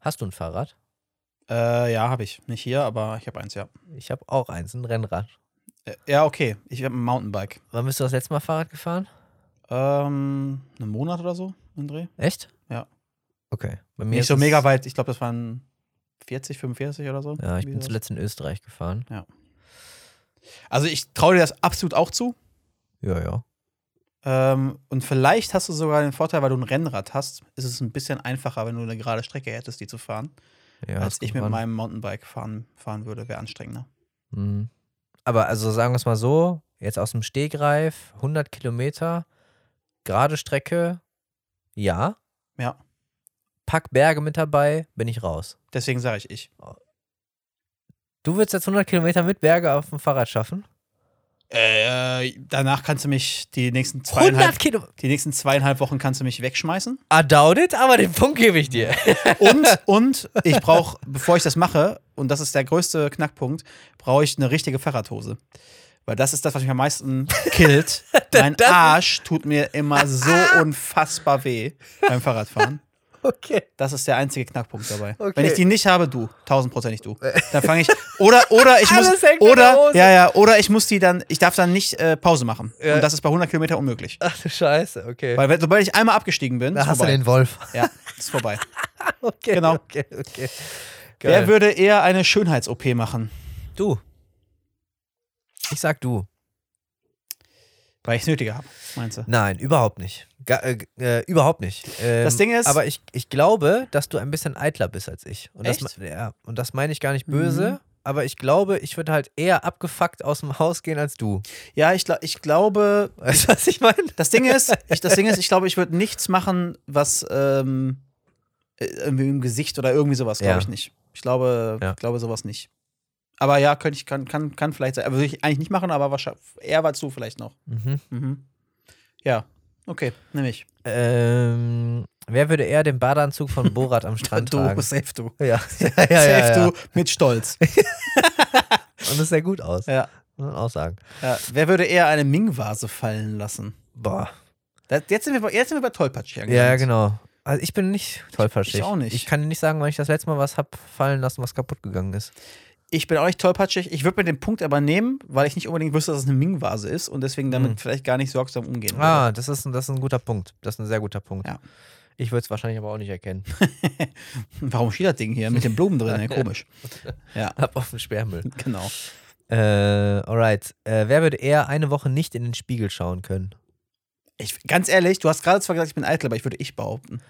Speaker 1: Hast du ein Fahrrad?
Speaker 2: Äh, ja, habe ich. Nicht hier, aber ich habe eins, ja.
Speaker 1: Ich habe auch eins, ein Rennrad.
Speaker 2: Äh, Ja, okay. Ich habe ein Mountainbike.
Speaker 1: Wann bist du das letzte Mal Fahrrad gefahren?
Speaker 2: Ähm, einen Monat oder so, einen Dreh.
Speaker 1: Echt?
Speaker 2: Ja.
Speaker 1: Okay. Bei mir
Speaker 2: Nicht
Speaker 1: ist
Speaker 2: so
Speaker 1: es-
Speaker 2: mega weit. Ich glaube, das waren 40, 45 oder so.
Speaker 1: Ja, ich bin
Speaker 2: Irgendwie sowas.
Speaker 1: zuletzt in Österreich gefahren.
Speaker 2: Also ich traue dir das absolut auch zu.
Speaker 1: Ja, ja.
Speaker 2: Ähm, und vielleicht hast du sogar den Vorteil, weil du ein Rennrad hast, ist es ein bisschen einfacher, wenn du eine gerade Strecke hättest, die zu fahren,
Speaker 1: ja
Speaker 2: als
Speaker 1: ist
Speaker 2: ich
Speaker 1: gut
Speaker 2: mit
Speaker 1: dran.
Speaker 2: meinem Mountainbike fahren, fahren würde. Wäre anstrengender.
Speaker 1: Mhm. Aber also sagen wir es mal so, jetzt aus dem Stegreif, 100 Kilometer, gerade Strecke, ja.
Speaker 2: Ja.
Speaker 1: Pack Berge mit dabei, bin ich raus.
Speaker 2: Deswegen sage ich ich.
Speaker 1: Du würdest jetzt 100 Kilometer mit Berge auf dem Fahrrad schaffen?
Speaker 2: Äh, danach kannst du mich die nächsten
Speaker 1: 100
Speaker 2: zweieinhalb,
Speaker 1: Kilo.
Speaker 2: die nächsten zweieinhalb Wochen kannst du mich wegschmeißen.
Speaker 1: I doubt it, aber den Punkt gebe ich
Speaker 2: <laughs>
Speaker 1: dir.
Speaker 2: Und, und ich brauche, bevor ich das mache, und das ist der größte Knackpunkt, brauche ich eine richtige Fahrradhose. Weil das ist das, was mich am <laughs> meisten killt. mein Arsch tut mir immer so unfassbar weh beim Fahrradfahren.
Speaker 1: Okay.
Speaker 2: Das ist der einzige Knackpunkt dabei.
Speaker 1: Okay. Äh.
Speaker 2: Wenn ich die nicht habe, du, tausendprozentig du. Dann fange ich oder
Speaker 1: <laughs>
Speaker 2: oder ich muss
Speaker 1: Alles hängt an der
Speaker 2: oder
Speaker 1: Hose.
Speaker 2: ja ja oder ich muss die dann, ich darf dann nicht äh, Pause machen
Speaker 1: Ja. Äh.
Speaker 2: und das ist bei 100 Kilometer unmöglich.
Speaker 1: Ach du Scheiße, okay.
Speaker 2: Weil wenn- sobald ich einmal abgestiegen bin,
Speaker 1: Da
Speaker 2: ist
Speaker 1: hast du
Speaker 2: vorbei.
Speaker 1: den Wolf. <laughs>
Speaker 2: Ja, ist vorbei.
Speaker 1: Okay,
Speaker 2: Genau.
Speaker 1: Okay, okay.
Speaker 2: Wer würde eher eine Schönheits-OP machen?
Speaker 1: du. Ich sag du.
Speaker 2: Weil ich es nötiger habe, meinst du?
Speaker 1: Nein, überhaupt nicht. Ga, äh, äh, überhaupt nicht. Ähm,
Speaker 2: Das Ding ist-
Speaker 1: Aber ich, ich glaube, dass du ein bisschen eitler bist als ich. Und Das,
Speaker 2: Echt? Mhm.
Speaker 1: me- ja, und das meine ich gar nicht böse, aber ich glaube, ich würde halt eher abgefuckt aus dem Haus gehen als du. <laughs>
Speaker 2: Ja, ich, gla- ich glaube,
Speaker 1: Weißt du, was ich meine?
Speaker 2: das Ding ist, ich, das Ding ist, ich glaube, ich würde nichts machen, was ähm, äh, irgendwie im Gesicht oder irgendwie sowas, glaube
Speaker 1: Ja.
Speaker 2: ich nicht. Ich glaube,
Speaker 1: Ja.
Speaker 2: ich glaube sowas nicht. Aber ja, könnte ich, kann, kann, kann vielleicht sein. Aber würde ich eigentlich nicht machen, aber wahrscheinlich eher war zu vielleicht noch.
Speaker 1: Mhm.
Speaker 2: Mhm. Ja, okay, nehme ich.
Speaker 1: Ähm, wer würde eher den Badeanzug von Borat
Speaker 2: <laughs>
Speaker 1: am Strand tragen?
Speaker 2: safe du.
Speaker 1: Ja, <laughs> ja, ja, ja,
Speaker 2: safe
Speaker 1: ja.
Speaker 2: du
Speaker 1: <laughs>
Speaker 2: mit Stolz.
Speaker 1: Und das sah gut aus,
Speaker 2: ja.
Speaker 1: muss man auch sagen.
Speaker 2: ja. Wer würde eher eine Ming-Vase fallen lassen?
Speaker 1: Boah.
Speaker 2: Das, jetzt, sind wir, bei- jetzt sind wir bei Tollpatsch
Speaker 1: Ja, ja, genau. Also ich bin nicht tollpatschig.
Speaker 2: Ich auch nicht.
Speaker 1: Ich kann dir nicht sagen, wann ich das letzte Mal was hab fallen lassen, was kaputt gegangen ist.
Speaker 2: Ich bin auch nicht tollpatschig. Ich würde mir den Punkt aber nehmen, weil ich nicht unbedingt wüsste, dass es eine Ming-Vase ist und deswegen damit
Speaker 1: Hm.
Speaker 2: vielleicht gar nicht sorgsam umgehen würde.
Speaker 1: Ah, das ist ein, das ist ein guter Punkt. Das ist ein sehr guter Punkt.
Speaker 2: Ja.
Speaker 1: Ich würde es wahrscheinlich aber auch nicht erkennen. <laughs>
Speaker 2: <laughs> Warum steht das Ding hier mit den Blumen drin?
Speaker 1: <laughs>
Speaker 2: Ja, komisch. Ja,
Speaker 1: Ab auf den Sperrmüll.
Speaker 2: genau.
Speaker 1: Äh, alright. Äh, wer würde eher eine Woche nicht in den Spiegel schauen können?
Speaker 2: Ich, ganz ehrlich, du hast gerade zwar gesagt, ich bin eitel, aber ich würde ich behaupten.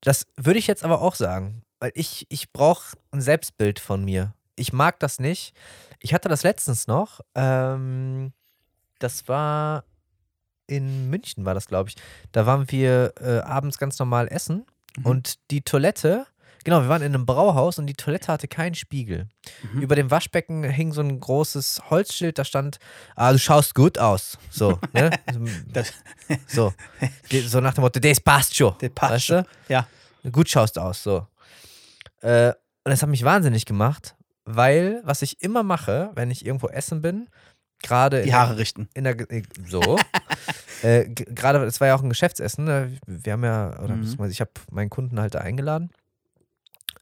Speaker 1: Das würde ich jetzt aber auch sagen, weil ich, ich brauche ein Selbstbild von mir. Ich mag das nicht. Ich hatte das letztens noch. Ähm, das war in München, war das, glaube ich. Da waren wir äh, abends ganz normal essen
Speaker 2: Mhm.
Speaker 1: und die Toilette, genau, wir waren in einem Brauhaus und die Toilette hatte keinen Spiegel.
Speaker 2: Mhm.
Speaker 1: Über dem Waschbecken hing so ein großes Holzschild, da stand, ah, du schaust gut aus. So,
Speaker 2: <laughs>
Speaker 1: ne?
Speaker 2: Das-
Speaker 1: so. Ge- So nach dem Motto, das passt schon.
Speaker 2: Das passt
Speaker 1: Weißt
Speaker 2: schon.
Speaker 1: du?
Speaker 2: Ja.
Speaker 1: Gut schaust aus, so. Äh, und das hat mich wahnsinnig gemacht, weil, was ich immer mache, wenn ich irgendwo essen bin, gerade in
Speaker 2: Die Haare richten.
Speaker 1: in der, Ge- äh,
Speaker 2: <laughs>
Speaker 1: so. äh, g- gerade, es war ja auch ein Geschäftsessen. Ne? Wir haben ja, oder
Speaker 2: Mhm.
Speaker 1: beziehungsweise ich habe meinen Kunden halt da eingeladen.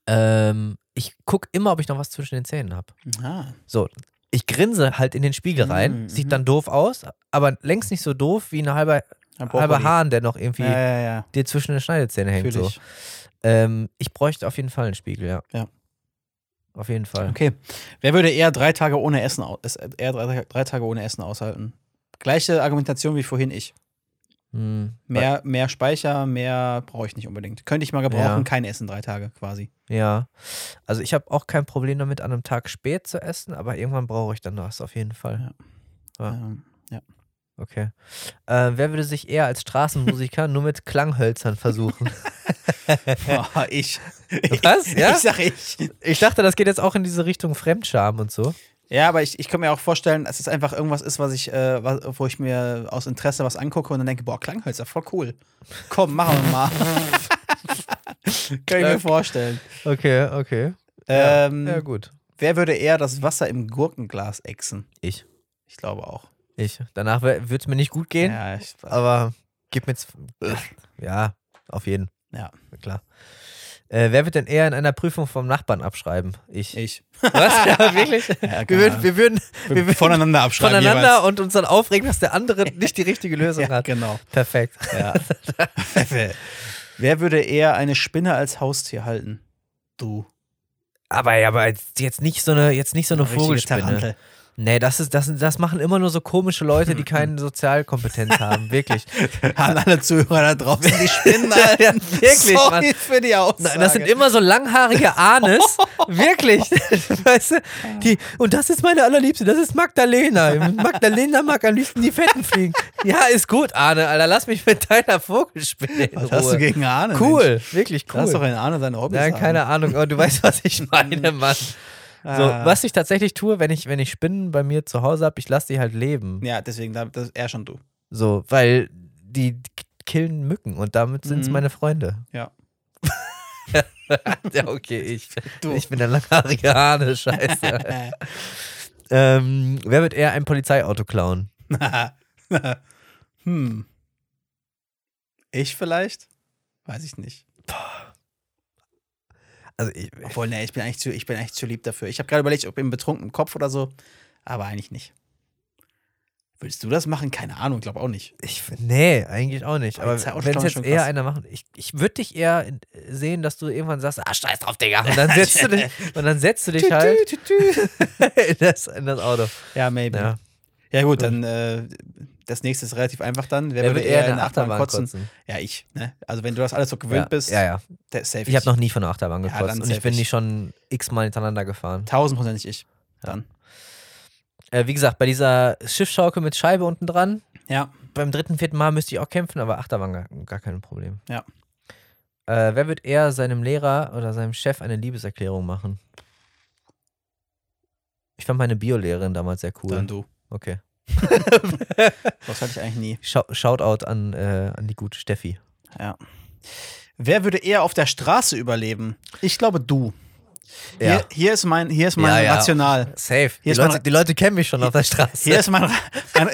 Speaker 1: Ähm, ich gucke immer, ob ich noch was zwischen den Zähnen habe.
Speaker 2: Ah.
Speaker 1: So, ich grinse halt in den Spiegel rein,
Speaker 2: Mhm, mhm.
Speaker 1: sieht dann doof aus, aber längst nicht so doof wie eine halbe, halbe Hahn, der noch irgendwie
Speaker 2: Ja, ja, ja.
Speaker 1: dir zwischen den Schneidezähnen hängt.
Speaker 2: Fühl
Speaker 1: So.
Speaker 2: ich.
Speaker 1: Ähm, ich bräuchte auf jeden Fall einen Spiegel, ja.
Speaker 2: Ja.
Speaker 1: Auf jeden Fall.
Speaker 2: Okay. Wer würde eher drei Tage ohne Essen au- es- eher drei, drei Tage ohne Essen aushalten? Gleiche Argumentation wie vorhin ich.
Speaker 1: Hm.
Speaker 2: Mehr, mehr Speicher, mehr brauche ich nicht unbedingt. Könnte ich mal gebrauchen,
Speaker 1: Ja.
Speaker 2: kein Essen drei Tage quasi.
Speaker 1: Ja, also ich habe auch kein Problem damit, an einem Tag spät zu essen, aber irgendwann brauche ich dann was auf jeden Fall. Ja.
Speaker 2: Ähm,
Speaker 1: Okay. Äh, wer würde sich eher als <laughs> Straßenmusiker nur mit Klanghölzern versuchen?
Speaker 2: <laughs> boah, Ah, ich.
Speaker 1: Was? Ja?
Speaker 2: Ich <laughs> sag ich.
Speaker 1: <laughs> Ich dachte, das geht jetzt auch in diese Richtung Fremdscham und so.
Speaker 2: Ja, aber ich, ich kann mir auch vorstellen, dass es einfach irgendwas ist, was ich, äh, was, wo ich mir aus Interesse was angucke und dann denke, boah, Klanghölzer, voll cool. Komm, machen wir <laughs> mal. kann ich mir vorstellen.
Speaker 1: Okay, okay.
Speaker 2: Ähm,
Speaker 1: ja, gut.
Speaker 2: Wer würde eher das Wasser im Gurkenglas ächzen?
Speaker 1: Ich.
Speaker 2: Ich glaube auch.
Speaker 1: Ich. Danach würde es mir nicht gut gehen,
Speaker 2: Ja, ich,
Speaker 1: aber gib mir jetzt. Ja, auf jeden.
Speaker 2: Ja.
Speaker 1: Klar. Äh, wer wird denn eher in einer Prüfung vom Nachbarn abschreiben? Ich.
Speaker 2: ich.
Speaker 1: <laughs> Was? Ja, wirklich?
Speaker 2: Ja,
Speaker 1: Wir
Speaker 2: keine
Speaker 1: würden,
Speaker 2: Ahnung.
Speaker 1: wir würden, wir würden
Speaker 2: voneinander abschreiben.
Speaker 1: voneinander
Speaker 2: jeweils.
Speaker 1: und uns dann aufregen, dass der <laughs> andere nicht die richtige Lösung
Speaker 2: Ja,
Speaker 1: hat.
Speaker 2: genau.
Speaker 1: Perfekt.
Speaker 2: <laughs> Ja. Wer würde eher eine Spinne als Haustier halten? Du.
Speaker 1: Aber, ja, aber jetzt jetzt nicht so eine, jetzt nicht so eine
Speaker 2: richtige
Speaker 1: Vogelspinne.
Speaker 2: Tarantel.
Speaker 1: Nee, das ist, das, das machen immer nur so komische Leute, <laughs> die keine Sozialkompetenz haben, <laughs> wirklich.
Speaker 2: An alle Zuhörer da draußen, die
Speaker 1: <laughs>
Speaker 2: Spinnen halten.
Speaker 1: Ja, wirklich,
Speaker 2: Sorry
Speaker 1: Mann.
Speaker 2: für die Aussage.
Speaker 1: Nein, das sind immer so langhaarige Ahnes, <laughs> wirklich. weißt du, die, und das ist meine allerliebste, das ist Magdalena. Magdalena mag am liebsten die Fetten fliegen. Ja, ist gut, Ahne, Alter, lass mich mit deiner Vogelspinne in
Speaker 2: Was
Speaker 1: Ruhe.
Speaker 2: hast du gegen Ahne?
Speaker 1: cool,
Speaker 2: Mensch?
Speaker 1: wirklich cool.
Speaker 2: Lass doch in Ahne seine Hobbys
Speaker 1: Nein,
Speaker 2: haben. <laughs>
Speaker 1: keine Ahnung, aber du weißt, was ich meine, Mann. So,
Speaker 2: Ah.
Speaker 1: was ich tatsächlich tue, wenn ich, wenn ich Spinnen bei mir zu Hause habe, ich lasse die halt leben.
Speaker 2: Ja, deswegen, da- das ist er schon du.
Speaker 1: So, weil die k- killen Mücken und damit sind es
Speaker 2: Mhm.
Speaker 1: meine Freunde.
Speaker 2: Ja.
Speaker 1: <laughs> ja, okay, ich,
Speaker 2: Du.
Speaker 1: ich bin der langhaarige Hane, scheiße. ähm, wer wird eher ein Polizeiauto klauen?
Speaker 2: <laughs> hm. Ich vielleicht? Weiß ich nicht.
Speaker 1: Also ich,
Speaker 2: Obwohl, nee, ich bin eigentlich zu, ich bin eigentlich zu lieb dafür. Ich habe gerade überlegt, ob im betrunkenen Kopf oder so, aber eigentlich nicht. Willst du das machen? Keine Ahnung, glaube auch nicht.
Speaker 1: ich, nee, eigentlich auch nicht. Aber
Speaker 2: Polizeiauto
Speaker 1: wenn
Speaker 2: klauen
Speaker 1: es
Speaker 2: ist
Speaker 1: jetzt
Speaker 2: schon
Speaker 1: eher
Speaker 2: krass.
Speaker 1: einer machen, ich, ich würde dich eher in- sehen, dass du irgendwann sagst, ah, scheiß drauf, Digga.
Speaker 2: <laughs>
Speaker 1: Und dann setzt du dich, und dann setzt du dich halt
Speaker 2: Tü, tü, tü, tü.
Speaker 1: in <laughs> das, in das Auto.
Speaker 2: Ja, maybe.
Speaker 1: Ja.
Speaker 2: Ja, gut, dann äh, das nächste ist relativ einfach dann. Wer,
Speaker 1: Wer
Speaker 2: würde
Speaker 1: wird
Speaker 2: eher
Speaker 1: eher
Speaker 2: in
Speaker 1: eine
Speaker 2: der Achterbahn, kotzen? Ja, ich. Ne? Also wenn du das alles so gewöhnt
Speaker 1: ja.
Speaker 2: bist,
Speaker 1: Ja, ja.
Speaker 2: der safe.
Speaker 1: Ich habe noch nie von der Achterbahn
Speaker 2: Ja,
Speaker 1: gekotzt
Speaker 2: dann
Speaker 1: und ich
Speaker 2: safe
Speaker 1: bin
Speaker 2: ich.
Speaker 1: die schon x-mal hintereinander gefahren.
Speaker 2: tausendprozentig ich. Dann.
Speaker 1: Äh, wie gesagt, bei dieser Schiffschaukel mit Scheibe unten dran,
Speaker 2: Ja.
Speaker 1: beim dritten, vierten Mal müsste ich auch kämpfen, aber Achterbahn gar, gar kein Problem.
Speaker 2: Ja.
Speaker 1: Äh, wer wird eher seinem Lehrer oder seinem Chef eine Liebeserklärung machen? Ich fand meine Biolehrerin damals sehr cool.
Speaker 2: Dann du.
Speaker 1: Okay.
Speaker 2: Das hatte ich eigentlich nie.
Speaker 1: Schau- Shoutout an, äh, an die gute Steffi.
Speaker 2: Ja. Wer würde eher auf der Straße überleben? Ich glaube du. Hier, hier ist mein, hier ist mein
Speaker 1: Ja, ja.
Speaker 2: Rational.
Speaker 1: Safe. Die
Speaker 2: ist
Speaker 1: Leute,
Speaker 2: mein-
Speaker 1: die Leute kennen mich schon auf der Straße.
Speaker 2: Hier ist mein, Ra- mein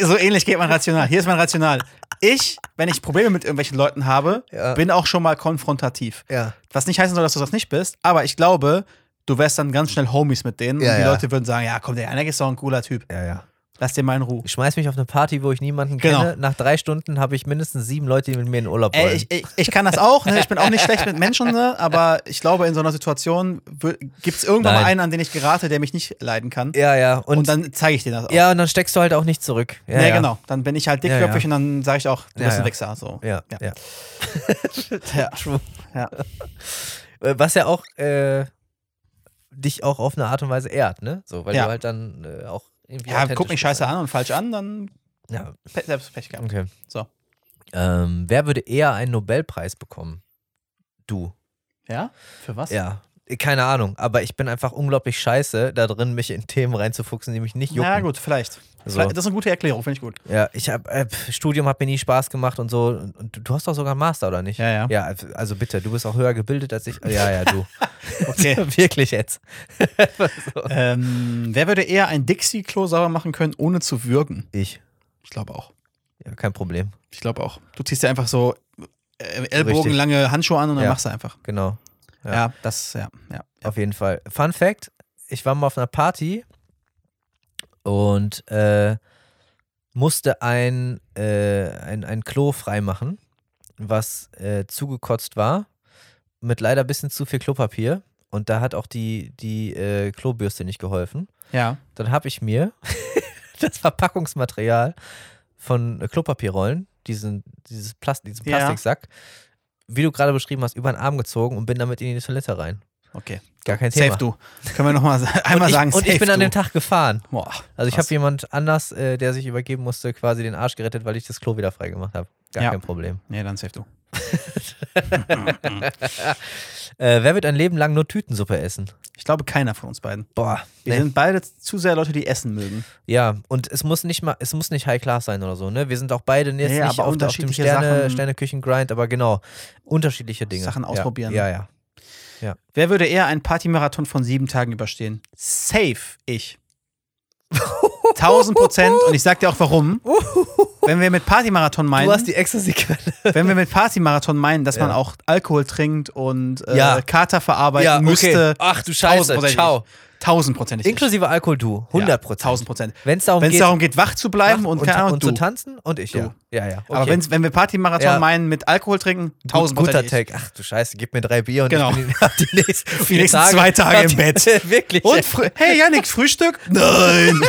Speaker 2: so, so ähnlich geht mein Rational. Hier ist mein Rational. Ich, wenn ich Probleme mit irgendwelchen Leuten habe,
Speaker 1: Ja.
Speaker 2: bin auch schon mal konfrontativ.
Speaker 1: ja.
Speaker 2: Was nicht heißen soll, dass du das nicht bist, aber ich glaube, du wärst dann ganz schnell Homies mit denen
Speaker 1: Ja,
Speaker 2: und die
Speaker 1: ja.
Speaker 2: Leute würden sagen, ja komm, der Einerg ist doch ein cooler Typ.
Speaker 1: Ja, ja.
Speaker 2: Lass den mal in Ruhe.
Speaker 1: Ich schmeiß mich auf eine Party, wo ich niemanden
Speaker 2: Genau.
Speaker 1: kenne. Nach drei Stunden habe ich mindestens sieben Leute, die mit mir in Urlaub wollen.
Speaker 2: Ey, ich, ich, ich kann das auch, ne? ich bin auch nicht schlecht mit Menschen, ne? aber ich glaube, in so einer Situation gibt es irgendwann
Speaker 1: Nein.
Speaker 2: mal einen, an den ich gerate, der mich nicht leiden kann.
Speaker 1: ja, ja. Und,
Speaker 2: Und, dann zeige ich dir das auch.
Speaker 1: ja, und dann steckst du halt auch nicht zurück. Ja,
Speaker 2: Ja,
Speaker 1: ja.
Speaker 2: genau. Dann bin ich halt dickköpfig
Speaker 1: Ja,
Speaker 2: und dann sage ich auch, du
Speaker 1: Ja,
Speaker 2: bist
Speaker 1: ja.
Speaker 2: ein Wichser.
Speaker 1: <laughs>
Speaker 2: So.
Speaker 1: Ja, ja.
Speaker 2: Ja. Ja.
Speaker 1: True.
Speaker 2: Ja.
Speaker 1: Äh, Was ja auch äh, dich auch auf eine Art und Weise ehrt, ne? So, weil
Speaker 2: Ja.
Speaker 1: du halt dann äh, auch irgendwie.
Speaker 2: Ja,
Speaker 1: authentisch
Speaker 2: guck mich
Speaker 1: bist.
Speaker 2: scheiße an und falsch an, dann
Speaker 1: Ja,
Speaker 2: pe- selbst Pech gehabt.
Speaker 1: okay.
Speaker 2: So.
Speaker 1: Ähm, wer würde eher einen Nobelpreis bekommen? Du.
Speaker 2: Ja? Für was?
Speaker 1: Ja. Keine Ahnung, aber ich bin einfach unglaublich scheiße, da drin mich in Themen reinzufuchsen, die mich nicht jucken.
Speaker 2: Ja, gut, vielleicht.
Speaker 1: So.
Speaker 2: Vielleicht- Das ist eine gute Erklärung, finde ich gut.
Speaker 1: Ja, ich hab, äh, pf, Studium hat mir nie Spaß gemacht und so. Und, und du- du hast doch sogar einen Master, oder nicht?
Speaker 2: Ja, ja.
Speaker 1: Ja, also- also bitte, du bist auch höher gebildet als ich. Ja, ja, du.
Speaker 2: <laughs> Okay.
Speaker 1: <laughs> Wirklich jetzt.
Speaker 2: ähm, wer würde eher ein Dixie-Klo sauber machen können, ohne zu würgen?
Speaker 1: Ich.
Speaker 2: Ich glaube auch.
Speaker 1: Ja, kein Problem.
Speaker 2: Ich glaube auch. Du ziehst dir einfach so äh, ellbogenlange Handschuhe an und dann
Speaker 1: Ja.
Speaker 2: machst du einfach.
Speaker 1: Genau. Ja.
Speaker 2: Ja, das, ja. ja.
Speaker 1: Auf jeden Fall. Fun Fact: Ich war mal auf einer Party und äh, musste ein, äh, ein, ein Klo freimachen, was äh, zugekotzt war, mit leider ein bisschen zu viel Klopapier. Und da hat auch die, die äh, Klobürste nicht geholfen.
Speaker 2: Ja.
Speaker 1: Dann habe ich mir <laughs> das Verpackungsmaterial von äh, Klopapierrollen, diesen, dieses Plast diesen
Speaker 2: Ja.
Speaker 1: Plastiksack, wie du gerade beschrieben hast, über den Arm gezogen und bin damit in die Toilette rein.
Speaker 2: Okay.
Speaker 1: Gar kein Thema.
Speaker 2: Safe du. Können wir nochmal einmal
Speaker 1: und
Speaker 2: sagen,
Speaker 1: ich, und
Speaker 2: safe
Speaker 1: ich bin an
Speaker 2: du.
Speaker 1: dem Tag gefahren.
Speaker 2: Boah,
Speaker 1: Also ich
Speaker 2: krass.
Speaker 1: habe jemand anders, äh, der sich übergeben musste, quasi den Arsch gerettet, weil ich das Klo wieder freigemacht habe. Gar
Speaker 2: Ja.
Speaker 1: kein Problem.
Speaker 2: Nee, dann safe du.
Speaker 1: Äh, wer wird ein Leben lang nur Tütensuppe essen?
Speaker 2: Ich glaube, keiner von uns beiden.
Speaker 1: Boah.
Speaker 2: Wir
Speaker 1: nee.
Speaker 2: sind beide zu sehr Leute, die Essen mögen.
Speaker 1: Ja, und es muss nicht mal, es muss nicht High Class sein oder so, ne? Wir sind auch beide jetzt nicht
Speaker 2: Nee, aber
Speaker 1: auf, der- auf dem
Speaker 2: unterschiedliche
Speaker 1: Sterne,
Speaker 2: Sachen-
Speaker 1: Sterneküchen-Grind, aber genau, unterschiedliche Dinge.
Speaker 2: Sachen ausprobieren.
Speaker 1: Ja, ja.
Speaker 2: Wer würde eher einen Partymarathon von sieben Tagen überstehen? Safe
Speaker 1: <laughs>
Speaker 2: ich. 1000 Prozent. Und ich sag dir auch
Speaker 1: <laughs>
Speaker 2: warum. Wenn wir mit Partymarathon
Speaker 1: ja.
Speaker 2: meinen,
Speaker 1: Du hast die
Speaker 2: <laughs>
Speaker 1: Ecstasy-Quelle.
Speaker 2: wenn wir mit Partymarathon meinen, dass
Speaker 1: Ja.
Speaker 2: man auch Alkohol trinkt und äh,
Speaker 1: Ja.
Speaker 2: Kater verarbeiten
Speaker 1: Ja, okay.
Speaker 2: müsste.
Speaker 1: Ach du Scheiße, ciao.
Speaker 2: Tausendprozentig.
Speaker 1: Inklusive Alkohol, du. 100 Prozent.
Speaker 2: Tausend Prozent.
Speaker 1: Wenn es darum
Speaker 2: Wenn es
Speaker 1: geht,
Speaker 2: darum geht, wach zu bleiben und, keine
Speaker 1: ta-
Speaker 2: Ahnung,
Speaker 1: und zu
Speaker 2: du.
Speaker 1: tanzen und ich, ja. Ja, ja.
Speaker 2: Aber wenn's, wenn wir Partymarathon
Speaker 1: Ja.
Speaker 2: meinen mit Alkohol trinken,
Speaker 1: Tausend
Speaker 2: tausend
Speaker 1: guter
Speaker 2: Prozent. ich.
Speaker 1: Tag. Ach du Scheiße, gib mir drei Bier und
Speaker 2: Genau.
Speaker 1: ich bin <laughs> die, die
Speaker 2: <laughs>
Speaker 1: nächsten, vier
Speaker 2: nächsten zwei Tage im
Speaker 1: die- <laughs>
Speaker 2: Bett.
Speaker 1: Wirklich.
Speaker 2: Und frü-
Speaker 1: <laughs>
Speaker 2: hey Janik, Frühstück? Nein.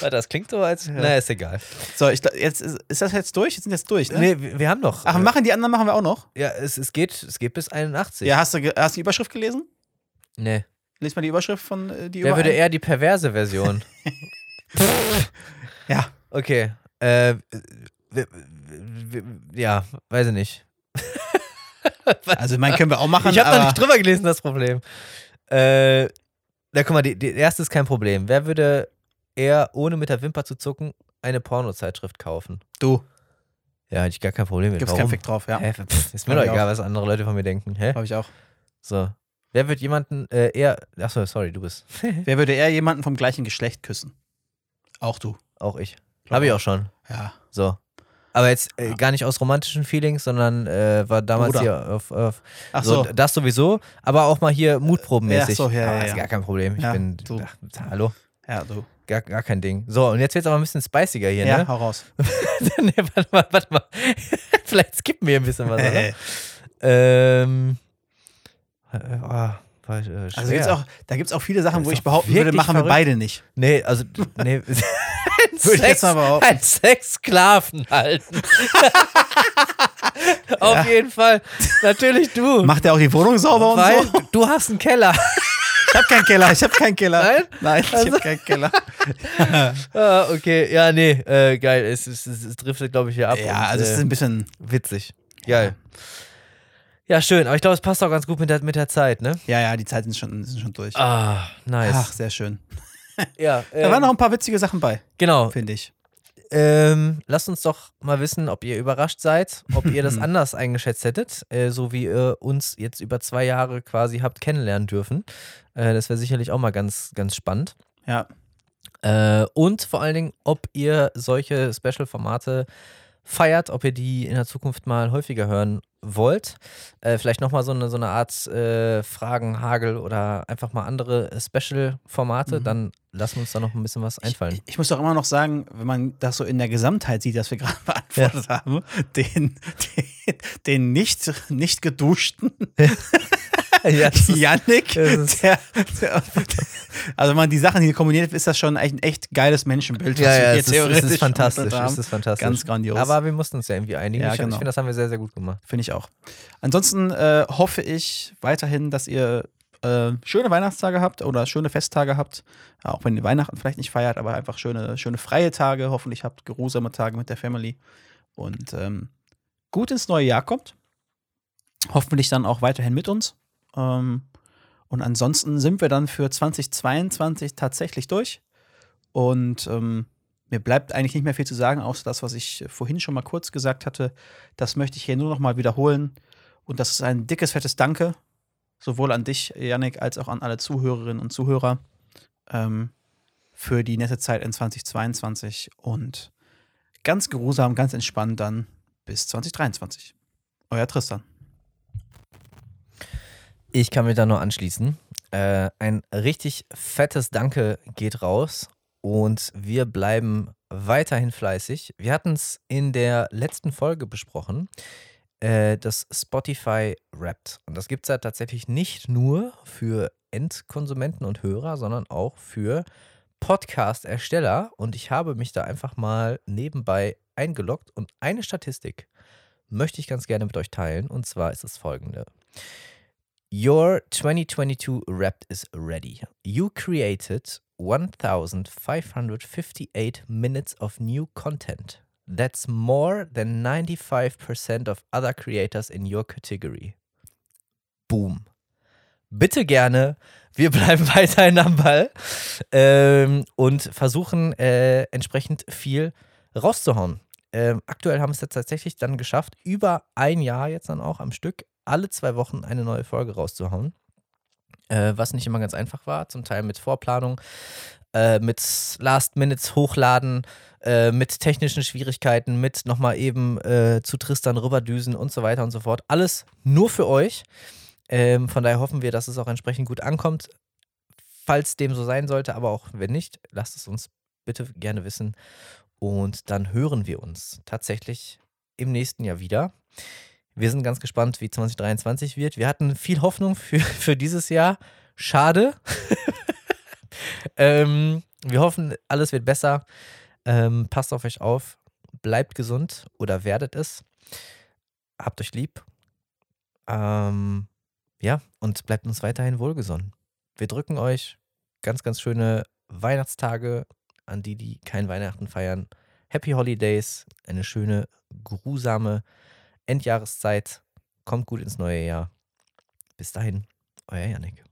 Speaker 1: Warte, das klingt so als. Na, ist egal.
Speaker 2: <laughs> so, ich, glaub, jetzt ist, ist das jetzt durch? Jetzt sind jetzt durch, ne?
Speaker 1: Nee, wir, wir haben noch.
Speaker 2: Ach,
Speaker 1: äh,
Speaker 2: machen die anderen machen wir auch noch?
Speaker 1: Ja, es, es, geht, es geht bis 81.
Speaker 2: Ja, hast du, ge- hast du die Überschrift gelesen?
Speaker 1: Nee.
Speaker 2: Lies mal die Überschrift von äh, die
Speaker 1: Wer würde
Speaker 2: überein-
Speaker 1: eher die perverse
Speaker 2: <laughs>
Speaker 1: Version?
Speaker 2: Ja.
Speaker 1: Okay. Äh, w- w- w- ja, weiß ich nicht.
Speaker 2: Also, ich meine, können wir auch machen.
Speaker 1: Ich habe da
Speaker 2: aber
Speaker 1: nicht drüber gelesen, das Problem. Äh, Na, guck mal, die, die erste ist kein Problem. Wer würde eher, ohne mit der Wimper zu zucken, eine Pornozeitschrift kaufen?
Speaker 2: Du,
Speaker 1: Ja, hätte ich gar kein Problem mit.
Speaker 2: gibt's
Speaker 1: Warum?
Speaker 2: keinen Fick drauf, ja.
Speaker 1: Hä? Pff, ist mir
Speaker 2: Hab
Speaker 1: doch
Speaker 2: ich
Speaker 1: egal, was andere Leute von mir denken. Hä?
Speaker 2: Habe ich auch.
Speaker 1: So. Wer wird jemanden äh, eher. Achso, sorry, du bist.
Speaker 2: Wer würde eher jemanden vom gleichen Geschlecht küssen? Auch du.
Speaker 1: auch ich. Habe ich auch schon.
Speaker 2: Ja.
Speaker 1: So. Aber jetzt äh,
Speaker 2: Ja.
Speaker 1: gar nicht aus romantischen Feelings, sondern äh, war damals
Speaker 2: Bruder.
Speaker 1: hier auf, auf
Speaker 2: Ach
Speaker 1: so.
Speaker 2: so.
Speaker 1: das sowieso, aber auch mal hier mutprobenmäßig.
Speaker 2: Ach so, ja,
Speaker 1: Ah,
Speaker 2: ja,
Speaker 1: ist
Speaker 2: ja.
Speaker 1: gar kein Problem. Ich
Speaker 2: Ja,
Speaker 1: bin
Speaker 2: du.
Speaker 1: ach, hallo,
Speaker 2: Ja, du.
Speaker 1: gar, gar kein Ding. So, und jetzt wird's aber ein bisschen spiciger hier,
Speaker 2: Ja,
Speaker 1: ne? <laughs>
Speaker 2: hau raus.
Speaker 1: nee, warte mal, warte mal. <laughs> Vielleicht skippen wir ein bisschen was, oder?
Speaker 2: <laughs> Hey.
Speaker 1: ähm äh, ah, war, äh,
Speaker 2: Also gibt's
Speaker 1: schwer.
Speaker 2: auch, da gibt es auch viele Sachen,
Speaker 1: Ist
Speaker 2: wo ich
Speaker 1: doch
Speaker 2: behaupten würde,
Speaker 1: wirklich
Speaker 2: machen wir
Speaker 1: verrückt.
Speaker 2: beide nicht.
Speaker 1: Nee, also
Speaker 2: <laughs>
Speaker 1: nee. ein,
Speaker 2: Würde ich jetzt
Speaker 1: Sex,
Speaker 2: mal behaupten.
Speaker 1: ein Sexsklaven
Speaker 2: <laughs>
Speaker 1: halten. Auf
Speaker 2: Ja.
Speaker 1: jeden Fall. Natürlich du.
Speaker 2: Macht der auch die Wohnung sauber und
Speaker 1: weil
Speaker 2: so?
Speaker 1: du hast einen Keller. <laughs>
Speaker 2: Ich hab keinen Keller, ich hab keinen Keller.
Speaker 1: Nein?
Speaker 2: Nein, ich
Speaker 1: Also-
Speaker 2: hab keinen Keller.
Speaker 1: Ah, okay, ja, nee, äh, geil. Es, es, es, es driftet, glaube ich, hier ab.
Speaker 2: Ja,
Speaker 1: und,
Speaker 2: also es ist
Speaker 1: äh,
Speaker 2: ein bisschen.
Speaker 1: witzig. Geil. Ja, schön. Aber ich glaube, es passt auch ganz gut mit der, mit der Zeit, ne?
Speaker 2: Ja, ja, die Zeiten sind schon, sind schon durch.
Speaker 1: Ah, nice.
Speaker 2: Ach, sehr schön.
Speaker 1: Ja,
Speaker 2: Da waren
Speaker 1: ähm,
Speaker 2: noch ein paar witzige Sachen bei,
Speaker 1: genau.
Speaker 2: finde ich.
Speaker 1: Ähm, lasst uns doch mal wissen, ob ihr überrascht seid, ob ihr das anders eingeschätzt hättet, äh, so wie ihr uns jetzt über zwei Jahre quasi habt kennenlernen dürfen. Äh, das wäre sicherlich auch mal ganz, ganz spannend.
Speaker 2: Ja.
Speaker 1: Äh, und vor allen Dingen, ob ihr solche Special-Formate feiert, ob ihr die in der Zukunft mal häufiger hören wollt. Äh, vielleicht nochmal so eine, so eine Art äh, Fragenhagel oder einfach mal andere äh, Special-Formate,
Speaker 2: Mhm.
Speaker 1: dann lassen wir uns da noch ein bisschen was einfallen.
Speaker 2: <laughs> Ich, ich muss doch immer noch sagen, wenn man das so in der Gesamtheit sieht, was wir <laughs> gerade beantwortet haben, den, den, den nicht, nicht geduschten
Speaker 1: ja, das ist-
Speaker 2: Yannick,
Speaker 1: das ist-
Speaker 2: <laughs> der, der, also wenn man die Sachen hier kombiniert, ist das schon echt ein echt geiles Menschenbild, was
Speaker 1: ja,
Speaker 2: wir
Speaker 1: ja,
Speaker 2: hier
Speaker 1: es ist, es ist
Speaker 2: theoretisch
Speaker 1: fantastisch.
Speaker 2: haben.
Speaker 1: Es ist fantastisch.
Speaker 2: Ganz grandios.
Speaker 1: Aber wir mussten uns ja irgendwie einigen.
Speaker 2: Ja,
Speaker 1: ich ich
Speaker 2: genau.
Speaker 1: finde, das haben wir sehr, sehr gut gemacht.
Speaker 2: Finde ich auch. Ansonsten äh, hoffe ich weiterhin, dass ihr äh, schöne Weihnachtstage habt oder schöne Festtage habt. Auch wenn ihr Weihnachten vielleicht nicht feiert, aber einfach schöne, schöne freie Tage. Hoffentlich habt geruhsame Tage mit der Family. Und ähm, gut ins neue Jahr kommt. Hoffentlich dann auch weiterhin mit uns. Ähm, und ansonsten sind wir dann für 2022 tatsächlich durch. Und ähm, mir bleibt eigentlich nicht mehr viel zu sagen, außer das, was ich vorhin schon mal kurz gesagt hatte. Das möchte ich hier nur noch mal wiederholen. Und das ist ein dickes, fettes Danke, sowohl an dich, Yannick, als auch an alle Zuhörerinnen und Zuhörer ähm, für die nette Zeit in 2022. Und ganz geruhsam, ganz entspannt dann bis 2023. Euer Tristan.
Speaker 1: Ich kann mich da nur anschließen. Äh, ein richtig fettes Danke geht raus und wir bleiben weiterhin fleißig. Wir hatten es in der letzten Folge besprochen, äh, das Spotify Wrapped. Und das gibt es ja tatsächlich nicht nur für Endkonsumenten und Hörer, sondern auch für Podcast-Ersteller. Und ich habe mich da einfach mal nebenbei eingeloggt und eine Statistik möchte ich ganz gerne mit euch teilen. Und zwar ist es folgende. Your 2022 Wrapped is ready. You created 1,558 minutes of new content. That's more than 95% of other creators in your category. Boom. Bitte gerne, wir <laughs> bleiben weiterhin am Ball ähm, und versuchen äh, entsprechend viel rauszuhauen. Ähm, aktuell haben es jetzt tatsächlich dann geschafft, über ein Jahr jetzt dann auch am Stück alle zwei Wochen eine neue Folge rauszuhauen. Äh, was nicht immer ganz einfach war, zum Teil mit Vorplanung, äh, mit Last-Minutes hochladen, äh, mit technischen Schwierigkeiten, mit nochmal eben äh, zu Tristan rüberdüsen und so weiter und so fort. Alles nur für euch. Ähm, von daher hoffen wir, dass es auch entsprechend gut ankommt. Falls dem so sein sollte, aber auch wenn nicht, lasst es uns bitte gerne wissen. Und dann hören wir uns tatsächlich im nächsten Jahr wieder. Wir sind ganz gespannt, wie 2023 wird. Wir hatten viel Hoffnung für, <laughs> für dieses Jahr. Schade. <laughs> ähm, wir hoffen, alles wird besser. Ähm, passt auf euch auf. Bleibt gesund oder werdet es. Habt euch lieb. Ähm, ja, und bleibt uns weiterhin wohlgesonnen. Wir drücken euch ganz, ganz schöne Weihnachtstage an die, die kein Weihnachten feiern. Happy Holidays, eine schöne, grusame Endjahreszeit. Kommt gut ins neue Jahr. Bis dahin, euer Janik.